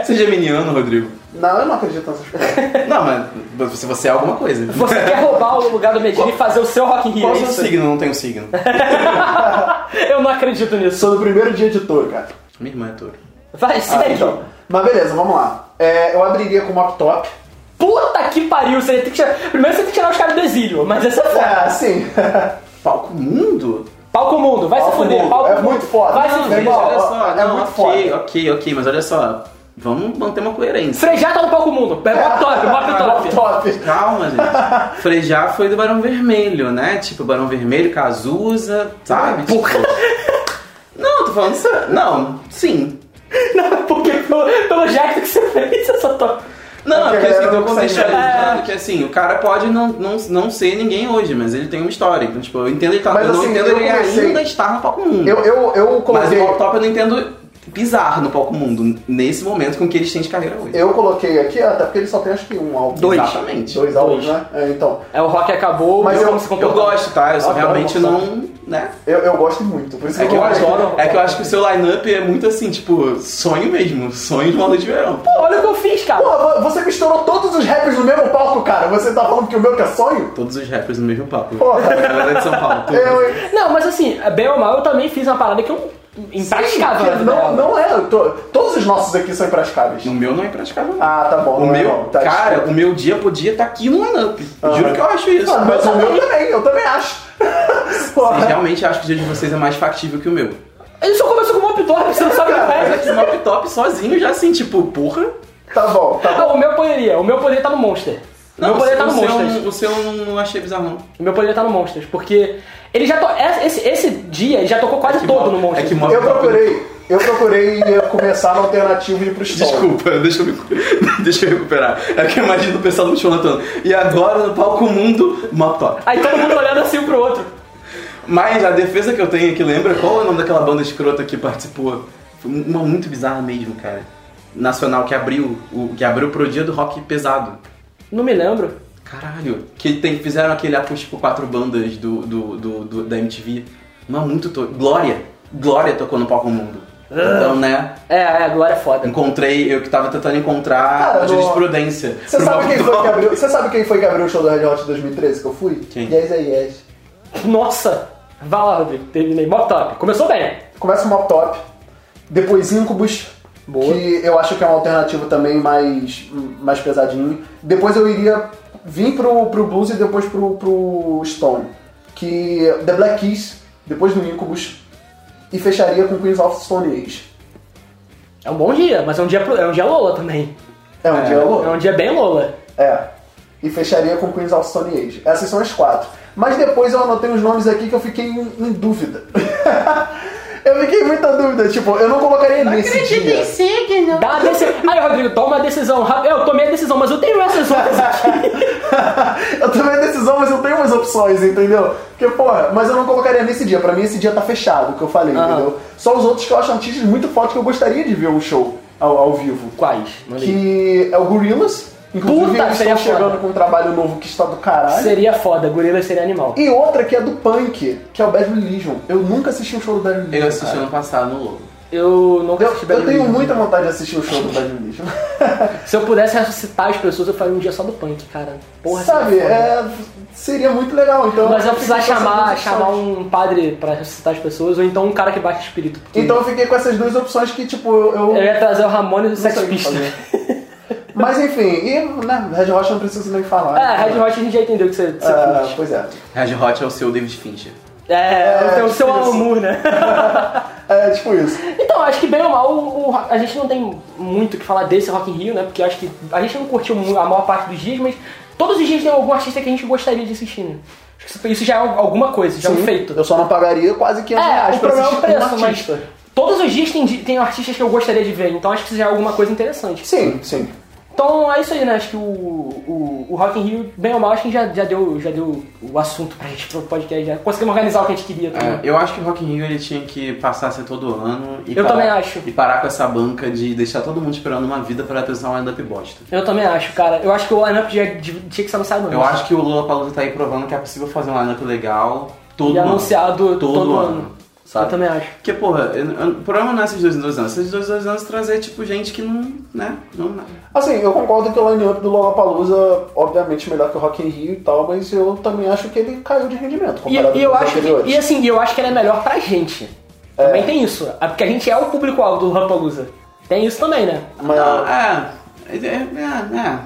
Você é geminiano, Rodrigo?
Não, eu não acredito nessas coisas.
Não, mas você, você é alguma coisa.
Você quer roubar o lugar do Medina e fazer o seu Rock in Rio,
Qual
é
o seu
isso?
signo? Não tenho signo.
Eu não acredito
Eu
nisso.
sou do primeiro dia de touro, cara.
Minha irmã é touro.
Vai, segue.
Então, mas beleza, vamos lá. É, eu abriria com Mop Top.
Puta que pariu, você tem que tirar... Primeiro você tem que tirar os caras do exílio, mas essa é foda.
Ah, sim.
Palco mundo?
Palco mundo, vai se
Palco
fuder,
mundo,
palco
é
mundo.
muito foda.
Vai se
Não,
fuder.
gente,
igual,
olha
ó,
só.
é
não,
muito
ok,
foda.
ok, ok, mas olha só. Vamos manter uma coerência.
Frejá tá no palco mundo. É mop top, mop
Mop
top.
Top.
Calma, gente. Frejá foi do Barão Vermelho, né? Tipo, Barão Vermelho, Cazuza, sabe? Tipo, não, tô falando sério. Não, sim.
Não, é porque pelo, pelo jeito que você fez, eu só tô...
Não, é
Porque
porque
a
assim,
galera
tô
não né? consegue.
contextualizando
É.
que assim, o cara pode não, não, não ser ninguém hoje, mas ele tem uma história. Então, tipo, eu entendo ele tá,
Mas,
eu não
assim,
entendo
eu
ele
comecei-
ainda estar no palco mundo.
Eu, eu, eu
mas o
coloquei.
pop top eu não entendo pisar no palco mundo nesse momento com que eles têm de carreira hoje.
Eu coloquei aqui, até porque ele só tem acho que um álbum.
Dois.
Exatamente. Dois álbuns, né? É, então,
É, o rock acabou,
Mas
mas
eu-
como se
Eu
comportou.
gosto, tá? Eu só
Adoro
realmente
mostrar.
não. né?
eu, eu gosto muito. Por isso
É que, eu acho,
coloquei.
adoro.
é que eu acho que o seu line-up é muito assim, tipo, sonho mesmo. Sonho de uma noite de verão.
Pô, olha o que eu fiz, cara.
Porra, vo- você misturou todos os rappers no mesmo palco, cara. Você tá falando que o meu que é sonho?
Todos os rappers no mesmo papo.
Porra.
A galera de São Paulo. tudo.
Eu, hein?
Não, mas assim, bem ou mal, eu também fiz uma parada que eu impraticável. na
né?
Que
vida
não,
real.
não é. eu tô- todos os nossos aqui são impraticáveis.
O meu não é impraticável, não.
Ah, tá bom.
o
não é
meu,
não, tá
cara,
desculpa.
o meu dia podia estar aqui no line-up.
Aham.
Juro que eu acho isso.
Ah, mas o meu também, eu também acho.
Vocês
Porra.
realmente acho que o dia de vocês é mais factível que o meu.
Ele só começou com o Mopdor, você não sabe o que
Mas
é.
aqui no Mop Top sozinho já assim, tipo, porra.
Tá bom, tá bom.
Não, o meu poderia. O meu poderia tá no Monster. O meu
o,
poderia tá
seu-
no
o seu,
Monsters.
não- o seu eu não achei bizarro, não.
O meu poderia tá no Monsters, porque ele já to... esse, esse dia ele já tocou quase
que
todo
mó-
no Monsters.
é que mó-
Eu procurei, eu procurei eh, começar na alternativa e ir pro sol.
Desculpa, deixa eu, me, deixa eu recuperar. É que eu imagino o pessoal no chão atuando. E agora no palco mundo, Mop Top.
Aí todo mundo olhando assim um pro outro.
Mas a defesa que eu tenho aqui, lembra qual é o nome daquela banda escrota que participou? Foi um, uma muito bizarra mesmo, cara. Nacional que abriu, o, que abriu pro dia do rock pesado.
Não me lembro.
Caralho, que tem, fizeram aquele acústico quatro bandas do, do, do- do- da MTV. Uma muito to... Glória. Glória tocou no palco mundo.
Ah.
Então, né?
É, é, agora é foda.
Encontrei, eu que tava tentando encontrar
Cara,
a
no-
jurisprudência.
Ah, Você
pro
sabe,
Bob
quem foi que
Dylan.
abriu, você sabe quem foi que abriu o show do Red Hot em 2013 que eu fui?
Quem?
Yes, yes, yes.
Nossa! Vai lá, Rodrigo. Terminei. Mop top. Começou bem.
Começa o Mop Top, depois Incubus,
Boa.
que eu acho que é uma alternativa também mais, mais pesadinho. Depois eu iria vir pro, pro Blues e depois pro, pro Stone, que The Black Keys, depois do Incubus, e fecharia com Queens of Stone Age.
É um bom dia, mas é um dia, pro- é um dia Lola também.
É um dia louco.
É um dia bem Lola.
É. E fecharia com Queens of Stone Age. Essas são as quatro. Mas depois eu anotei uns nomes aqui que eu fiquei em, em dúvida. eu fiquei em muita dúvida. Tipo, eu não colocaria nesse dia.
Dá a decisão. Aí, Rodrigo, toma a decisão. rápido. Eu tomei a decisão, mas eu tenho essas outras aqui.
eu tomei a decisão, mas eu tenho umas opções, entendeu? Porque, porra, mas eu não colocaria nesse dia. Pra mim esse dia tá fechado, o que eu falei,
Aham.
entendeu? Só os outros que eu acho artistas muito fortes que eu gostaria de ver um show ao, ao vivo.
Quais? Manda aí.
Que é o Gorillaz. Inclusive,
Puta,
eles
seria
estão chegando
foda.
com um trabalho novo que está do caralho.
Seria foda. Gorila seria animal.
E outra que é do punk, que é o Bad Religion. Eu nunca assisti um show do Bad Religion.
Eu assisti
cara.
ano passado no Lobo.
Eu não
Eu,
gosto de
eu tenho muita vontade de assistir o show do Bad Religion.
Se eu pudesse ressuscitar as pessoas, eu faria um dia só do punk, cara. Porra,
Sabe,
seria foda.
é, seria muito legal. Então,
Mas eu precisar
fiquei com essas
chamar,
duas
chamar
opções.
um padre pra ressuscitar as pessoas, ou então um cara que É. baixa espírito. porque
Então eu fiquei com essas duas opções que, tipo, eu. eu-
eu ia trazer o Ramones do
não sei
Sex
o que
Pistols.
fazer. Mas enfim, e né, Red Hot não preciso nem falar.
É, Red Hot a gente já entendeu que você, você
Ah,
curte.
pois é.
Red Hot é o seu David Fincher.
É,
É,
tem o seu
tipo isso.
amor, né?
É tipo isso.
Então, acho que bem ou mal, o- o- a gente não tem muito o que falar desse Rock in Rio, né? Porque acho que a gente não curtiu mu- a maior parte dos dias, mas todos os dias tem algum artista que a gente gostaria de assistir, né? Acho que isso- isso já é alguma coisa, já é um
Sim,
feito.
Eu só não pagaria quase 500 reais
É, o
pra
problema é
assistir
o
um
preço, mas
artista.
todos os dias tem, di- tem artistas que eu gostaria de ver, então acho que isso já é alguma coisa interessante.
Sim, sim.
Então é isso aí, né? Acho que o, o, o Rock in Rio, bem ou mal, acho que já, já, deu, já deu o assunto pra gente pro podcast, já conseguimos organizar o que a gente queria também.
É, eu acho que o Rock in Rio ele tinha que passar a ser todo ano e
Eu também acho.
e parar com essa banca de deixar todo mundo esperando uma vida para apresentar um line-up bosta.
Eu também acho, cara. Eu acho que o lineup já de- tinha que ser anunciado antes.
Eu acho que o Lollapalooza tá aí provando que é possível fazer um line-up legal todo
E
ano.
anunciado
todo,
todo
ano.
ano.
Sabe?
Eu também acho.
Porque, porra, eu- eu- o problema não é esses dois em dois anos. Esses dois em dois anos trazer, tipo, gente que não, né, não...
Assim, eu concordo que o line-up do Lollapalooza, obviamente, melhor que o Rock in Rio e tal, mas eu também acho que ele caiu de rendimento
E,
comparado
e eu
com os
acho que,
anteriores.
e assim, e eu acho que ele é melhor pra gente. Também tem isso. Ah, Porque a gente é o público-alvo do Rampalusa. Tem isso também, né?
Mas
Não, é... É, é, é.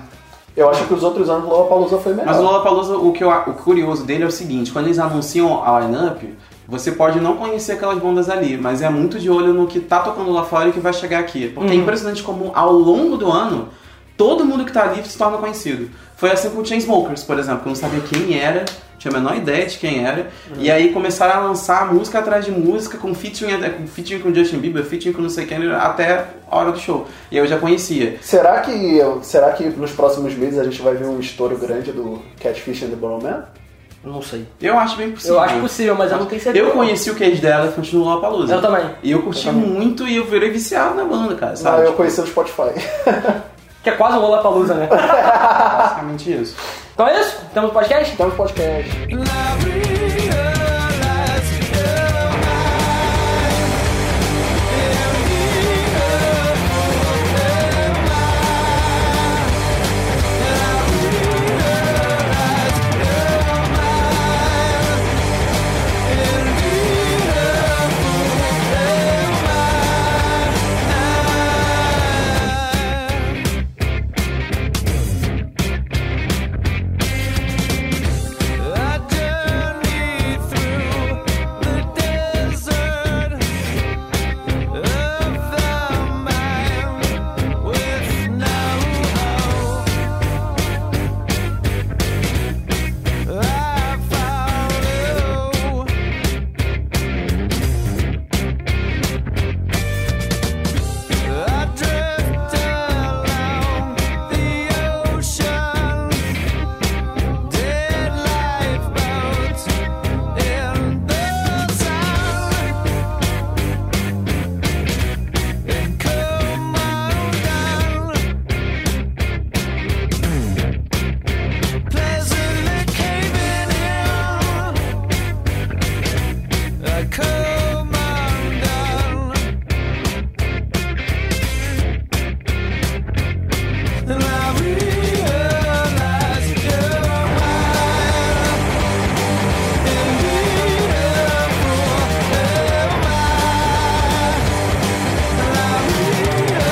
eu acho que os outros anos do Lollapalooza foi melhor.
Mas o Lollapalooza, o que eu, a- o curioso dele é o seguinte, quando eles anunciam a lineup, você pode não conhecer aquelas bandas ali, mas é muito de olho no que tá tocando lá fora e que vai chegar aqui. Porque é
Uhum.
impressionante como ao longo do ano, todo mundo que tá ali se torna conhecido. Foi assim com o Chainsmokers, por exemplo, que eu não sabia quem era, tinha a menor ideia de quem era,
Uhum.
e aí começaram a lançar música atrás de música, com featuring, até- com featuring com Justin Bieber, featuring com não sei quem, até a hora do show. E eu já conhecia.
Será que, será que nos próximos meses a gente vai ver um estouro grande do Catfish and the Burrow Man?
Não sei.
Eu acho bem possível.
Eu acho possível, mas eu não tenho certeza.
Eu conheci o case dela e fui no Lollapalooza.
Eu também.
E eu curti
Eu também.
muito e eu virei viciado na banda, cara,
Ah,
sabe? Tipo,
eu conheci no Spotify.
Que é quase o Lollapalooza, né?
ah, Basicamente isso.
então é isso. Temos podcast?
Temos podcast.
I journeyed through the desert of the mind with no hope. I follow I drift along the ocean Dead lifeboats in the sun. And come on down. Pleasantly caving in. I Uh, come on down. And I realize you're mine. Invisible am I? And I realize you're mine. Invisible am I?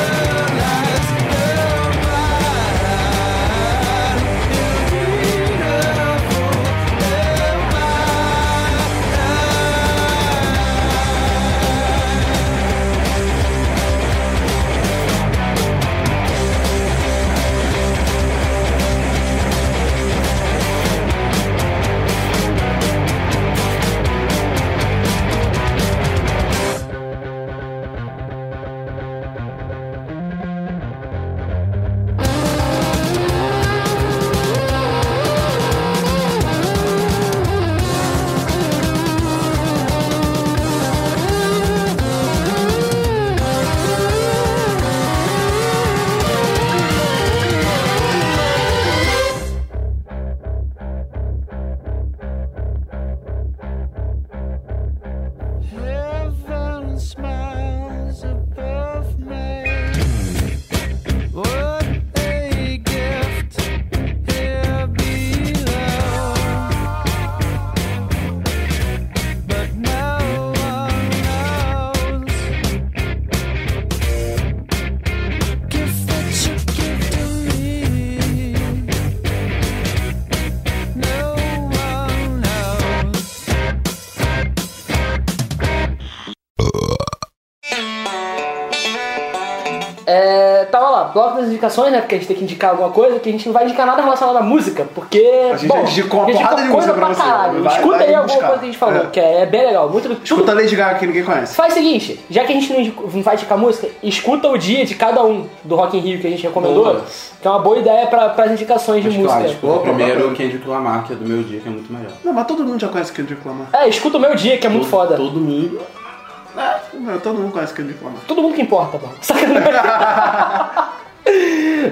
Heaven smiles above me. What a gift here below. But no one knows. Gift that you give to me. No one knows.
É, tava lá, bloco das indicações, né? Porque a gente tem que indicar alguma coisa, que a gente não vai indicar nada relacionado à música, porque.
A gente
bom,
já indicou uma
a gente
porrada
indicou
de música
coisa
pra você.
caralho.
Vai-
Escuta
vai
aí alguma
indicar.
coisa que a gente falou,
É.
que é, é bem legal. Muito,
Escuta a Lady Gaga que ninguém conhece.
Faz o seguinte, já que a gente não, indicou- não vai indicar música, escuta o dia de cada um do Rock in Rio que a gente recomendou,
Boa.
que é uma boa ideia pra, pras indicações de
Mas
música.
claro, tipo,
Opa,
primeiro
bacana.
o Kendrick Lamar, que é do meu dia, que é muito melhor.
Não, mas todo mundo já conhece Kendrick Lamar.
É, escuta o meu dia, que é muito
Todo-
foda.
Todo mundo.
É,
Não, todo mundo conhece Kendrick Lamar.
Todo mundo que importa, mano. Sacanagem.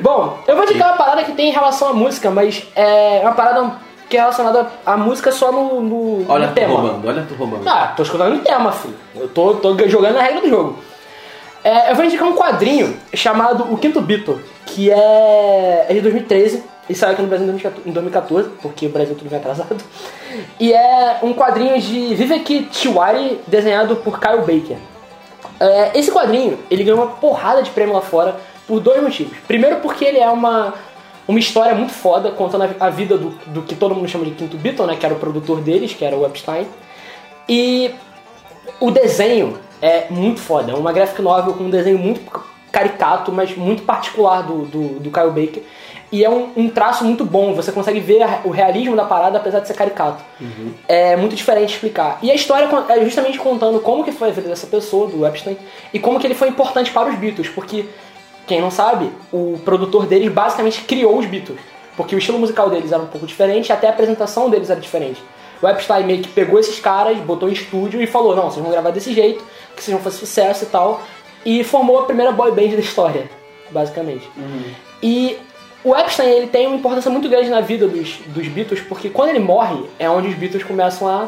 Bom, eu vou indicar uma parada que tem em relação à música, mas é uma parada que é relacionada à música só no, no,
Olha
no
tu
tema.
roubando, olha tu roubando.
Ah, tô escutando o tema, filho. Eu tô, tô jogando a regra do jogo. É, eu vou indicar um quadrinho chamado O Quinto Beatle, que é, é de 2013 e saiu aqui no Brasil em 2014 em 2014, porque o Brasil tudo vem atrasado. E é um quadrinho de Vivek Tiwari, desenhado por Kyle Baker. É, esse quadrinho, ele ganhou uma porrada de prêmio lá fora por dois motivos. Primeiro porque ele é uma, uma história muito foda, contando a, a vida do, do que todo mundo chama de Quinto Beatle, né, que era o produtor deles, que era o Epstein. E o desenho é muito foda. É uma graphic novel com um desenho muito caricato, mas muito particular do, do, do Kyle Baker. E é um, um traço muito bom. Você consegue ver a- o realismo da parada, apesar de ser caricato. É muito diferente de explicar. E a história con- é justamente contando como que foi a vida dessa pessoa, do Epstein, e como que ele foi importante para os Beatles. Porque, quem não sabe, o produtor deles basicamente criou os Beatles. Porque o estilo musical deles era um pouco diferente e até a apresentação deles era diferente. O Epstein meio que pegou esses caras, botou em estúdio e falou: não, vocês vão gravar desse jeito, que vocês vão fazer sucesso e tal. E formou a primeira boy band da história, basicamente. E o Epstein ele tem uma importância muito grande na vida dos, dos Beatles, porque quando ele morre é onde os Beatles começam a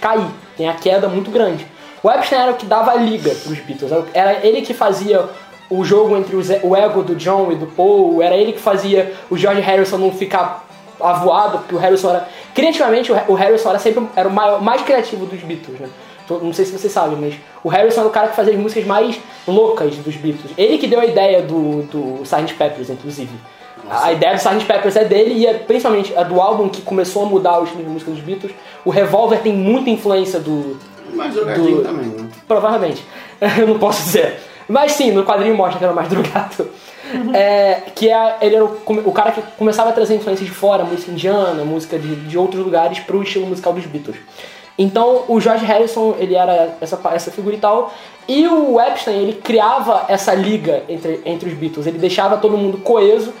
cair, tem a queda muito grande. O Epstein era o que dava a liga pros Beatles, era o- era ele que fazia o jogo entre os e- o ego do John e do Paul, era ele que fazia o George Harrison não ficar avoado, porque o Harrison era... Criativamente, o Har- o Harrison era sempre era o maior, mais criativo dos Beatles, né? Então, Não sei se vocês sabem, mas o Harrison era o cara que fazia as músicas mais loucas dos Beatles. Ele que deu a ideia do, do Sgt. Peppers, inclusive. A ideia do Sgt. Peppers é dele e é principalmente a do álbum que começou a mudar o estilo de música dos Beatles. O Revolver tem muita influência do.
Mas jogadinho
Do-
também, né?
Provavelmente. Eu não posso dizer. Mas sim, no quadrinho mostra que era mais drogado. É, que é, ele era o, o cara que começava a trazer influências de fora, música indiana, música de, de outros lugares, pro estilo musical dos Beatles. Então o George Harrison, ele era essa, pa- essa figura e tal. E o Epstein, ele criava essa liga entre, entre os Beatles. Ele deixava todo mundo coeso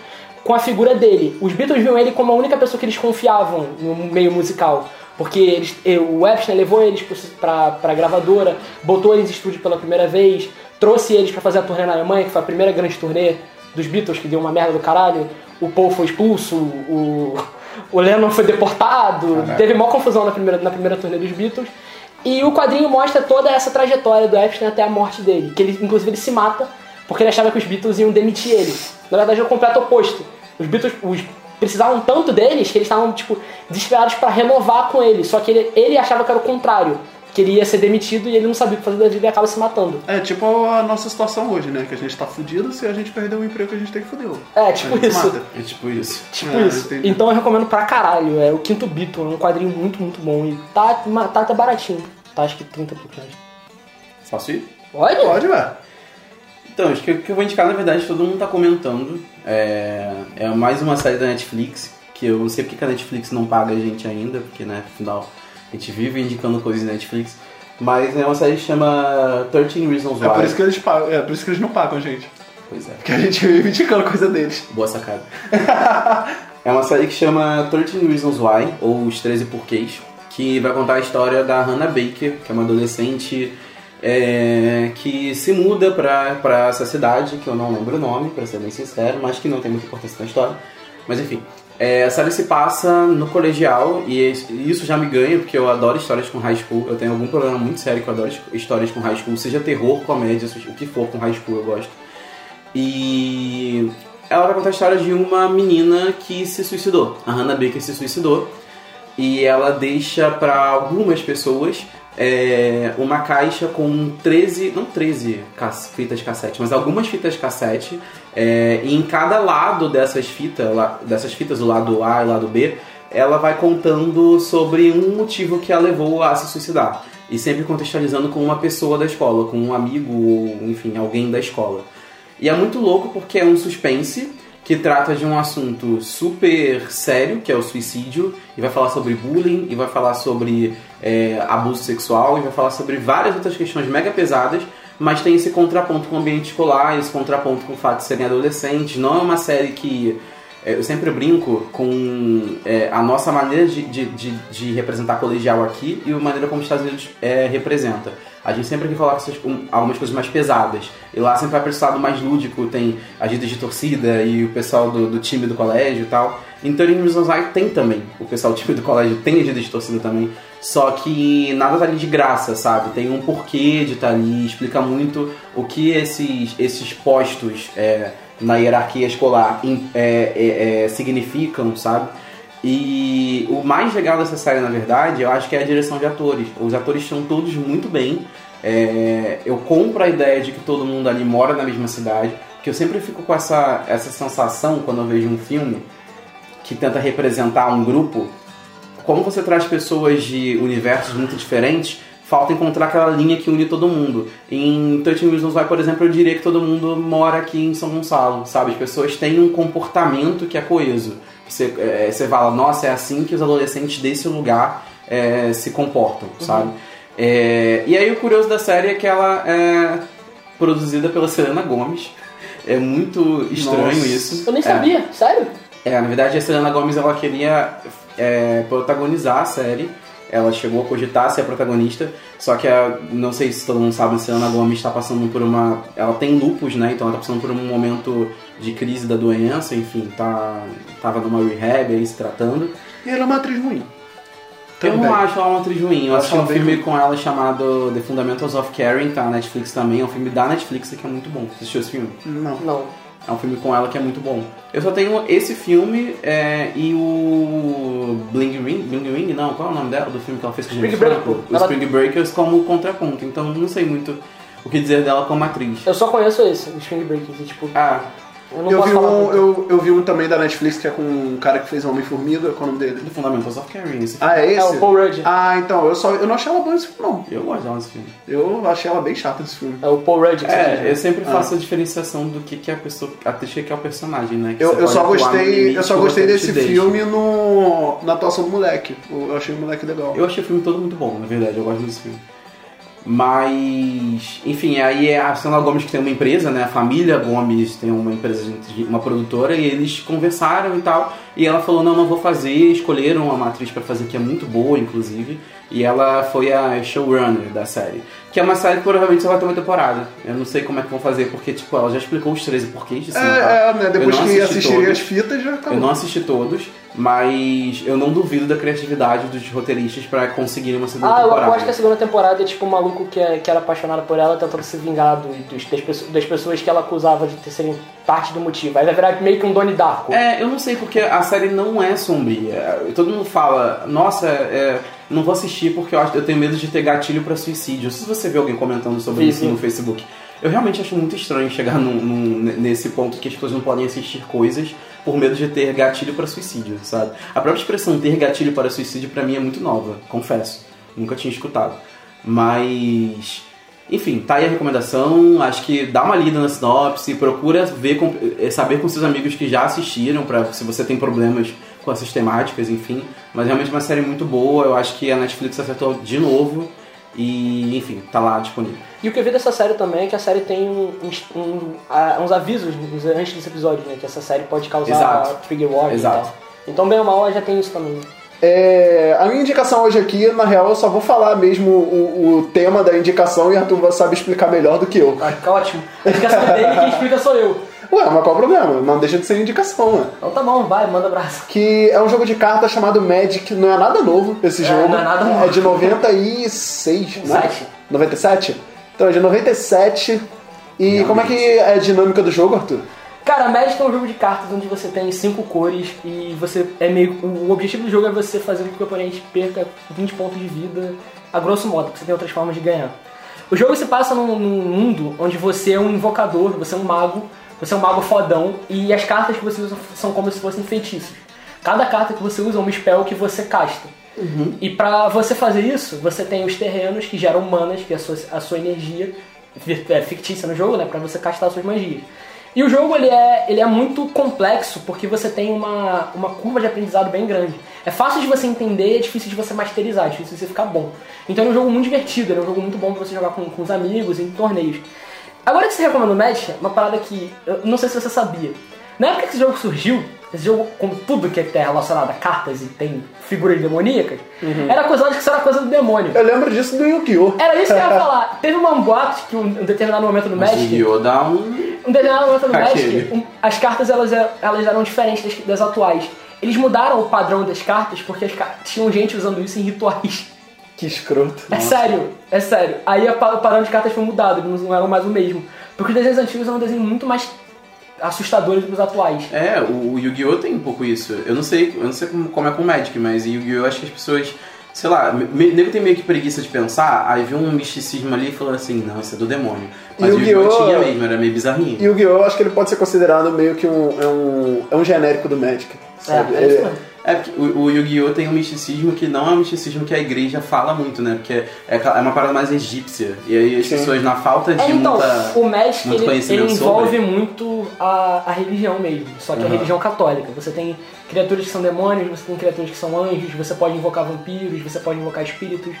com a figura dele. Os Beatles viam ele como a única pessoa que eles confiavam no meio musical. Porque eles, eh, o Epstein levou eles pro- pra, pra gravadora, botou eles em estúdio pela primeira vez, trouxe eles pra fazer a turnê na Alemanha, que foi a primeira grande turnê dos Beatles, que deu uma merda do caralho. O Paul foi expulso, o, o Lennon foi deportado, teve maior confusão na primeira, na primeira turnê dos Beatles. E o quadrinho mostra toda essa trajetória do Epstein até a morte dele, que ele, inclusive, ele se mata porque ele achava que os Beatles iam demitir ele. Na verdade, é o completo oposto. Os Beatles os- precisavam tanto deles que eles estavam, tipo, desesperados pra renovar com ele. Só que ele, ele achava que era o contrário. Que ele ia ser demitido e ele não sabia o que fazer da vida e acaba se matando.
É tipo a nossa situação hoje, né? Que a gente tá fudido, se a gente perder o emprego, a gente tem que fuder.
É,
a
tipo
gente
isso.
Mata.
É tipo isso.
Tipo
Ah,
isso.
entendi.
Então eu recomendo pra caralho. É o Quinto Beatle, é um quadrinho muito, muito bom. E tá, ma- tá, tá baratinho. Tá acho que 30 poucos.
Posso ir?
Olha!
Pode, velho.
Então, acho que o que eu vou indicar, na verdade, todo mundo tá comentando. É, é mais uma série da Netflix, que eu não sei porque que a Netflix não paga a gente ainda, porque, né, afinal, a gente vive indicando coisas da Netflix. Mas é uma série que chama 13 Reasons Why.
É por, isso que eles pagam, é por isso que eles não pagam, gente.
Pois é.
Porque a gente vive indicando coisa deles.
Boa sacada. é uma série que chama 13 Reasons Why, ou Os 13 Porquês, que vai contar a história da Hannah Baker, que é uma adolescente é, que se muda pra, pra essa cidade, que eu não lembro o nome, pra ser bem sincero, mas que não tem muita importância na história. Mas enfim, é, a série se passa no colegial e es- e isso já me ganha, porque eu adoro histórias com high school. Eu tenho algum problema muito sério que eu adoro his- histórias com high school, seja terror, comédia, seja o que for com high school eu gosto. E ela vai contar a história de uma menina que se suicidou. A Hannah Baker se suicidou. E ela deixa pra algumas pessoas é, uma caixa com 13, não 13 cas- fitas cassete, mas algumas fitas cassete. é, e em cada lado dessas fitas, la- dessas fitas, o lado A e o lado B, ela vai contando sobre um motivo que a levou a se suicidar. E sempre contextualizando com uma pessoa da escola, com um amigo, ou enfim, alguém da escola. E é muito louco porque é um suspense que trata de um assunto super sério, que é o suicídio, e vai falar sobre bullying, e vai falar sobre é, abuso sexual, e vai falar sobre várias outras questões mega pesadas, mas tem esse contraponto com o ambiente escolar, esse contraponto com o fato de serem adolescentes. Não é uma série que. é, Eu sempre brinco com é, a nossa maneira de, de, de, de representar colegial aqui e a maneira como os Estados Unidos é, representa. A gente sempre aqui coloca essas- um- algumas coisas mais pesadas. E lá sempre vai pro lado mais lúdico, tem agitas de torcida e o pessoal do, do time do colégio e tal. Então em Reasons Why tem também. O pessoal do time do colégio tem agitas de torcida também. Só que nada tá ali de graça, sabe? Tem um porquê de estar ali, explica muito o que esses, esses postos é, na hierarquia escolar em- é, é, é, significam, sabe? E o mais legal dessa série, na verdade, eu acho que é a direção de atores. Os atores estão todos muito bem. É, eu compro a ideia de que todo mundo ali mora na mesma cidade. Que eu sempre fico com essa, essa sensação quando eu vejo um filme que tenta representar um grupo. Como você traz pessoas de universos muito diferentes, falta encontrar aquela linha que une todo mundo. Em 13 Reasons Why, por exemplo, eu diria que todo mundo mora aqui em São Gonçalo, sabe? As pessoas têm um comportamento que é coeso. Você, é, você fala, nossa, é assim que os adolescentes desse lugar é, se comportam,
Uhum.
sabe? É, e aí o curioso da série é que ela é produzida pela Selena Gomes. É muito estranho
Nossa.
isso.
Eu nem
É.
sabia, sério?
É, na verdade a Selena Gomez ela queria é, protagonizar a série. Ela chegou a cogitar ser a protagonista, só que a- não sei se todo mundo sabe, a Selena Gomez está passando por uma. Ela tem lupus, né? Então ela tá passando por um momento de crise da doença, enfim, tá, tava numa rehab aí se tratando.
E ela é uma atriz ruim.
Eu
Também.
não acho ela uma atriz ruim. Eu
Então, Acho
assisti um
ela bem
filme
ruim.
com ela chamado The Fundamentals of Caring, tá na Netflix também. É um filme da Netflix que é muito bom. Você assistiu esse filme?
Não.
Não.
É um filme com ela que é muito bom. Eu só tenho esse filme é, e o Bling Ring, Bling Ring, não, qual é o nome dela, do filme que ela fez com o
Spring
James
Break.
Franco? O
Ela-
Spring Breakers como contraponto, então não sei muito o que dizer dela como atriz.
Eu só conheço esse, o Spring Breakers. e, tipo,
Ah,
eu não
Eu
posso
vi,
falar
um,
muito.
eu, eu vi um também da Netflix que é com um cara que fez Homem-Formiga, qual é o nome dele?
do Fundamentals of Caring, esse filme.
Ah, é esse?
É o Paul Rudd.
Ah, então, eu, só, eu não achei ela boa nesse filme, não.
Eu gosto dela nesse filme.
Eu achei ela bem chata nesse filme.
É o Paul Rudd. que você
É,
diz.
eu sempre
Ah.
faço a diferenciação do que, que a pessoa, a atriz que é o personagem, né? que
Eu,
você
eu só
pode atuar no
gostei,
limite
eu só
que
gostei
você
desse
te deixa.
filme no, na atuação do moleque. Eu eu achei o moleque legal.
Eu achei o filme todo muito bom, na verdade, eu gosto muito desse filme. Mas, enfim, aí é a Selena Gomes que tem uma empresa, né? A família Gomes tem uma empresa, de- uma produtora, e eles conversaram e tal. E ela falou: Não, não vou fazer. Escolheram uma atriz pra fazer, que é muito boa, inclusive. E ela foi a showrunner da série. Que é uma série que provavelmente só vai ter uma temporada. Eu não sei como é que vão fazer, porque, tipo, ela já explicou os 13 porquês de
É,
Selena.
é, né?
tá. Eu
Depois
não
que
assisti
assistirei
todos.
as fitas, já
tá
tá
acabou.
Eu não assisti todos, mas eu não duvido da criatividade dos roteiristas pra conseguirem uma segunda
Ah, eu
temporada.
aposto que a segunda temporada é tipo um maluco que, é- que era apaixonado por ela tentando se vingar do- dos, das, pessoas, das pessoas que ela acusava de ter serem parte do motivo. Aí vai virar meio que um Donnie Darko.
É, eu não sei porque a série não é sombria. Todo mundo fala, nossa, é, não vou assistir porque eu, acho, eu tenho medo de ter gatilho pra suicídio. Se você vê alguém comentando sobre
Vi,
isso
vi.
no Facebook, eu realmente acho muito estranho chegar num- num- nesse ponto que as pessoas não podem assistir coisas por medo de ter gatilho pra suicídio, sabe? A própria expressão ter gatilho para suicídio pra mim é muito nova, confesso. Nunca tinha escutado. Mas. Enfim, tá aí a recomendação. Acho que dá uma lida na sinopse, procura ver com- eh, saber com seus amigos que já assistiram, para se você tem problemas com essas temáticas, enfim. Mas realmente é uma série muito boa. Eu acho que a Netflix acertou de novo. E, enfim, tá lá disponível.
E o que eu vi dessa série também é que a série tem uns, um- a- uns avisos nos- antes desse episódio, né? Que essa série pode causar
Exato.
trigger warning e
Exato.
tal. Então, bem ou mal, ela já tem isso também.
É, a minha indicação hoje aqui, na real, eu só vou falar mesmo o, o tema da indicação e Arthur sabe explicar melhor do que eu.
Ah, que ótimo. A indicação é dele quem explica sou eu.
Ué, mas qual o problema? Não deixa de ser indicação, né?
Então tá bom, vai, manda abraço.
Que é um jogo de cartas chamado Magic, não é nada novo esse
É,
jogo.
não é nada novo.
É de 96, né?
Sete.
97? Então é de 97. E como é que é a dinâmica do jogo, Arthur?
Cara, Magic é um jogo de cartas onde você tem cinco cores e você é meio. O objetivo do jogo é você fazer com que o oponente perca 20 pontos de vida, a grosso modo, porque você tem outras formas de ganhar. O jogo se passa num, num mundo onde você é um invocador, você é um mago, você é um mago fodão, e as cartas que você usa são como se fossem feitiços. Cada carta que você usa é um spell que você casta. E pra você fazer isso, você tem os terrenos que geram manas, que é a sua, a sua energia vi- é, fictícia no jogo, né? Pra você castar suas magias. E o jogo ele é, ele é muito complexo porque você tem uma, uma curva de aprendizado bem grande. É fácil de você entender, é difícil de você masterizar, é difícil de você ficar bom. Então ele é um jogo muito divertido, ele é um jogo muito bom pra você jogar com, com os amigos em torneios. Agora que você recomenda o Magic, uma parada que eu não sei se você sabia. Na época que esse jogo surgiu, esse jogo com tudo que é relacionado a cartas e tem figuras demoníacas, era acusado de que isso era coisa do demônio.
Eu lembro disso do Yu-Gi-Oh!
Era isso que eu ia falar. Teve uma boato que um um determinado momento no
Mas o
Magic,
Yu-Gi-Oh! dá um.
um determinado momento no Magic,
Aquele.
um- as cartas elas, eram- elas eram diferentes das, das atuais. Eles mudaram o padrão das cartas porque as ca- tinham gente usando isso em rituais.
Que escroto.
É sério, é sério. Aí a pa- o padrão de cartas foi mudado, eles não eram mais o mesmo. Porque os desenhos antigos eram desenhos muito mais assustadores do que os atuais.
É, o o Yu-Gi-Oh! tem um pouco isso. Eu não sei, eu não sei como, como é com o Magic, mas em Yu-Gi-Oh! acho que as pessoas. Sei lá, me, nego tem meio que preguiça de pensar, aí viu um misticismo ali e falou assim, não, isso é do demônio. Mas o
Yu-Gi-Oh!
Yu-Gi-Oh! tinha mesmo, era meio bizarrinho.
Yu-Gi-Oh! acho que ele pode ser considerado meio que um. É um, é um genérico do Magic. Sabe?
é isso
Ele-
mesmo.
É, porque o, o Yu-Gi-Oh! tem um misticismo que não é um misticismo que a igreja fala muito, né? Porque é, é aquela- é uma parada mais egípcia. E aí as
Sim.
pessoas, na falta de
É, então,
muita.
o Magic
muito
ele,
conhecimento
ele envolve
sobre.
muito a, a religião mesmo, só que a
Aham.
religião católica. Você tem criaturas que são demônios, você tem criaturas que são anjos, você pode invocar vampiros, você pode invocar espíritos.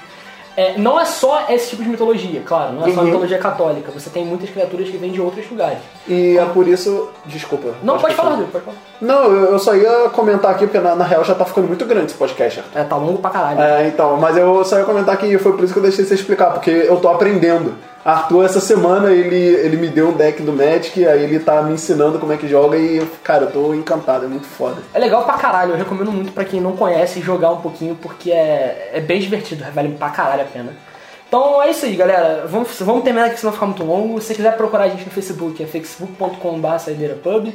é, não é só esse tipo de mitologia, claro, não é só
Uhum.
mitologia católica. Você tem muitas criaturas que vêm de outros lugares.
E é por isso. Desculpa.
Não, pode falar,
continuar.
Rodrigo, pode falar.
Não, eu eu só ia comentar aqui, porque na, na real já tá ficando muito grande esse podcast, Arthur.
É, tá longo pra caralho.
É, então, mas eu só ia comentar que foi por isso que eu deixei você explicar, porque eu tô aprendendo. Arthur, essa semana, ele, ele me deu um deck do Magic, aí ele tá me ensinando como é que joga e, cara, eu tô encantado, é muito foda.
É legal pra caralho, eu recomendo muito pra quem não conhece jogar um pouquinho, porque é, é bem divertido, vale pra caralho a pena. Então é isso aí, galera. Vamos, vamos terminar aqui, senão ficar muito longo. Se você quiser procurar a gente no Facebook, é facebook.com.br saideirapub.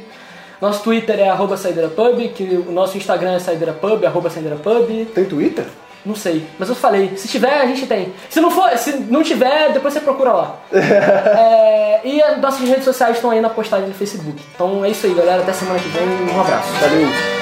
Nosso Twitter é arroba saideirapub, que o nosso Instagram é saideirapub, arroba saideirapub.
Tem Twitter?
Não sei, mas eu falei, se tiver, a gente tem. Se não for, se não tiver, depois você procura lá. É, e as nossas redes sociais estão aí na postagem do Facebook. Então é isso aí, galera. Até semana que vem. Um abraço.
Valeu!